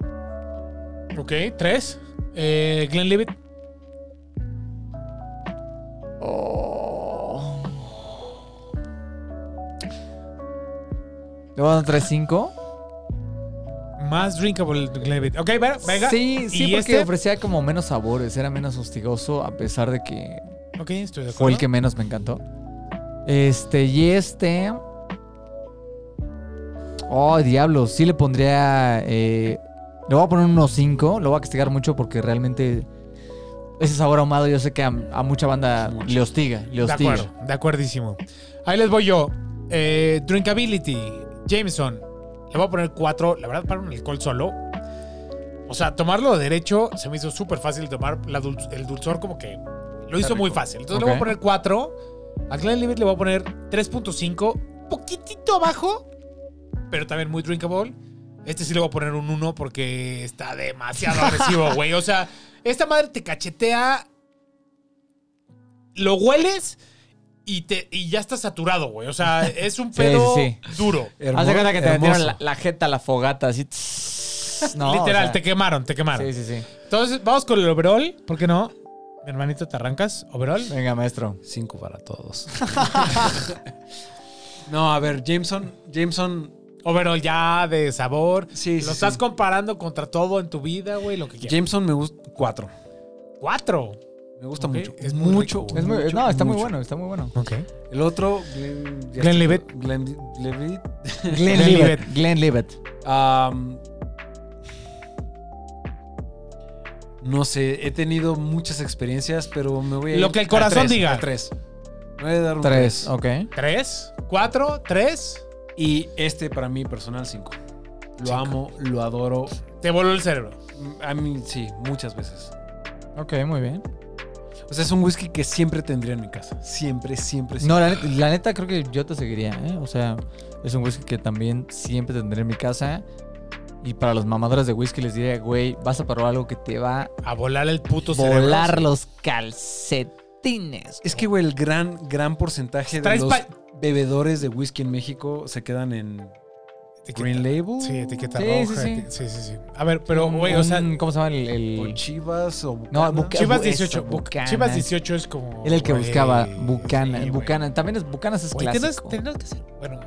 Speaker 3: Ok, tres. Eh, Glenlivet.
Speaker 4: Oh. Le voy a dar tres, cinco.
Speaker 3: Más drinkable Glenlivet. Ok, bueno, venga.
Speaker 4: Sí, sí,
Speaker 3: ¿Y
Speaker 4: porque
Speaker 3: este?
Speaker 4: ofrecía como menos sabores, era menos hostigoso, a pesar de que
Speaker 3: Ok, estoy de acuerdo.
Speaker 4: fue el que menos me encantó. Este, y este. Oh, diablo, sí le pondría. eh, le voy a poner unos 5, lo voy a castigar mucho porque realmente ese sabor ahumado yo sé que a, a mucha banda
Speaker 2: Mucho.
Speaker 4: le hostiga, le
Speaker 3: De
Speaker 4: hostiga.
Speaker 3: acuerdo, de acuerdísimo. Ahí les voy yo. Eh, drinkability, Jameson. Le voy a poner cuatro. La verdad, para un alcohol solo. O sea, tomarlo derecho se me hizo súper fácil tomar la dul- el dulzor, como que lo hizo muy fácil. Entonces le voy a
Speaker 4: Ok.
Speaker 3: poner cuatro. A Glenlivet le voy a poner 3.5. Poquitito abajo, pero también muy drinkable. Este sí le voy a poner un 1 porque está demasiado agresivo, güey. O sea, esta madre te cachetea, lo hueles y, te, y ya está saturado, güey. O sea, es un
Speaker 4: Sí,
Speaker 3: pedo
Speaker 4: sí,
Speaker 3: duro.
Speaker 4: Haz de cuenta que te metieron
Speaker 2: metieron
Speaker 4: la, la jeta a la fogata, así. tss, no, o
Speaker 3: Literal,
Speaker 4: sea,
Speaker 3: te quemaron, te quemaron.
Speaker 4: Sí, sí, sí.
Speaker 3: Entonces, vamos con el overall. ¿Por qué no? Mi hermanito, ¿te arrancas? ¿Overall?
Speaker 4: Venga, maestro.
Speaker 2: 5 para todos. no, a ver, Jameson. Jameson.
Speaker 3: Overall ya de sabor.
Speaker 2: Sí, sí.
Speaker 3: lo estás
Speaker 2: sí.
Speaker 3: comparando contra todo en tu vida, güey, lo que quieras.
Speaker 2: Jameson me gusta. 4.
Speaker 3: Cuatro.
Speaker 2: Me gusta
Speaker 3: Ok,
Speaker 2: mucho.
Speaker 3: es muy rico, güey.
Speaker 4: Es muy-
Speaker 2: mucho,
Speaker 4: no, está muy
Speaker 2: mucho.
Speaker 4: bueno, está muy bueno.
Speaker 3: Ok.
Speaker 2: El otro, Glenn. ya
Speaker 3: Glenlivet.
Speaker 2: está- Glenn- Glenlivet.
Speaker 3: Glenlivet.
Speaker 4: Glenn Libet.
Speaker 2: Am, no sé, he tenido muchas experiencias, pero me voy a.
Speaker 3: Lo
Speaker 2: ir
Speaker 3: que el
Speaker 2: a
Speaker 3: corazón
Speaker 2: tres,
Speaker 3: diga.
Speaker 2: a tres. Me voy a dar un
Speaker 4: Tres,
Speaker 2: tres.
Speaker 4: ok.
Speaker 3: Tres, cuatro, tres.
Speaker 2: Y este, para mí, personal, cinco. Lo
Speaker 3: Cinco.
Speaker 2: amo, lo adoro.
Speaker 3: Te voló el cerebro.
Speaker 2: A mí, sí, muchas veces.
Speaker 4: Ok, muy bien.
Speaker 2: O sea, es un whisky que siempre tendría en mi casa. Siempre, siempre, siempre.
Speaker 4: No, la, neta- la neta creo que yo te seguiría, ¿eh? O sea, es un whisky que también siempre tendré en mi casa. Y para los mamadores de whisky les diría, güey, vas a probar algo que te va a
Speaker 3: A volar el puto cerebro.
Speaker 4: volar los calcetines.
Speaker 2: Es que, güey, el gran, gran porcentaje de
Speaker 3: Traes
Speaker 2: los
Speaker 3: pa-
Speaker 2: bebedores de whisky en México se quedan en
Speaker 3: Etiqueta-
Speaker 2: Green Label.
Speaker 3: Sí, etiqueta
Speaker 4: Sí,
Speaker 3: roja.
Speaker 4: sí, sí.
Speaker 3: eti- Sí, sí, sí. A ver, pero, güey, o sea.
Speaker 4: Un- ¿Cómo se llama el...? el-
Speaker 2: O Chivas o
Speaker 4: No,
Speaker 2: Bucanas.
Speaker 4: Buca-
Speaker 3: Chivas
Speaker 4: eso,
Speaker 3: 18. Buc-
Speaker 4: Bucanas.
Speaker 3: Chivas 18 es como.
Speaker 4: Era el que
Speaker 3: güey,
Speaker 4: buscaba
Speaker 3: sí,
Speaker 4: Bucana.
Speaker 3: güey.
Speaker 4: Bucana. También es Bucanas es
Speaker 3: Güey, tenemos,
Speaker 4: clásico.
Speaker 3: tenemos que hacer. Bueno,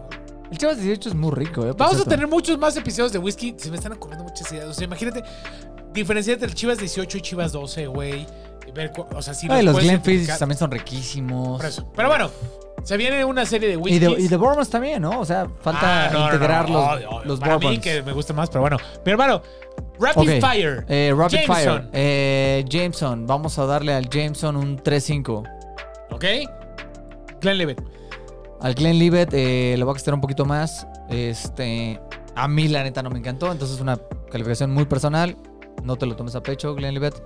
Speaker 4: El Chivas 18 es muy rico, ¿eh? Por
Speaker 3: vamos a
Speaker 4: cierto.
Speaker 3: tener muchos más episodios de whisky. Se me están ocurriendo muchas ideas. O sea, imagínate. Diferenciar entre el Chivas 18 y Chivas 12, güey. y ver cu- O sea, sí.
Speaker 4: Ay, Ah, los
Speaker 3: puedes
Speaker 4: Glenfiddich
Speaker 3: identificar.
Speaker 4: también son riquísimos.
Speaker 3: Por eso. Pero bueno, se viene una serie de
Speaker 4: Y
Speaker 3: whiskies.
Speaker 4: de, y de Bourbons también, ¿no? O sea, falta
Speaker 3: Ah, no, no, no,
Speaker 4: integrar los,
Speaker 3: obvio, obvio.
Speaker 4: los
Speaker 3: Para mí
Speaker 4: Bourbons.
Speaker 3: que me gusta más, pero bueno. Mi hermano, Rapid
Speaker 4: Ok.
Speaker 3: Fire.
Speaker 4: Eh, Rapid
Speaker 3: Jameson.
Speaker 4: Fire. Eh, Jameson. Vamos a darle al Jameson un 3-5.
Speaker 3: ¿Ok? Glenlivet.
Speaker 4: Al Glenn Libet eh, lo voy a extender un poquito más. Este, a mí la neta no me encantó. Entonces es una calificación muy personal. No te lo tomes a pecho, Glenn Libet.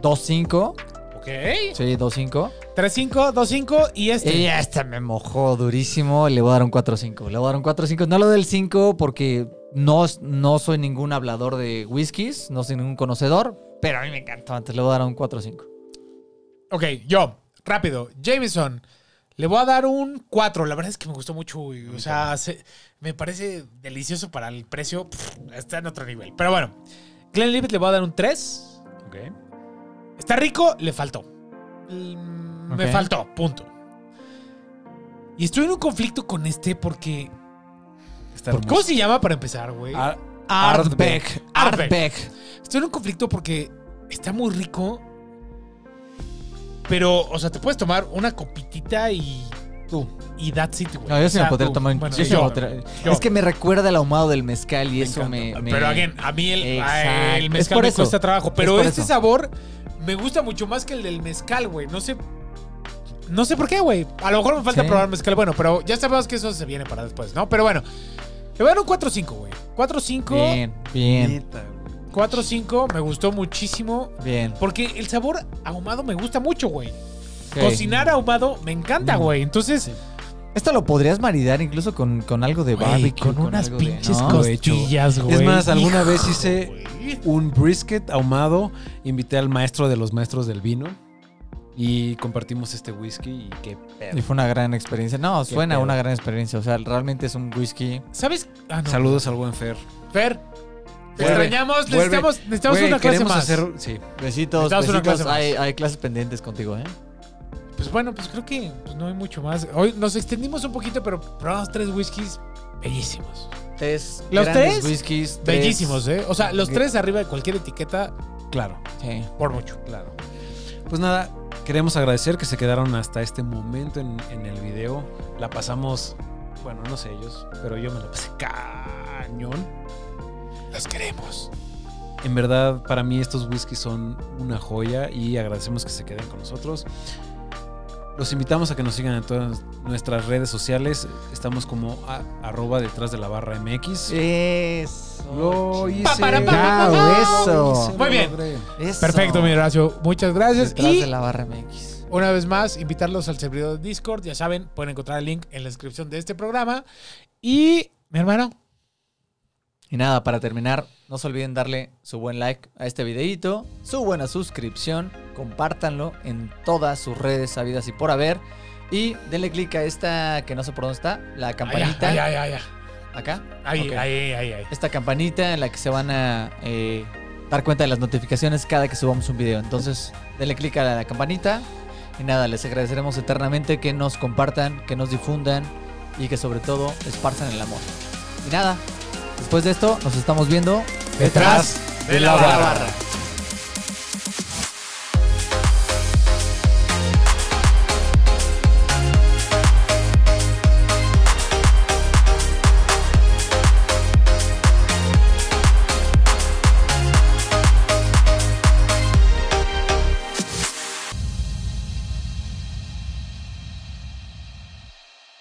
Speaker 4: 2-5.
Speaker 3: ¿Ok?
Speaker 4: Sí, 2-5.
Speaker 3: 3-5, 2-5 y este.
Speaker 4: Y este me mojó durísimo. Le voy a dar un 4-5. Le voy a dar un 4-5. No lo del 5 porque no, no soy ningún hablador de whiskies. No soy ningún conocedor. Pero a mí me encantó. Antes le voy a dar un 4-5.
Speaker 3: Ok, yo, rápido. Jameson, le voy a dar un 4. La verdad es que me gustó mucho. güey. O sea, se- me parece delicioso para el precio. Pff, está en otro nivel. Pero bueno, Glenlivet le voy a dar un 3.
Speaker 2: Ok.
Speaker 3: Está rico, le faltó. Mm, Me
Speaker 4: Ok.
Speaker 3: faltó, punto. Y estoy en un conflicto con este porque.
Speaker 2: Está
Speaker 3: ¿Cómo
Speaker 2: hermoso.
Speaker 3: se llama para empezar, güey?
Speaker 2: Ah,
Speaker 4: Ardbeck.
Speaker 3: Ardbeck.
Speaker 4: Ardbeck.
Speaker 3: Estoy en un conflicto porque está muy rico, Pero, o sea, te puedes tomar una copitita y. Tú. Y that's it, güey.
Speaker 4: No, yo sí me
Speaker 3: O sea,
Speaker 4: podría
Speaker 3: tú.
Speaker 4: tomar un-
Speaker 3: Bueno,
Speaker 4: yo sí me
Speaker 3: yo,
Speaker 4: podría-
Speaker 3: yo.
Speaker 4: Es que me recuerda el ahumado del mezcal y
Speaker 3: Me
Speaker 4: eso me,
Speaker 3: encanta.
Speaker 4: me-
Speaker 3: Pero again, a mí el,
Speaker 4: Exacto.
Speaker 3: el
Speaker 4: Es
Speaker 3: mezcal
Speaker 4: por
Speaker 3: me
Speaker 4: eso.
Speaker 3: cuesta trabajo. Pero
Speaker 4: por
Speaker 3: este
Speaker 4: eso.
Speaker 3: sabor me gusta mucho más que el del mezcal, güey. No sé. No sé por qué, güey. A lo mejor me falta
Speaker 4: Sí.
Speaker 3: probar mezcal. Bueno, pero ya sabemos que eso se viene para después, ¿no? Pero bueno. Le voy a dar un 4-5, güey. 4-5.
Speaker 4: Bien, bien,
Speaker 2: Neta, güey.
Speaker 3: 4-5. Me gustó muchísimo.
Speaker 4: bien.
Speaker 3: Porque el sabor ahumado me gusta mucho, güey.
Speaker 4: Ok.
Speaker 3: Cocinar ahumado me encanta,
Speaker 4: Mm.
Speaker 3: güey. Entonces,
Speaker 4: Esto lo podrías maridar incluso con, con algo de
Speaker 3: güey,
Speaker 4: barbecue.
Speaker 3: con unas
Speaker 4: algo de-
Speaker 3: pinches
Speaker 4: ¿no?
Speaker 3: costillas, güey.
Speaker 2: Es más, alguna vez hice-
Speaker 3: güey.
Speaker 2: Un brisket ahumado. Invité al maestro de los maestros del vino. Y compartimos este whisky. Y qué pedo.
Speaker 4: Y fue una gran experiencia. No,
Speaker 2: Qué
Speaker 4: suena
Speaker 2: pedo.
Speaker 4: una gran experiencia. O sea, realmente es un whisky.
Speaker 3: ¿Sabes? Ah, no.
Speaker 2: Saludos al buen Fer.
Speaker 3: Fer, te
Speaker 2: Vuelve,
Speaker 3: extrañamos.
Speaker 2: vuelve.
Speaker 3: Necesitamos, necesitamos
Speaker 2: Güey,
Speaker 3: una clase
Speaker 2: queremos
Speaker 3: más.
Speaker 2: hacer- sí.
Speaker 4: Besitos,
Speaker 3: Necesitamos una
Speaker 4: besitos.
Speaker 3: clase más.
Speaker 4: hay, hay clases pendientes contigo, ¿eh?
Speaker 3: Pues bueno, pues creo que pues, no hay mucho más. Hoy nos extendimos un poquito, pero probamos tres whiskies bellísimos.
Speaker 4: Tres
Speaker 3: ¿Los
Speaker 4: grandes
Speaker 3: tres?
Speaker 4: whiskies. tres-
Speaker 3: Bellísimos, ¿eh? O sea, los
Speaker 4: Gra-
Speaker 3: tres arriba de cualquier etiqueta,
Speaker 2: Claro.
Speaker 4: Sí.
Speaker 3: por mucho.
Speaker 2: Claro. Pues nada, queremos agradecer que se quedaron hasta este momento en, en el video. La pasamos, bueno, no sé ellos, pero yo me la pasé cañón.
Speaker 3: Los queremos.
Speaker 2: En verdad, para mí estos whiskies son una joya y agradecemos que se queden con nosotros. Los invitamos a que nos sigan en todas nuestras redes sociales. Estamos como a- arroba detrás de la barra MX.
Speaker 4: Eso.
Speaker 2: Lo hice.
Speaker 3: Paparapá,
Speaker 4: Chao,
Speaker 2: Lo
Speaker 4: eso.
Speaker 3: Muy bien.
Speaker 2: logré.
Speaker 4: Eso.
Speaker 3: Perfecto, mi Horacio. Muchas gracias.
Speaker 4: Detrás
Speaker 3: y
Speaker 4: de la barra MX.
Speaker 3: Una vez más, invitarlos al servidor de Discord. Ya saben, pueden encontrar el link en la descripción de este programa. Y, mi hermano,
Speaker 4: Y nada, para terminar, no se olviden darle su buen like a este videíto, su buena suscripción, compártanlo en todas sus redes sabidas y por haber. Y denle clic a esta que no sé por dónde está, la campanita.
Speaker 3: Ahí, ahí, ahí, ahí,
Speaker 4: Acá.
Speaker 3: ahí,
Speaker 4: Ok.
Speaker 3: ahí, ahí, ahí.
Speaker 4: Esta campanita en la que se van a eh, dar cuenta de las notificaciones cada que subamos un video. Entonces, denle clic a la campanita. Y nada, les agradeceremos eternamente que nos compartan, que nos difundan y que sobre todo esparzan el amor. Y nada, después de esto nos estamos viendo
Speaker 3: Detrás
Speaker 2: de la barra.